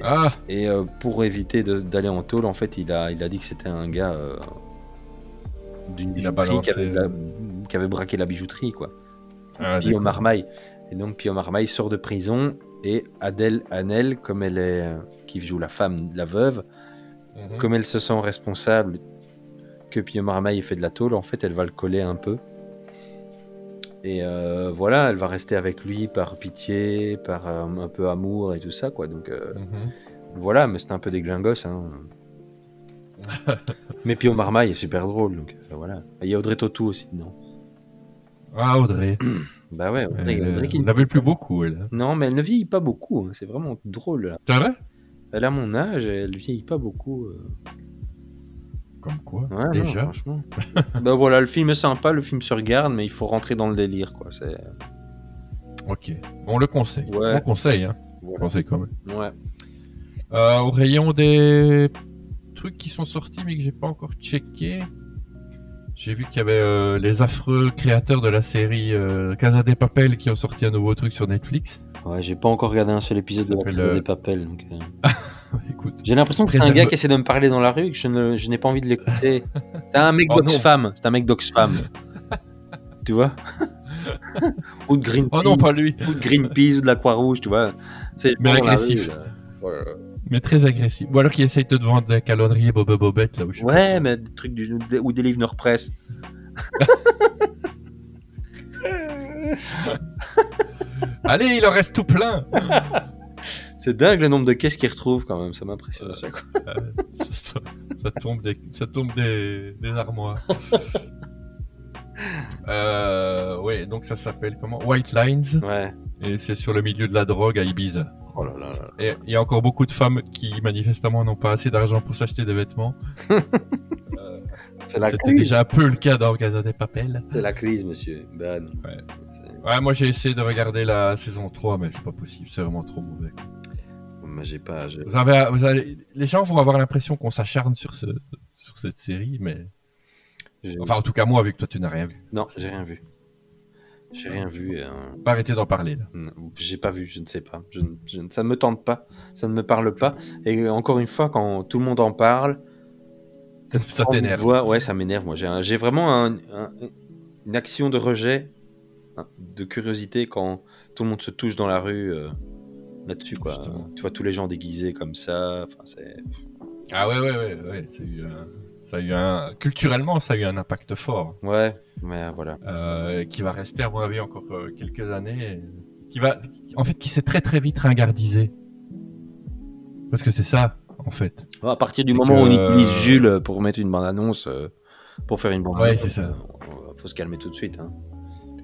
[SPEAKER 4] Ah
[SPEAKER 5] Et euh, pour éviter de- d'aller en tôle, en fait, il a, il a dit que c'était un gars euh, d'une
[SPEAKER 4] Il a
[SPEAKER 5] bijouterie
[SPEAKER 4] balancé,
[SPEAKER 5] qui avait,
[SPEAKER 4] euh.
[SPEAKER 5] bla- qui avait braqué la bijouterie, quoi.
[SPEAKER 4] Ah,
[SPEAKER 5] Pio
[SPEAKER 4] d'accord.
[SPEAKER 5] Marmaille. Et donc Pio Marmaille sort de prison et Adèle Hanel, comme elle est, euh, qui joue la femme, la veuve,
[SPEAKER 4] Mhm.
[SPEAKER 5] comme elle se sent responsable que Pio Marmaille ait fait de la tôle, en fait, elle va le coller un peu. Et euh, voilà, elle va rester avec lui par pitié, par euh, un peu amour et tout ça, quoi. Donc euh,
[SPEAKER 4] Mhm.
[SPEAKER 5] voilà, mais c'était un peu des glingos. Hein. mais Pio Marmaille est super drôle, donc euh, voilà. Et Il y a Audrey Tautou aussi, non
[SPEAKER 4] Ah, Audrey.
[SPEAKER 5] Bah ouais, Audrey,
[SPEAKER 4] Elle,
[SPEAKER 5] Audrey
[SPEAKER 4] euh,
[SPEAKER 5] qui
[SPEAKER 4] on n'avait plus beaucoup, elle.
[SPEAKER 5] Non, mais elle ne vieillit pas beaucoup. hein. C'est vraiment drôle. là.
[SPEAKER 4] C'est vrai
[SPEAKER 5] Elle a mon âge et elle vieillit pas beaucoup. euh.
[SPEAKER 4] Comme quoi
[SPEAKER 5] Ouais, non,
[SPEAKER 4] Déjà
[SPEAKER 5] franchement. ben voilà, le film est sympa, le film se regarde, mais il faut rentrer dans le délire, quoi. C'est
[SPEAKER 4] Ok. On le conseille.
[SPEAKER 5] Ouais.
[SPEAKER 4] On conseille, hein. On
[SPEAKER 5] voilà.
[SPEAKER 4] conseille quand même.
[SPEAKER 5] Ouais.
[SPEAKER 4] Euh, au rayon des trucs qui sont sortis mais que j'ai pas encore checké, j'ai vu qu'il y avait euh, les affreux créateurs de la série euh, Casa des Papel qui ont sorti un nouveau truc sur Netflix.
[SPEAKER 5] Ouais, j'ai pas encore regardé un seul épisode
[SPEAKER 4] Ça
[SPEAKER 5] de la
[SPEAKER 4] s'appelle,
[SPEAKER 5] Cour
[SPEAKER 4] euh,
[SPEAKER 5] des Papels. donc, euh.
[SPEAKER 4] Bah, Écoute,
[SPEAKER 5] J'ai l'impression que c'est un
[SPEAKER 4] Préserve-
[SPEAKER 5] gars qui essaie de me parler dans la rue et que je ne- je n'ai pas envie de l'écouter. C'est un mec
[SPEAKER 4] Oh non.
[SPEAKER 5] d'Oxfam. C'est un mec d'Oxfam. tu vois Ou de Greenpeace.
[SPEAKER 4] oh non pas lui,
[SPEAKER 5] ou de Greenpeace ou de la Croix-Rouge, tu vois. C'est
[SPEAKER 4] Mais agressif.
[SPEAKER 5] euh,
[SPEAKER 4] mais très agressif. Ou alors qu'il essaye de te vendre des calendriers Bob Bobette là où je.
[SPEAKER 5] Ouais, mais des trucs du, des- ou des livres Nord Press.
[SPEAKER 4] Allez, il en reste tout plein.
[SPEAKER 5] C'est dingue le nombre de caisses qu'ils retrouvent quand même, ça m'impressionne. à chaque fois.
[SPEAKER 4] ça, ça tombe des, ça tombe des, des armoires. euh, ouais, donc ça s'appelle comment White Lines
[SPEAKER 5] Ouais.
[SPEAKER 4] et c'est sur le milieu de la drogue à Ibiza.
[SPEAKER 5] Oh là là là.
[SPEAKER 4] Et il y a encore beaucoup de femmes qui manifestement n'ont pas assez d'argent pour s'acheter des vêtements. Euh,
[SPEAKER 5] C'est la
[SPEAKER 4] C'était
[SPEAKER 5] crise.
[SPEAKER 4] déjà un peu le cas dans Casa des Papel.
[SPEAKER 5] C'est la crise, monsieur. Ben. non.
[SPEAKER 4] Ouais.
[SPEAKER 5] C'est-
[SPEAKER 4] Ouais, moi j'ai essayé de regarder la saison 3, mais c'est pas possible, c'est vraiment trop mauvais.
[SPEAKER 5] Mais j'ai pas. je-
[SPEAKER 4] Vous avez, vous avez- les gens vont avoir l'impression qu'on s'acharne sur, ce, sur cette série, mais.
[SPEAKER 5] je-
[SPEAKER 4] Enfin, en tout cas, moi, avec toi, tu n'as rien vu.
[SPEAKER 5] Non, j'ai rien vu. J'ai rien vu. euh,
[SPEAKER 4] Faut Pas arrêter d'en parler, là.
[SPEAKER 5] non, J'ai pas vu, je ne sais pas. Je, ne- je ne- ça ne me tente pas. Ça ne me parle pas. Et encore une fois, quand tout le monde en parle,
[SPEAKER 4] Ça
[SPEAKER 5] prendre une
[SPEAKER 4] t'énerve.
[SPEAKER 5] voix- Ouais, ça m'énerve. Moi, j'ai un- j'ai vraiment un- un- une action de rejet, hein, de curiosité quand tout le monde se touche dans la rue euh, là-dessus, quoi.
[SPEAKER 4] Justement.
[SPEAKER 5] Tu vois tous les gens déguisés comme ça. Enfin, c'est
[SPEAKER 4] Ah ouais, ouais, ouais, ouais. C'est eu, euh, Ça a eu un... Culturellement, ça a eu un impact fort.
[SPEAKER 5] Ouais, mais voilà.
[SPEAKER 4] euh, qui va rester à mon avis encore euh, quelques années, et qui va, en fait, qui s'est très très vite ringardisé. Parce que c'est ça, en fait.
[SPEAKER 5] À partir du
[SPEAKER 4] C'est
[SPEAKER 5] moment où on
[SPEAKER 4] que-
[SPEAKER 5] utilise Jules pour mettre une bande-annonce, euh, pour faire une bande-annonce,
[SPEAKER 4] Ouais, c'est ça.
[SPEAKER 5] euh, faut se calmer tout de suite. hein.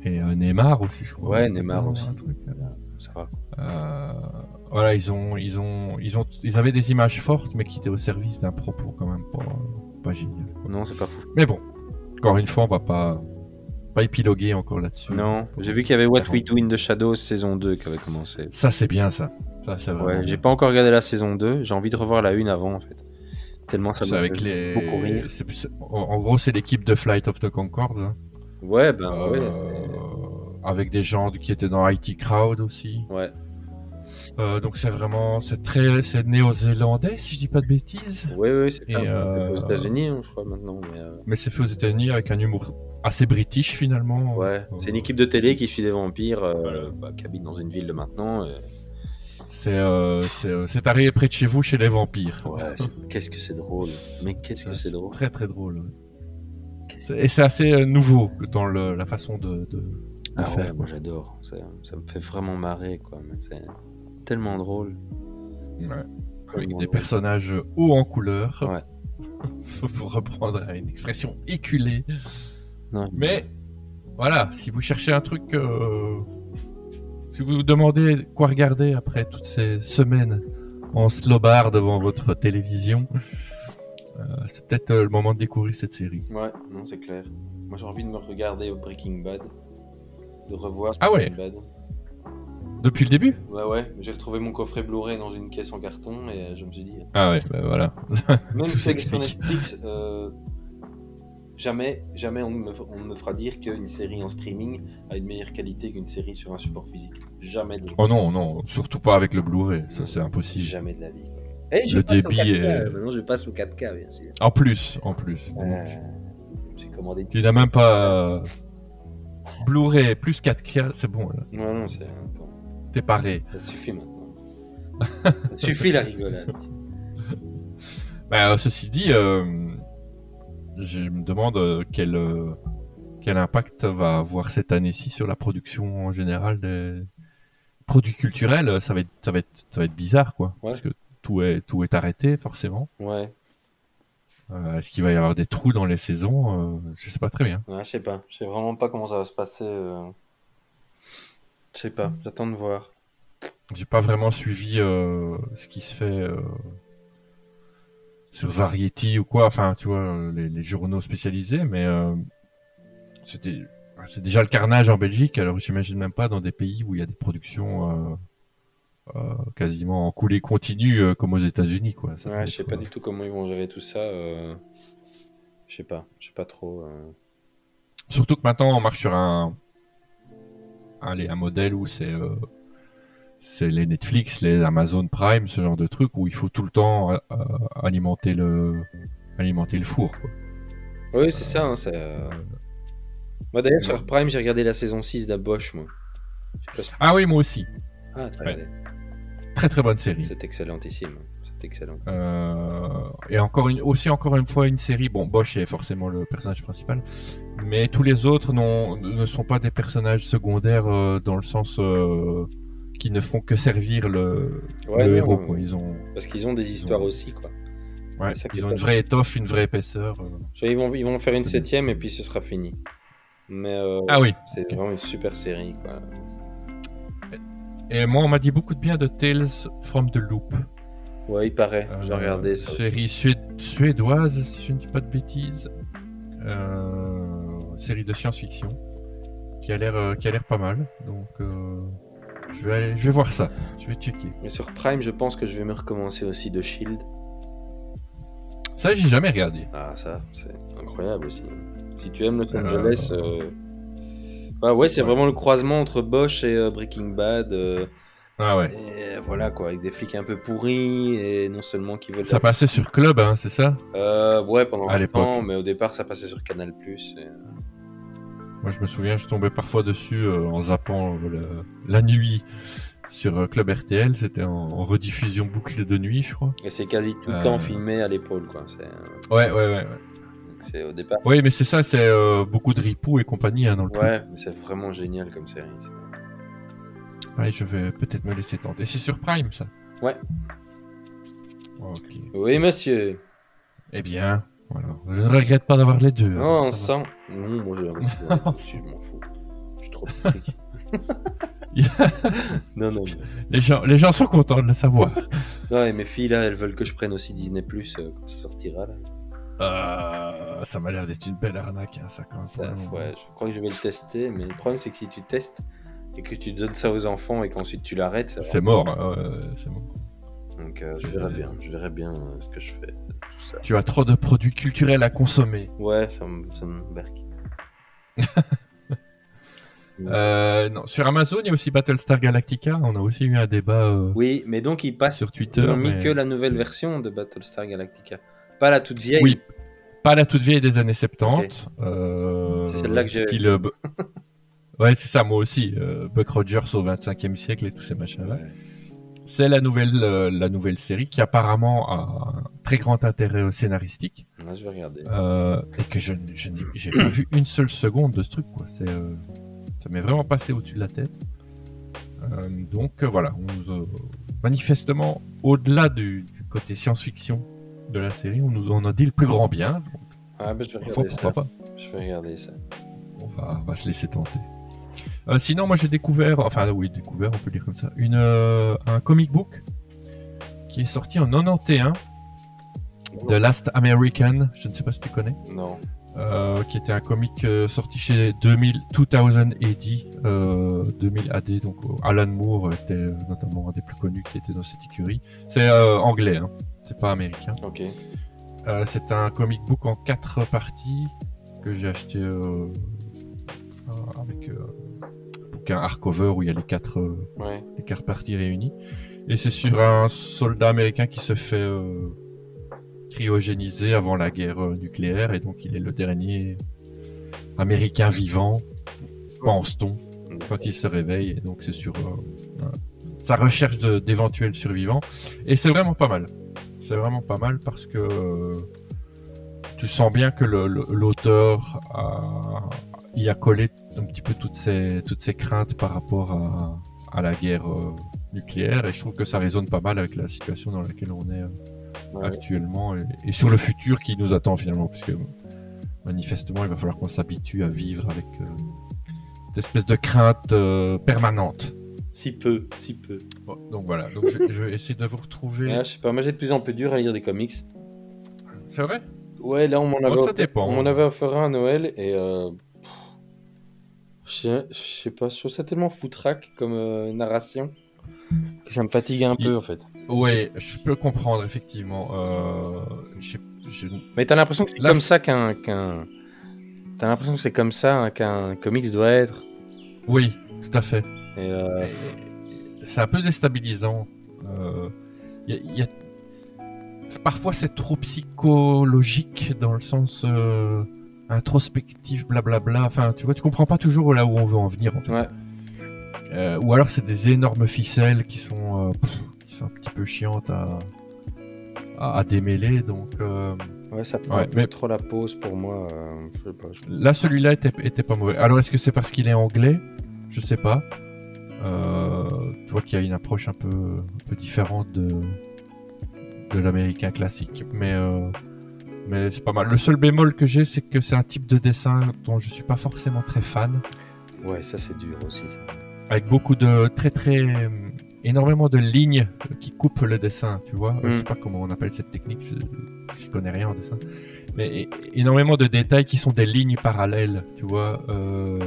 [SPEAKER 4] Et euh, Neymar aussi, je crois.
[SPEAKER 5] Ouais, Neymar aussi.
[SPEAKER 4] Un truc, euh,
[SPEAKER 5] Ça va.
[SPEAKER 4] euh, voilà, ils ont, ils ont, ils ont, ils avaient des images fortes, mais qui étaient au service d'un propos quand même pas, pas génial.
[SPEAKER 5] Non, c'est pas fou.
[SPEAKER 4] Mais bon, encore une fois, on va pas, pas épiloguer encore là-dessus.
[SPEAKER 5] Non, j'ai vu qu'il y avait What We Do in the Shadows saison 2 qui avait commencé.
[SPEAKER 4] Ça, c'est bien ça. Ça, c'est vraiment.
[SPEAKER 5] Ouais,
[SPEAKER 4] bien.
[SPEAKER 5] j'ai pas encore regardé la saison 2, j'ai envie de revoir la une avant en fait. Tellement ça
[SPEAKER 4] C'est
[SPEAKER 5] m'a
[SPEAKER 4] avec
[SPEAKER 5] fait
[SPEAKER 4] les.
[SPEAKER 5] beaucoup rire.
[SPEAKER 4] c'est- c'est- en, en gros, c'est l'équipe de Flight of the Concorde. hein.
[SPEAKER 5] Ouais, ben ouais,
[SPEAKER 4] Euh,
[SPEAKER 5] c'est-
[SPEAKER 4] avec des gens qui étaient dans IT Crowd aussi.
[SPEAKER 5] ouais.
[SPEAKER 4] Euh, donc c'est vraiment, c'est très, c'est néo-zélandais si je dis pas de bêtises.
[SPEAKER 5] Ouais, ouais, c'est
[SPEAKER 4] Et,
[SPEAKER 5] ça.
[SPEAKER 4] euh,
[SPEAKER 5] C'est aux États-Unis, hein, je crois maintenant. mais, euh,
[SPEAKER 4] Mais c'est fait aux États-Unis avec un humour assez british finalement.
[SPEAKER 5] Ouais,
[SPEAKER 4] Euh,
[SPEAKER 5] c'est une équipe de télé qui suit des vampires euh, bah, qui habitent dans une ville de maintenant. et-
[SPEAKER 4] C'est, euh, c'est, euh, c'est arrivé près de chez vous chez les vampires.
[SPEAKER 5] Ouais, c'est- qu'est-ce que c'est drôle. Mais qu'est-ce que c'est drôle.
[SPEAKER 4] Très très drôle. ouais.
[SPEAKER 5] Qu'est-ce
[SPEAKER 4] C'est- Et c'est assez euh, nouveau dans le- la façon de, de- de
[SPEAKER 5] Ah ouais,
[SPEAKER 4] faire.
[SPEAKER 5] moi j'adore. Ça, ça me fait vraiment marrer, quoi. mais C'est tellement drôle.
[SPEAKER 4] Ouais. Avec
[SPEAKER 5] Tellement
[SPEAKER 4] des
[SPEAKER 5] drôle.
[SPEAKER 4] personnages hauts en couleur.
[SPEAKER 5] Ouais.
[SPEAKER 4] Pour reprendre une expression éculée.
[SPEAKER 5] Non,
[SPEAKER 4] Mais voilà, si vous cherchez un truc, euh, si vous vous demandez quoi regarder après toutes ces semaines en slobard devant votre télévision, euh, c'est peut-être euh, le moment de découvrir cette série.
[SPEAKER 5] Ouais, non, c'est clair. Moi, j'ai envie de me regarder au Breaking Bad. De revoir
[SPEAKER 4] Ah ouais.
[SPEAKER 5] Breaking Bad.
[SPEAKER 4] Depuis le début
[SPEAKER 5] Ouais, ouais. J'ai retrouvé mon coffret Blu-ray dans une caisse en carton et euh, je me suis dit.
[SPEAKER 4] Ah ouais, bah voilà.
[SPEAKER 5] Même
[SPEAKER 4] Tout
[SPEAKER 5] si c'est sur
[SPEAKER 4] s'explique.
[SPEAKER 5] Netflix, euh, jamais, jamais on me, on me fera dire qu'une série en streaming a une meilleure qualité qu'une série sur un support physique. Jamais de la
[SPEAKER 4] Oh non, non, surtout pas avec le Blu-ray, ça c'est impossible.
[SPEAKER 5] Jamais de la vie. quoi. Hey, je
[SPEAKER 4] Le
[SPEAKER 5] passe
[SPEAKER 4] débit
[SPEAKER 5] au 4K.
[SPEAKER 4] est- Oh,
[SPEAKER 5] Maintenant, je passe au 4K, bien sûr.
[SPEAKER 4] En plus, en plus.
[SPEAKER 5] Euh, J'ai commandé.
[SPEAKER 4] Tu n'as même pas euh, Blu-ray plus 4K, c'est bon, là.
[SPEAKER 5] Non, non, c'est. attends,
[SPEAKER 4] t'es paré.
[SPEAKER 5] ça suffit maintenant. ça suffit la rigolade.
[SPEAKER 4] Bah, euh, ceci dit, euh, je me demande euh, quel, euh, quel impact va avoir cette année-ci sur la production en général des produits culturels. euh, Ça va être, ça va être, ça va être bizarre, quoi.
[SPEAKER 5] Ouais.
[SPEAKER 4] Parce que tout est, tout est arrêté, forcément.
[SPEAKER 5] Ouais,
[SPEAKER 4] Euh, Est-ce qu'il va y avoir des trous dans les saisons Euh, Je sais pas très bien.
[SPEAKER 5] ouais je sais pas. Je sais vraiment pas comment ça va se passer. euh. Je sais pas. J'attends de voir.
[SPEAKER 4] J'ai pas vraiment suivi euh, ce qui se fait euh, sur Variety ou quoi. Enfin, tu vois, euh, les, les journaux spécialisés, mais euh, c'était ah, c'est déjà le carnage en Belgique. Alors j'imagine même pas dans des pays où il y a des productions euh, euh, quasiment en coulée continue euh, comme aux États-Unis, quoi. Ça peut
[SPEAKER 5] Ouais, je sais
[SPEAKER 4] être,
[SPEAKER 5] pas
[SPEAKER 4] euh,
[SPEAKER 5] du tout comment ils vont gérer tout ça. euh, Je sais pas, je sais pas trop. euh.
[SPEAKER 4] Surtout que maintenant, on marche sur un, allez, un modèle où c'est euh, c'est les Netflix, les Amazon Prime, ce genre de truc où il faut tout le temps euh, euh, alimenter le alimenter le four. quoi.
[SPEAKER 5] Oui, c'est ça. hein, c'est, euh, Moi d'ailleurs, sur Prime, j'ai regardé la saison 6 d'Aboche, moi. Je sais pas si-
[SPEAKER 4] Ah oui, moi aussi.
[SPEAKER 5] Ah, t'as
[SPEAKER 4] Ouais.
[SPEAKER 5] regardé.
[SPEAKER 4] Très très bonne série.
[SPEAKER 5] C'est excellentissime. hein. C'est excellent.
[SPEAKER 4] Euh, et encore une, aussi encore une fois une série. Bon, Bosch est forcément le personnage principal, mais tous les autres n'ont- ne sont pas des personnages secondaires euh, dans le sens euh, qui ne font que servir le,
[SPEAKER 5] Ouais,
[SPEAKER 4] le
[SPEAKER 5] non,
[SPEAKER 4] héros.
[SPEAKER 5] euh,
[SPEAKER 4] Quoi. Ils ont
[SPEAKER 5] Parce qu'ils ont des histoires aussi, quoi.
[SPEAKER 4] Ouais,
[SPEAKER 5] C'est ça qui est
[SPEAKER 4] ils ont
[SPEAKER 5] pas
[SPEAKER 4] une vraie étoffe, une vraie épaisseur. euh.
[SPEAKER 5] Genre, ils, vont, ils vont faire une septième et puis ce sera fini. Mais euh,
[SPEAKER 4] Ah oui.
[SPEAKER 5] c'est vraiment une super série, quoi.
[SPEAKER 4] Et moi, on m'a dit beaucoup de bien de Tales from the Loop.
[SPEAKER 5] Ouais, il paraît. J'ai
[SPEAKER 4] Euh,
[SPEAKER 5] regardé ça.
[SPEAKER 4] Série sué- suédoise, si je ne dis pas de bêtises. Euh, série de science-fiction qui a l'air euh, qui a l'air pas mal. Donc, euh, je vais aller- je vais voir ça. Je vais checker.
[SPEAKER 5] Mais sur Prime, je pense que je vais me recommencer aussi de Shield.
[SPEAKER 4] Ça, j'ai jamais regardé.
[SPEAKER 5] Ah, ça, c'est incroyable aussi. Si tu aimes Los Angeles. euh, Bah ouais, c'est
[SPEAKER 4] ouais.
[SPEAKER 5] vraiment le croisement entre Bosch et euh, Breaking Bad. euh,
[SPEAKER 4] Ah ouais.
[SPEAKER 5] et voilà quoi, avec des flics un peu pourris et non seulement qui veulent.
[SPEAKER 4] Ça passait sur Club, hein, c'est ça
[SPEAKER 5] Euh, ouais, pendant
[SPEAKER 4] À
[SPEAKER 5] un
[SPEAKER 4] l'époque.
[SPEAKER 5] temps, mais au départ, ça passait sur Canal. et-
[SPEAKER 4] Moi, je me souviens, je tombais parfois dessus euh, en zappant euh, le- la nuit sur euh, Club RTL. C'était en, en rediffusion boucle de nuit, je crois.
[SPEAKER 5] Et c'est quasi tout le
[SPEAKER 4] Euh.
[SPEAKER 5] temps filmé à l'épaule quoi. c'est-
[SPEAKER 4] Ouais, ouais, ouais. ouais.
[SPEAKER 5] C'est au départ.
[SPEAKER 4] Oui, mais c'est ça, c'est euh, beaucoup de ripoux et compagnie hein, dans le truc.
[SPEAKER 5] Ouais, mais c'est vraiment génial comme série. c'est-
[SPEAKER 4] Ouais, je vais peut-être me laisser tenter. C'est sur Prime, ça
[SPEAKER 5] Ouais.
[SPEAKER 4] Ok.
[SPEAKER 5] Oui, monsieur.
[SPEAKER 4] Eh bien, voilà. Je ne regrette pas d'avoir les deux.
[SPEAKER 5] Non,
[SPEAKER 4] hein,
[SPEAKER 5] on
[SPEAKER 4] ça va.
[SPEAKER 5] sent. Non, moi j'ai investi dans les deux aussi, je m'en fous. Je suis trop critique. non, non. mais-
[SPEAKER 4] les, gens, les gens sont contents de le savoir.
[SPEAKER 5] Non, et mes filles là, elles veulent que je prenne aussi Disney Plus euh, quand ça sortira là.
[SPEAKER 4] Euh, ça m'a l'air d'être une belle arnaque, hein, ça, quand même.
[SPEAKER 5] Ça,
[SPEAKER 4] Ouais.
[SPEAKER 5] ouais, je crois que je vais le tester, mais le problème c'est que si tu testes et que tu donnes ça aux enfants et qu'ensuite tu l'arrêtes, ça va.
[SPEAKER 4] C'est mort, hein, euh, c'est mort.
[SPEAKER 5] Donc euh, je
[SPEAKER 4] c'est
[SPEAKER 5] verrai
[SPEAKER 4] vrai.
[SPEAKER 5] bien, je verrai bien euh, ce que je fais, tout ça.
[SPEAKER 4] Tu as trop de produits culturels à consommer.
[SPEAKER 5] Ouais, ça me, ça me berque.
[SPEAKER 4] Euh, non. Sur Amazon, il y a aussi Battlestar Galactica. On a aussi eu un débat euh,
[SPEAKER 5] Oui, mais donc ils passent.
[SPEAKER 4] sur Twitter.
[SPEAKER 5] Ils n'ont mis
[SPEAKER 4] mais-
[SPEAKER 5] que la nouvelle version de Battlestar Galactica, pas la toute vieille.
[SPEAKER 4] Oui, pas la toute vieille des années 70. euh,
[SPEAKER 5] C'est celle-là que j'ai-
[SPEAKER 4] Style... euh, bu- ouais, c'est ça, moi aussi. euh, Buck Rogers au 25e siècle et tous ces machins-là.
[SPEAKER 5] Ouais.
[SPEAKER 4] C'est la nouvelle, euh, la nouvelle série qui apparemment a un très grand intérêt euh, scénaristique
[SPEAKER 5] Ouais, je vais regarder.
[SPEAKER 4] euh, et que je n- je n'ai j'ai pas vu une seule seconde de ce truc. Quoi. C'est, euh, ça m'est vraiment passé au-dessus de la tête. Euh, donc euh, voilà, on nous, euh, manifestement, au-delà du, du côté science-fiction de la série, on nous en a dit le plus grand bien.
[SPEAKER 5] Ah, bah, je vais
[SPEAKER 4] Enfin,
[SPEAKER 5] regarder
[SPEAKER 4] pourquoi
[SPEAKER 5] ça.
[SPEAKER 4] pas
[SPEAKER 5] Je vais regarder ça.
[SPEAKER 4] on va, on va se laisser tenter. Euh, sinon, moi j'ai découvert, enfin oui, découvert, on peut dire comme ça, une, euh, un comic book qui est sorti en 91, The Last American, je ne sais pas si tu connais,
[SPEAKER 5] Non.
[SPEAKER 4] euh, qui était un comic euh, sorti chez 2000, 2010, euh, 2000 AD, donc euh, Alan Moore était euh, notamment un des plus connus qui était dans cette écurie. C'est euh, anglais, hein, c'est pas américain.
[SPEAKER 5] Ok.
[SPEAKER 4] Euh, c'est un comic book en quatre parties que j'ai acheté euh, euh, avec euh, un bouquin hardcover où il y a les quatre, euh,
[SPEAKER 5] Ouais.
[SPEAKER 4] les quatre parties réunies. Et c'est sur un soldat américain qui se fait euh, cryogéniser avant la guerre euh, nucléaire et donc il est le dernier américain vivant, pense-t-on, quand il se réveille. Et donc c'est sur euh, euh, sa recherche de- d'éventuels survivants. Et c'est vraiment pas mal. C'est vraiment pas mal parce que euh, tu sens bien que le- le- l'auteur a- y a collé un petit peu toutes ses, toutes ses craintes par rapport à, à la guerre euh, nucléaire. Et je trouve que ça résonne pas mal avec la situation dans laquelle on est euh,
[SPEAKER 5] Ouais.
[SPEAKER 4] actuellement et, et sur le futur qui nous attend finalement. Parce que euh, manifestement, il va falloir qu'on s'habitue à vivre avec euh, cette espèce de crainte euh, permanente.
[SPEAKER 5] Si peu, si peu.
[SPEAKER 4] Bon, donc voilà, donc je, je vais essayer de vous retrouver.
[SPEAKER 5] Ouais, Ah, je sais pas, moi j'ai de plus en plus dur à lire des comics.
[SPEAKER 4] C'est vrai
[SPEAKER 5] Ouais, là on m'en
[SPEAKER 4] Bon,
[SPEAKER 5] avait,
[SPEAKER 4] ça dépend. hein.
[SPEAKER 5] on m'en avait offert un à Noël et. euh, pff, je sais- je sais pas, je trouve ça tellement foutraque comme euh, narration que ça me fatigue un
[SPEAKER 4] Il-
[SPEAKER 5] peu en fait.
[SPEAKER 4] Ouais, je peux comprendre, effectivement. Euh, j'ai- j'ai-
[SPEAKER 5] Mais t'as l'impression que c'est
[SPEAKER 4] Là,
[SPEAKER 5] comme
[SPEAKER 4] c'est-
[SPEAKER 5] ça qu'un. qu'un- T'as l'impression que c'est comme ça hein, qu'un comics doit être.
[SPEAKER 4] Oui, tout à fait.
[SPEAKER 5] Et, euh,
[SPEAKER 4] C'est un peu déstabilisant. Euh, y a- y a- Parfois, c'est trop psychologique dans le sens euh, introspectif, blablabla. Enfin, tu vois, tu comprends pas toujours là où on veut en venir, en fait.
[SPEAKER 5] ouais.
[SPEAKER 4] Euh, ou alors c'est des énormes ficelles qui sont, euh, pff, qui sont un petit peu chiantes à, à, à démêler. Donc euh,
[SPEAKER 5] ouais, ça prend
[SPEAKER 4] Ouais,
[SPEAKER 5] un peu
[SPEAKER 4] mais-
[SPEAKER 5] trop la pause pour moi. euh, je sais pas, je-
[SPEAKER 4] là, celui-là était, était pas mauvais. Alors est-ce que c'est parce qu'il est anglais Je sais pas. Euh, tu vois qu'il y a une approche un peu, un peu différente de, de l'américain classique, mais euh, mais c'est pas mal. Le seul bémol que j'ai, c'est que c'est un type de dessin dont je suis pas forcément très fan.
[SPEAKER 5] Ouais, ça c'est dur aussi.
[SPEAKER 4] avec beaucoup de très très euh, énormément de lignes qui coupent le dessin, tu vois. Euh, Je
[SPEAKER 5] Mm.
[SPEAKER 4] sais pas comment on appelle cette technique, je, je connais rien en dessin, mais é- énormément de détails qui sont des lignes parallèles, tu vois. Euh,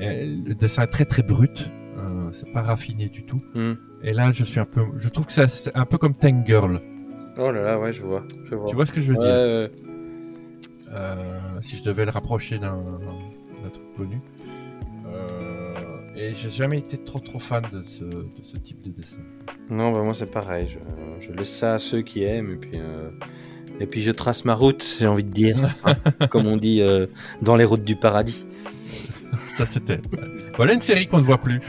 [SPEAKER 4] et le dessin est très très brut, euh, c'est pas raffiné du tout.
[SPEAKER 5] Hmm.
[SPEAKER 4] Et là, je suis un peu, je trouve que c'est assez- un peu comme Tank Girl.
[SPEAKER 5] Oh là là, ouais, je vois. Je vois.
[SPEAKER 4] Tu vois ce que je veux
[SPEAKER 5] Ouais,
[SPEAKER 4] dire
[SPEAKER 5] ouais.
[SPEAKER 4] Euh, si je devais le rapprocher d'un d'un truc connu. Euh, et j'ai jamais été trop trop fan de ce, de ce type de dessin.
[SPEAKER 5] Non, bah moi c'est pareil. Je, je laisse ça à ceux qui aiment et puis, euh, et puis je trace ma route, j'ai envie de dire. Hein, Comme on dit euh, dans les routes du paradis.
[SPEAKER 4] Ça, c'était. Voilà une série qu'on ne voit plus.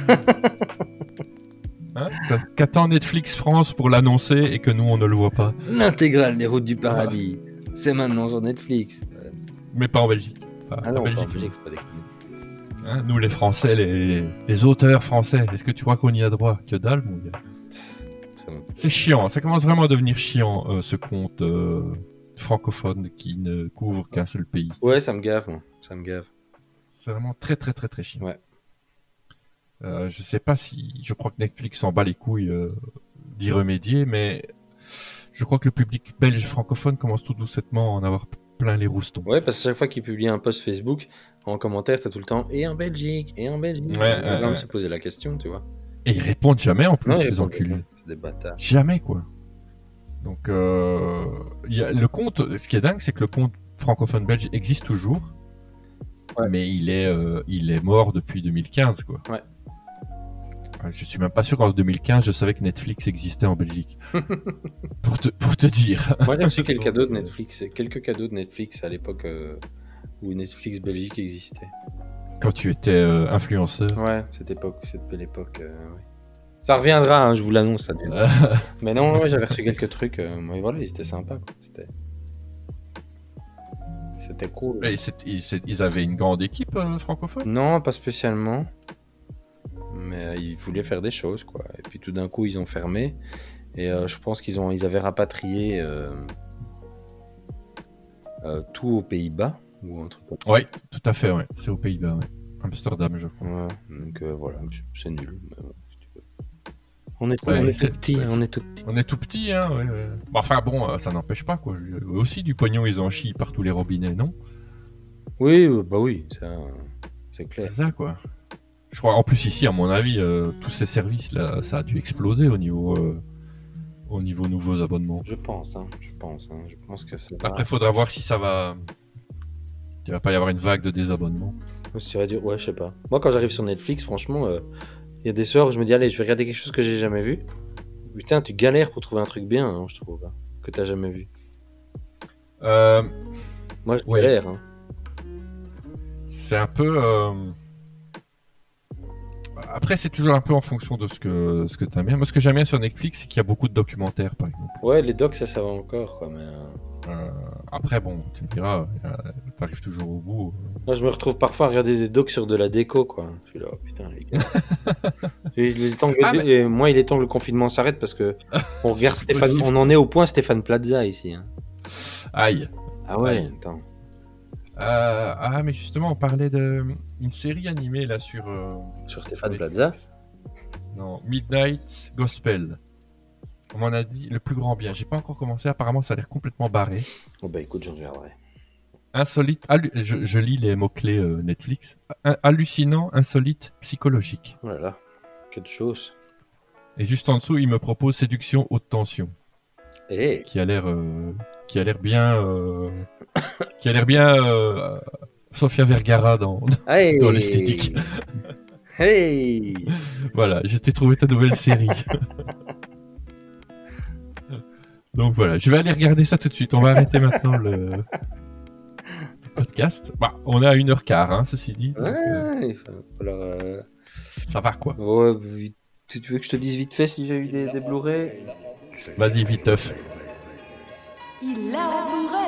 [SPEAKER 4] Hein Qu- Qu'attend Netflix France pour l'annoncer et que nous, on ne le voit pas.
[SPEAKER 5] L'intégrale des routes du paradis. C'est maintenant sur Netflix.
[SPEAKER 4] mais pas en Belgique. Pas-
[SPEAKER 5] Ah
[SPEAKER 4] pas
[SPEAKER 5] non, pas en
[SPEAKER 4] Belgique.
[SPEAKER 5] Belgique, faut pas déconner.
[SPEAKER 4] Hein, nous les Français, les, les auteurs français, est-ce que tu crois qu'on y a droit Que dalle, mon gars.
[SPEAKER 5] C'est bon.
[SPEAKER 4] C'est chiant, ça commence vraiment à devenir chiant euh, ce compte euh, francophone qui ne couvre qu'un seul pays.
[SPEAKER 5] Ouais, ça me gave, moi. Ça me gave.
[SPEAKER 4] C'est vraiment très très très très chiant.
[SPEAKER 5] Ouais.
[SPEAKER 4] Euh, je sais pas si, je crois que Netflix s'en bat les couilles euh, d'y remédier, mais je crois que le public belge francophone commence tout doucettement à en avoir plein les roustons.
[SPEAKER 5] Ouais, parce que chaque fois qu'il publie un post Facebook, en commentaire, t'as tout le temps et en Belgique, et en Belgique.
[SPEAKER 4] Ouais,
[SPEAKER 5] On
[SPEAKER 4] ouais,
[SPEAKER 5] va
[SPEAKER 4] ouais.
[SPEAKER 5] se poser la question, tu vois.
[SPEAKER 4] Et ils répondent jamais en plus,
[SPEAKER 5] Non,
[SPEAKER 4] ces
[SPEAKER 5] ils-
[SPEAKER 4] enculés.
[SPEAKER 5] Des bâtards.
[SPEAKER 4] Jamais, quoi. Donc, euh, il y a, le compte, ce qui est dingue, c'est que le compte francophone belge existe toujours,
[SPEAKER 5] Ouais.
[SPEAKER 4] mais il est, euh, il est mort depuis 2015, quoi.
[SPEAKER 5] Ouais.
[SPEAKER 4] Euh, Je suis même pas sûr qu'en 2015, je savais que Netflix existait en Belgique. pour, te, pour te dire.
[SPEAKER 5] Moi, j'ai reçu quelques cadeaux de Netflix, quelques cadeaux de Netflix à l'époque euh, où Netflix Belgique existait.
[SPEAKER 4] Quand tu étais euh, influenceur.
[SPEAKER 5] Ouais, cette époque, cette belle époque. euh, ouais. Ça reviendra, hein, je vous l'annonce. ça. Mais non, ouais, j'avais reçu quelques trucs. euh, mais voilà, ils étaient sympas. quoi. C'était. C'était cool.
[SPEAKER 4] Et c'est- ils, c'est- ils avaient une grande équipe euh, francophone.
[SPEAKER 5] Non, pas spécialement. Mais euh, ils voulaient faire des choses, quoi. Et puis tout d'un coup, ils ont fermé. Et euh, je pense qu'ils ont, ils avaient rapatrié euh, euh, tout aux Pays-Bas ou un truc comme
[SPEAKER 4] Oui, tout à fait, ouais. C'est aux Pays-Bas, ouais. Amsterdam, je crois.
[SPEAKER 5] Ouais, donc euh, voilà, c'est nul. mais bon, si tu veux. On est,
[SPEAKER 4] Ouais,
[SPEAKER 5] on est
[SPEAKER 4] c'est-
[SPEAKER 5] tout petit,
[SPEAKER 4] ouais,
[SPEAKER 5] on est tout petit.
[SPEAKER 4] On est tout petit, hein. ouais, ouais. Bon, enfin bon, euh, ça n'empêche pas quoi. Eux Aussi du pognon, ils en chient par tous les robinets, non
[SPEAKER 5] Oui, euh, bah oui, ça, euh, c'est
[SPEAKER 4] C'est
[SPEAKER 5] clair.
[SPEAKER 4] ça quoi. Je crois en plus ici, à mon avis, euh, tous ces services là, ça a dû exploser au niveau, euh, au niveau nouveaux abonnements.
[SPEAKER 5] Je pense, hein, je pense, hein, je pense que ça va.
[SPEAKER 4] Après, faudra voir si ça va. Il va pas y avoir une vague de désabonnements.
[SPEAKER 5] Ça va dire, ouais, je sais pas. Moi, quand j'arrive sur Netflix, franchement, euh, il y a des soirs où je me dis, allez, je vais regarder quelque chose que j'ai jamais vu. Putain, tu galères pour trouver un truc bien, hein, je trouve, hein, que t'as jamais vu.
[SPEAKER 4] Euh,
[SPEAKER 5] Moi, je
[SPEAKER 4] Ouais.
[SPEAKER 5] galère. hein.
[SPEAKER 4] C'est un peu. euh, Après, c'est toujours un peu en fonction de ce que, ce que t'aimes bien. Moi, ce que j'aime bien sur Netflix, c'est qu'il y a beaucoup de documentaires, par exemple.
[SPEAKER 5] Ouais, les docs, ça, ça va encore, quoi. Mais euh,
[SPEAKER 4] Euh, après, bon, tu me diras, euh, t'arrives toujours au bout.
[SPEAKER 5] moi, je me retrouve parfois à regarder des docs sur de la déco, quoi. Je suis là, oh, putain, les gars. Et il est temps que-
[SPEAKER 4] Ah, mais-
[SPEAKER 5] et Moi, il est temps que le confinement s'arrête parce que on regarde
[SPEAKER 4] C'est
[SPEAKER 5] Stéphane.
[SPEAKER 4] possible.
[SPEAKER 5] On en est au point Stéphane Plaza ici. hein.
[SPEAKER 4] Aïe.
[SPEAKER 5] Ah ouais, attends.
[SPEAKER 4] Euh, ah, mais justement, on parlait de une série animée là sur. euh,
[SPEAKER 5] Sur Stéphane
[SPEAKER 4] Netflix.
[SPEAKER 5] Plaza.
[SPEAKER 4] Non, Midnight Gospel. On m'en a dit le plus grand bien. J'ai pas encore commencé. Apparemment, ça a l'air complètement barré.
[SPEAKER 5] Oh bah écoute, je regarderai.
[SPEAKER 4] Insolite. hallu- Je, je lis les mots clés Netflix. Ha- hallucinant, insolite, psychologique.
[SPEAKER 5] Oh là là, que de choses.
[SPEAKER 4] Et juste en dessous, il me propose séduction haute tension,
[SPEAKER 5] Eh,
[SPEAKER 4] qui a l'air, euh, qui a l'air bien, euh, qui a l'air bien euh, Sofia Vergara dans.
[SPEAKER 5] hey
[SPEAKER 4] Dans l'esthétique.
[SPEAKER 5] Hey
[SPEAKER 4] Voilà, je t'ai trouvé ta nouvelle série. Donc voilà, je vais aller regarder ça tout de suite. On va arrêter maintenant le le podcast. Bah, on est à 1h15, hein, ceci dit. Donc, euh,
[SPEAKER 5] Ouais, il va falloir, euh,
[SPEAKER 4] ça va quoi.
[SPEAKER 5] ouais, vite- tu tu veux que je te dise vite fait si j'ai eu des, des Blu-ray
[SPEAKER 4] Vas-y, vite, teuf.
[SPEAKER 6] Il l'a rembourré.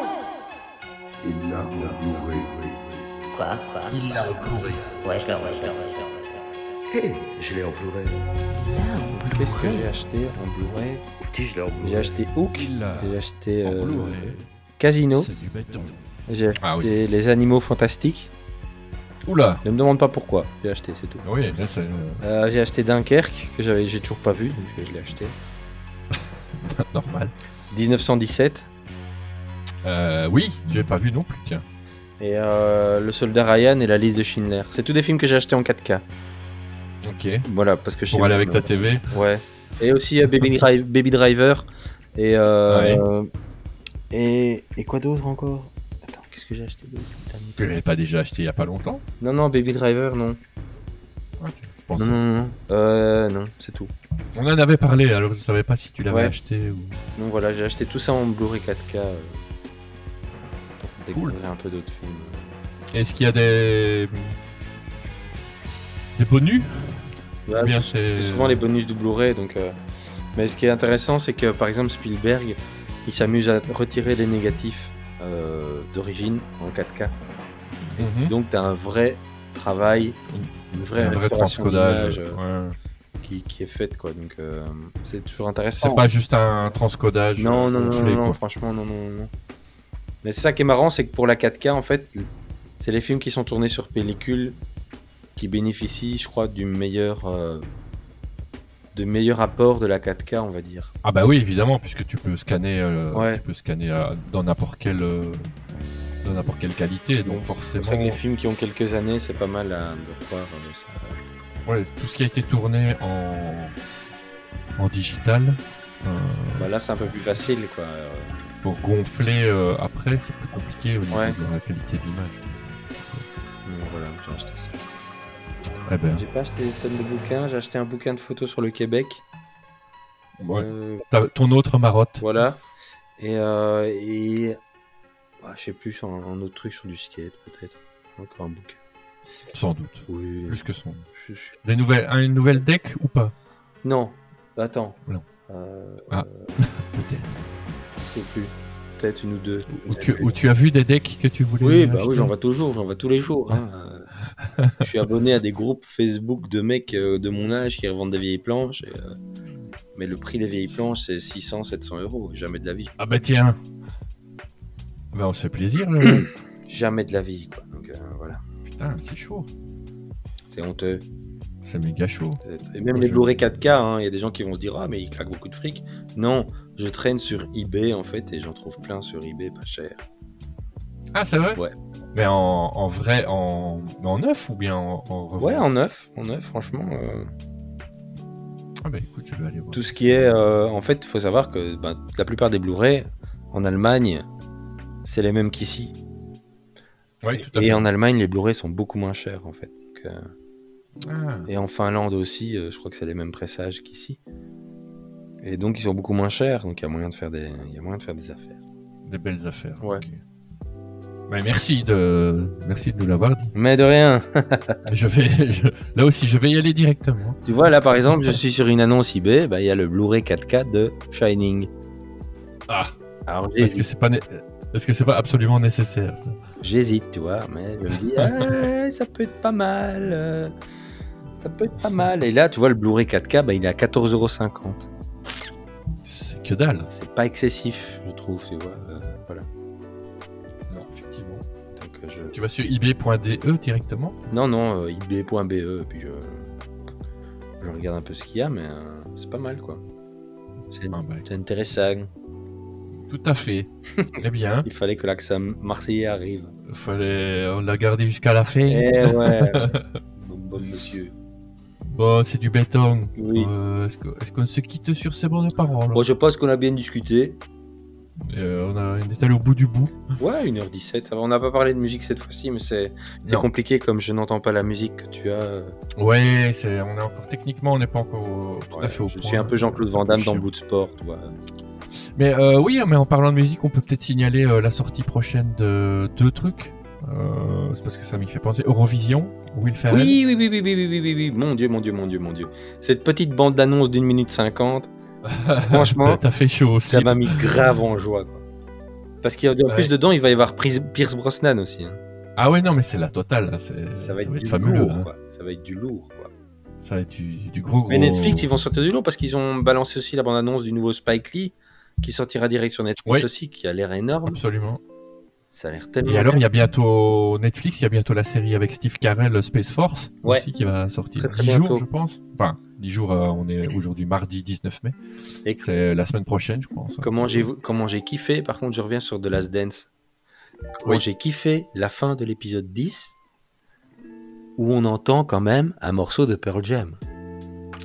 [SPEAKER 3] Quoi, quoi
[SPEAKER 7] Il l'a entouré.
[SPEAKER 3] Ouais, je le ouais, je le ouais, je le ouais, je le ouais,
[SPEAKER 7] Hé, je l'ai entouré.
[SPEAKER 5] Qu'est-ce que j'ai acheté en Blu-ray
[SPEAKER 7] Si, je l'ai entouré.
[SPEAKER 5] J'ai aché- acheté Hook,
[SPEAKER 8] Il l'a
[SPEAKER 5] j'ai acheté euh,
[SPEAKER 8] Blu-ray.
[SPEAKER 5] Casino,
[SPEAKER 8] C'est du béton.
[SPEAKER 5] j'ai acheté
[SPEAKER 4] Ah oui.
[SPEAKER 5] Les Animaux Fantastiques.
[SPEAKER 4] Oula.
[SPEAKER 5] Ne me demande pas pourquoi, j'ai acheté, c'est tout.
[SPEAKER 4] Oui, là, c'est, euh,
[SPEAKER 5] Euh, j'ai acheté Dunkerque, que j'avais, j'ai toujours pas vu, donc euh, je l'ai acheté.
[SPEAKER 4] normal.
[SPEAKER 5] 1917.
[SPEAKER 4] Euh, oui, j'ai pas vu non plus. Tiens.
[SPEAKER 5] Et euh, Le Soldat Ryan et La Liste de Schindler. C'est tous des films que j'ai achetés en 4K.
[SPEAKER 4] Ok.
[SPEAKER 5] Voilà, parce que je
[SPEAKER 4] Pour
[SPEAKER 5] suis-
[SPEAKER 4] aller avec ta TV.
[SPEAKER 5] Ouais. Et aussi euh, Baby, Dri- Baby Driver. Et, euh, et. et quoi d'autre encore Attends, qu'est-ce que j'ai acheté d'autre Putain,
[SPEAKER 4] Tu
[SPEAKER 5] putain.
[SPEAKER 4] l'avais pas déjà acheté il y a pas longtemps hein,
[SPEAKER 5] Non, non, Baby Driver, non.
[SPEAKER 4] Ok, je pense.
[SPEAKER 5] Non, non, non. Euh, non, c'est tout.
[SPEAKER 4] On en avait parlé, alors je savais pas si tu l'avais
[SPEAKER 5] Ouais.
[SPEAKER 4] acheté ou.
[SPEAKER 5] Donc voilà, j'ai acheté tout ça en Blu-ray 4K. euh, pour
[SPEAKER 4] Cool.
[SPEAKER 5] découvrir un peu d'autres films.
[SPEAKER 4] Est-ce qu'il y a des. des bonus
[SPEAKER 5] Ouais,
[SPEAKER 4] Ou bien c'est.
[SPEAKER 5] C'est Ah, souvent les bonus du Blu-ray. Donc, euh, Mais ce qui est intéressant, c'est que par exemple Spielberg, il s'amuse à retirer les négatifs euh, d'origine en 4K.
[SPEAKER 4] Mmh. Mhm.
[SPEAKER 5] Donc, tu as un vrai travail, une vraie
[SPEAKER 4] Un vrai
[SPEAKER 5] restauration
[SPEAKER 4] transcodage.
[SPEAKER 5] d'image, euh,
[SPEAKER 4] ouais.
[SPEAKER 5] qui, qui est faite. Quoi. Donc, euh, c'est toujours intéressant.
[SPEAKER 4] C'est pas juste un transcodage.
[SPEAKER 5] Non,
[SPEAKER 4] euh,
[SPEAKER 5] non, non,
[SPEAKER 4] gonflé,
[SPEAKER 5] non, non,
[SPEAKER 4] quoi.
[SPEAKER 5] franchement, non, non, non. Mais c'est ça qui est marrant, c'est que pour la 4K, en fait, c'est les films qui sont tournés sur pellicule qui bénéficient, je crois, du meilleur, euh, du meilleur apport de la 4K, on va dire.
[SPEAKER 4] Ah bah oui, évidemment, puisque tu peux scanner, euh,
[SPEAKER 5] Ouais.
[SPEAKER 4] tu peux scanner euh, dans n'importe quelle, euh, dans n'importe quelle qualité, donc
[SPEAKER 5] C'est
[SPEAKER 4] forcément.
[SPEAKER 5] pour ça que les films qui ont quelques années, c'est pas mal à, de revoir euh, ça.
[SPEAKER 4] Ouais, tout ce qui a été tourné en, en digital euh,
[SPEAKER 5] Bah là, c'est un peu plus facile, quoi. Euh,
[SPEAKER 4] pour gonfler euh, après, c'est plus compliqué au niveau
[SPEAKER 5] Ouais.
[SPEAKER 4] de la qualité de l'image.
[SPEAKER 5] donc voilà, j'ai acheté ça.
[SPEAKER 4] Eh ben,
[SPEAKER 5] J'ai pas acheté des tonnes de bouquins, j'ai acheté un bouquin de photos sur le Québec.
[SPEAKER 4] ouais.
[SPEAKER 5] Euh,
[SPEAKER 4] T'as ton autre marotte.
[SPEAKER 5] Voilà. Et, euh, et... Ah, je sais plus, un, un autre truc sur du skate peut-être. Encore un bouquin.
[SPEAKER 4] Sans doute.
[SPEAKER 5] Oui.
[SPEAKER 4] Plus que son.
[SPEAKER 5] je- je-
[SPEAKER 4] Des nouvelles, un- une nouvelle deck ou pas
[SPEAKER 5] Non, attends.
[SPEAKER 4] Non.
[SPEAKER 5] Euh,
[SPEAKER 4] Ah.
[SPEAKER 5] euh,
[SPEAKER 4] Peut-être.
[SPEAKER 5] je sais plus. Peut-être une ou deux.
[SPEAKER 4] Ou tu, ou tu as vu des decks que tu Ah. voulais
[SPEAKER 5] Oui, bah
[SPEAKER 4] acheter
[SPEAKER 5] oui, j'en vois toujours, j'en vois tous les jours. hein. Euh, je suis abonné à des groupes Facebook de mecs euh, de mon âge qui revendent des vieilles planches. et, euh, Mais le prix des vieilles planches, c'est 600, 700 euros. Jamais de la vie.
[SPEAKER 4] Ah bah tiens. Ben on se fait plaisir. le-
[SPEAKER 5] Jamais de la vie, quoi. Donc euh, voilà.
[SPEAKER 4] Putain, c'est chaud.
[SPEAKER 5] C'est honteux.
[SPEAKER 4] C'est méga chaud.
[SPEAKER 5] Peut-être. Et même
[SPEAKER 4] Moi,
[SPEAKER 5] les
[SPEAKER 4] je-
[SPEAKER 5] Blu-ray 4K, il y a des gens qui vont se dire Ah, mais ils claquent beaucoup de fric. Non, je traîne sur eBay en fait et j'en trouve plein sur eBay pas cher.
[SPEAKER 4] Ah, c'est vrai
[SPEAKER 5] Ouais.
[SPEAKER 4] Mais en, en vrai, en, mais en neuf ou bien en, en revente
[SPEAKER 5] Ouais, en neuf, en neuf, franchement. euh,
[SPEAKER 4] Ah, bah écoute, je vais aller voir.
[SPEAKER 5] tout ce qui est. euh, en fait, il faut savoir que ben, la plupart des Blu-ray en Allemagne, c'est les mêmes qu'ici.
[SPEAKER 4] Ouais, tout à
[SPEAKER 5] et
[SPEAKER 4] fait.
[SPEAKER 5] en Allemagne, les Blu-ray sont beaucoup moins chers en fait. Donc, euh,
[SPEAKER 4] Ah.
[SPEAKER 5] Et en Finlande aussi, euh, je crois que c'est les mêmes pressages qu'ici. Et donc, ils sont beaucoup moins chers, donc il y a moyen de faire des, il y a moyen de faire des affaires.
[SPEAKER 4] Des belles affaires.
[SPEAKER 5] Ouais.
[SPEAKER 4] ok. Bah, merci de merci de nous l'avoir dit.
[SPEAKER 5] Mais de rien
[SPEAKER 4] Je vais je- là aussi je vais y aller directement.
[SPEAKER 5] Tu vois, là par exemple, je suis sur une annonce eBay, bah, il y a le Blu-ray 4K de Shining.
[SPEAKER 4] Ah,
[SPEAKER 5] Alors
[SPEAKER 4] est-ce que
[SPEAKER 5] j'hésite,
[SPEAKER 4] c'est pas né- est-ce que c'est pas absolument nécessaire ça
[SPEAKER 5] j'hésite, tu vois, mais je me dis, ah, ça peut être pas mal. euh, Ça peut être pas mal. Et là, tu vois, le Blu-ray 4K, bah, il est à 14,50€.
[SPEAKER 4] C'est que dalle.
[SPEAKER 5] C'est pas excessif, je trouve, tu vois. euh, voilà.
[SPEAKER 4] Non, effectivement.
[SPEAKER 5] Donc, euh, je...
[SPEAKER 4] Tu vas sur ib.de E directement
[SPEAKER 5] Non, non, euh, ib.be, puis je... je regarde un peu ce qu'il y a, mais euh, c'est pas mal, quoi. C'est
[SPEAKER 4] Ah, bah,
[SPEAKER 5] c'est intéressant.
[SPEAKER 4] tout à fait. eh bien,
[SPEAKER 5] Il fallait que l'accent marseillais arrive.
[SPEAKER 4] fallait on l'a gardé jusqu'à la fin.
[SPEAKER 5] Eh ouais, bon, bon monsieur.
[SPEAKER 4] Bon, c'est du béton.
[SPEAKER 5] Oui.
[SPEAKER 4] Euh, est-ce, que- est-ce qu'on se quitte sur ces bonnes paroles
[SPEAKER 5] Bon, je pense qu'on a bien discuté.
[SPEAKER 4] Euh, on, a, on est allé au bout du bout.
[SPEAKER 5] Ouais, 1h17, ça va. On n'a pas parlé de musique cette fois-ci, mais c'est c'est
[SPEAKER 4] Non.
[SPEAKER 5] compliqué comme je n'entends pas la musique que tu as. euh,
[SPEAKER 4] Ouais, c'est, on est encore techniquement, on n'est pas encore au- tout
[SPEAKER 5] ouais,
[SPEAKER 4] à fait au
[SPEAKER 5] je
[SPEAKER 4] point.
[SPEAKER 5] suis un peu Jean-Claude Van Damme
[SPEAKER 4] Chiant.
[SPEAKER 5] dans Bloodsport. tu vois.
[SPEAKER 4] Mais euh, oui, mais en parlant de musique, on peut peut-être signaler euh, la sortie prochaine de deux trucs. Euh, c'est parce que ça m'y fait penser. Eurovision, Will Ferrell.
[SPEAKER 5] Oui, oui, oui, oui, oui, oui, oui, oui, oui. Mon Dieu, mon Dieu, mon Dieu, mon Dieu. Cette petite bande d'annonce d'une minute cinquante, franchement,
[SPEAKER 4] T'as fait chaud aussi.
[SPEAKER 5] ça m'a mis grave en joie. quoi. Parce qu'en plus
[SPEAKER 4] Ouais.
[SPEAKER 5] dedans, il va y avoir Pris- Pierce Brosnan aussi. hein.
[SPEAKER 4] Ah ouais, non, mais c'est la totale. là. C'est-
[SPEAKER 5] Ça va être du
[SPEAKER 4] fabuleux.
[SPEAKER 5] lourd,
[SPEAKER 4] hein. Oh.
[SPEAKER 5] quoi. Ça va être du lourd, quoi.
[SPEAKER 4] Ça va être du, du gros gros.
[SPEAKER 5] Mais Netflix, ils vont sortir du lot parce qu'ils ont balancé aussi la bande-annonce du nouveau Spike Lee qui sortira direct sur Netflix
[SPEAKER 4] Oui.
[SPEAKER 5] aussi, qui a l'air énorme.
[SPEAKER 4] Absolument.
[SPEAKER 5] Ça a l'air tellement.
[SPEAKER 4] Et alors, il y a bientôt Netflix, il y a bientôt la série avec Steve Carell, Space Force,
[SPEAKER 5] Ouais.
[SPEAKER 4] aussi, qui va sortir
[SPEAKER 5] Très, très
[SPEAKER 4] 10
[SPEAKER 5] bientôt.
[SPEAKER 4] jours, je pense. Enfin, 10 jours, euh, on est aujourd'hui mardi 19 mai.
[SPEAKER 5] Et
[SPEAKER 4] C'est euh, la semaine prochaine, je pense. Ah,
[SPEAKER 5] comment j'ai comment j'ai kiffé. Par contre, je reviens sur The Last Dance. Comment
[SPEAKER 4] Oui.
[SPEAKER 5] j'ai kiffé la fin de l'épisode 10 où on entend quand même un morceau de Pearl Jam.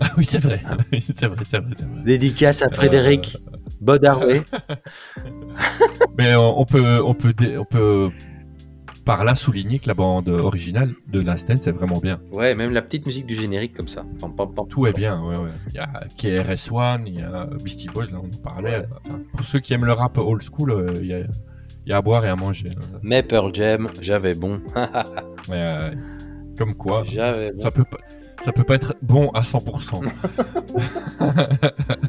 [SPEAKER 4] Ah oui, c'est vrai. c'est vrai, c'est vrai, c'est vrai.
[SPEAKER 5] Dédicace à Frédéric Bodarway.
[SPEAKER 4] Mais euh, on, on peut, on peut, dé- on peut par là souligner que la bande originale de Last Dance est vraiment bien.
[SPEAKER 5] Ouais, même la petite musique du générique comme ça. Pam, pam, pam.
[SPEAKER 4] Tout est bien. Ouais, ouais. Il y a KRS-One, il y a Beastie Boys, là on en parlait. Enfin, pour ceux qui aiment le rap old school, euh, il y, a, il y a à boire et à manger. hein.
[SPEAKER 5] Mais Pearl Jam, j'avais bon.
[SPEAKER 4] Mais, euh, comme quoi,
[SPEAKER 5] j'avais bon.
[SPEAKER 4] ça peut pas. Ça peut pas être bon à 100%.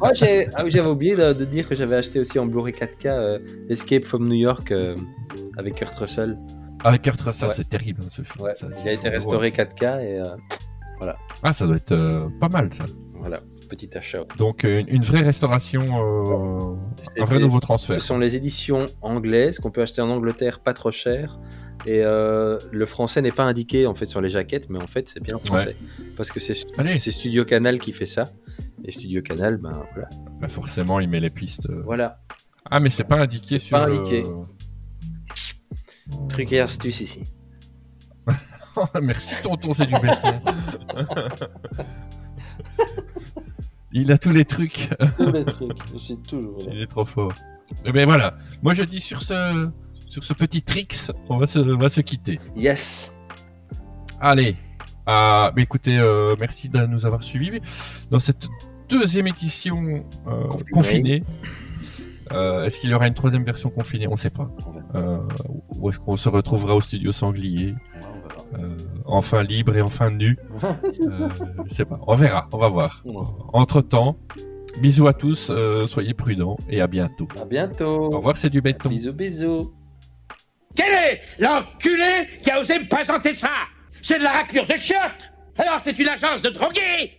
[SPEAKER 5] Moi, j'ai- ah oui, j'avais oublié de, de dire que j'avais acheté aussi en Blu-ray 4K euh, Escape from New York euh, avec Kurt Russell.
[SPEAKER 4] Avec Kurt Russell,
[SPEAKER 5] Ouais.
[SPEAKER 4] c'est terrible hein, ce film.
[SPEAKER 5] Ouais,
[SPEAKER 4] Ça,
[SPEAKER 5] il
[SPEAKER 4] c'est-
[SPEAKER 5] a été restauré 4K et euh,
[SPEAKER 4] Ah, ça doit être euh, pas mal ça.
[SPEAKER 5] voilà, petit achat.
[SPEAKER 4] Donc euh, une, une vraie restauration, euh,
[SPEAKER 5] C'est
[SPEAKER 4] un vrai
[SPEAKER 5] des-
[SPEAKER 4] nouveau
[SPEAKER 5] Ce
[SPEAKER 4] transfert.
[SPEAKER 5] sont les éditions anglaises qu'on peut acheter en Angleterre pas trop cher. Et euh, le français n'est pas indiqué en fait sur les jaquettes, mais en fait c'est bien français. Parce que c'est
[SPEAKER 4] Allez,
[SPEAKER 5] c'est Studio Canal qui fait ça. Et Studio Canal, ben voilà.
[SPEAKER 4] Bah, forcément, il met les pistes. euh.
[SPEAKER 5] Voilà.
[SPEAKER 4] Ah, mais c'est pas indiqué
[SPEAKER 5] C'est
[SPEAKER 4] sur.
[SPEAKER 5] pas
[SPEAKER 4] le-
[SPEAKER 5] indiqué. Truc et astuce ici.
[SPEAKER 4] Merci tonton, c'est du béton. il a tous les trucs.
[SPEAKER 5] Tous les trucs, je suis toujours
[SPEAKER 4] Il est trop fort. Eh ben voilà. Moi je dis sur ce sur ce petit tricks, on va se, on va se quitter.
[SPEAKER 5] Yes!
[SPEAKER 4] Allez. Ah, mais écoutez, euh, merci de nous avoir suivis dans cette deuxième édition euh,
[SPEAKER 5] Confinée.
[SPEAKER 4] confinée. Euh, est-ce qu'il y aura une troisième version confinée On ne sait pas.
[SPEAKER 5] On verra.
[SPEAKER 4] Euh, ou est-ce qu'on se retrouvera au studio sanglier Euh, Enfin libre et enfin nu. Euh, je sais pas. On verra. On va voir.
[SPEAKER 5] Ouais.
[SPEAKER 4] Entre temps, bisous à tous. euh, soyez prudents et à bientôt.
[SPEAKER 5] À bientôt!
[SPEAKER 4] Au revoir, c'est du béton.
[SPEAKER 5] Bisous, bisous!
[SPEAKER 8] Quel est l'enculé qui a osé me présenter ça C'est de la raclure de chiottes Alors c'est une agence de drogués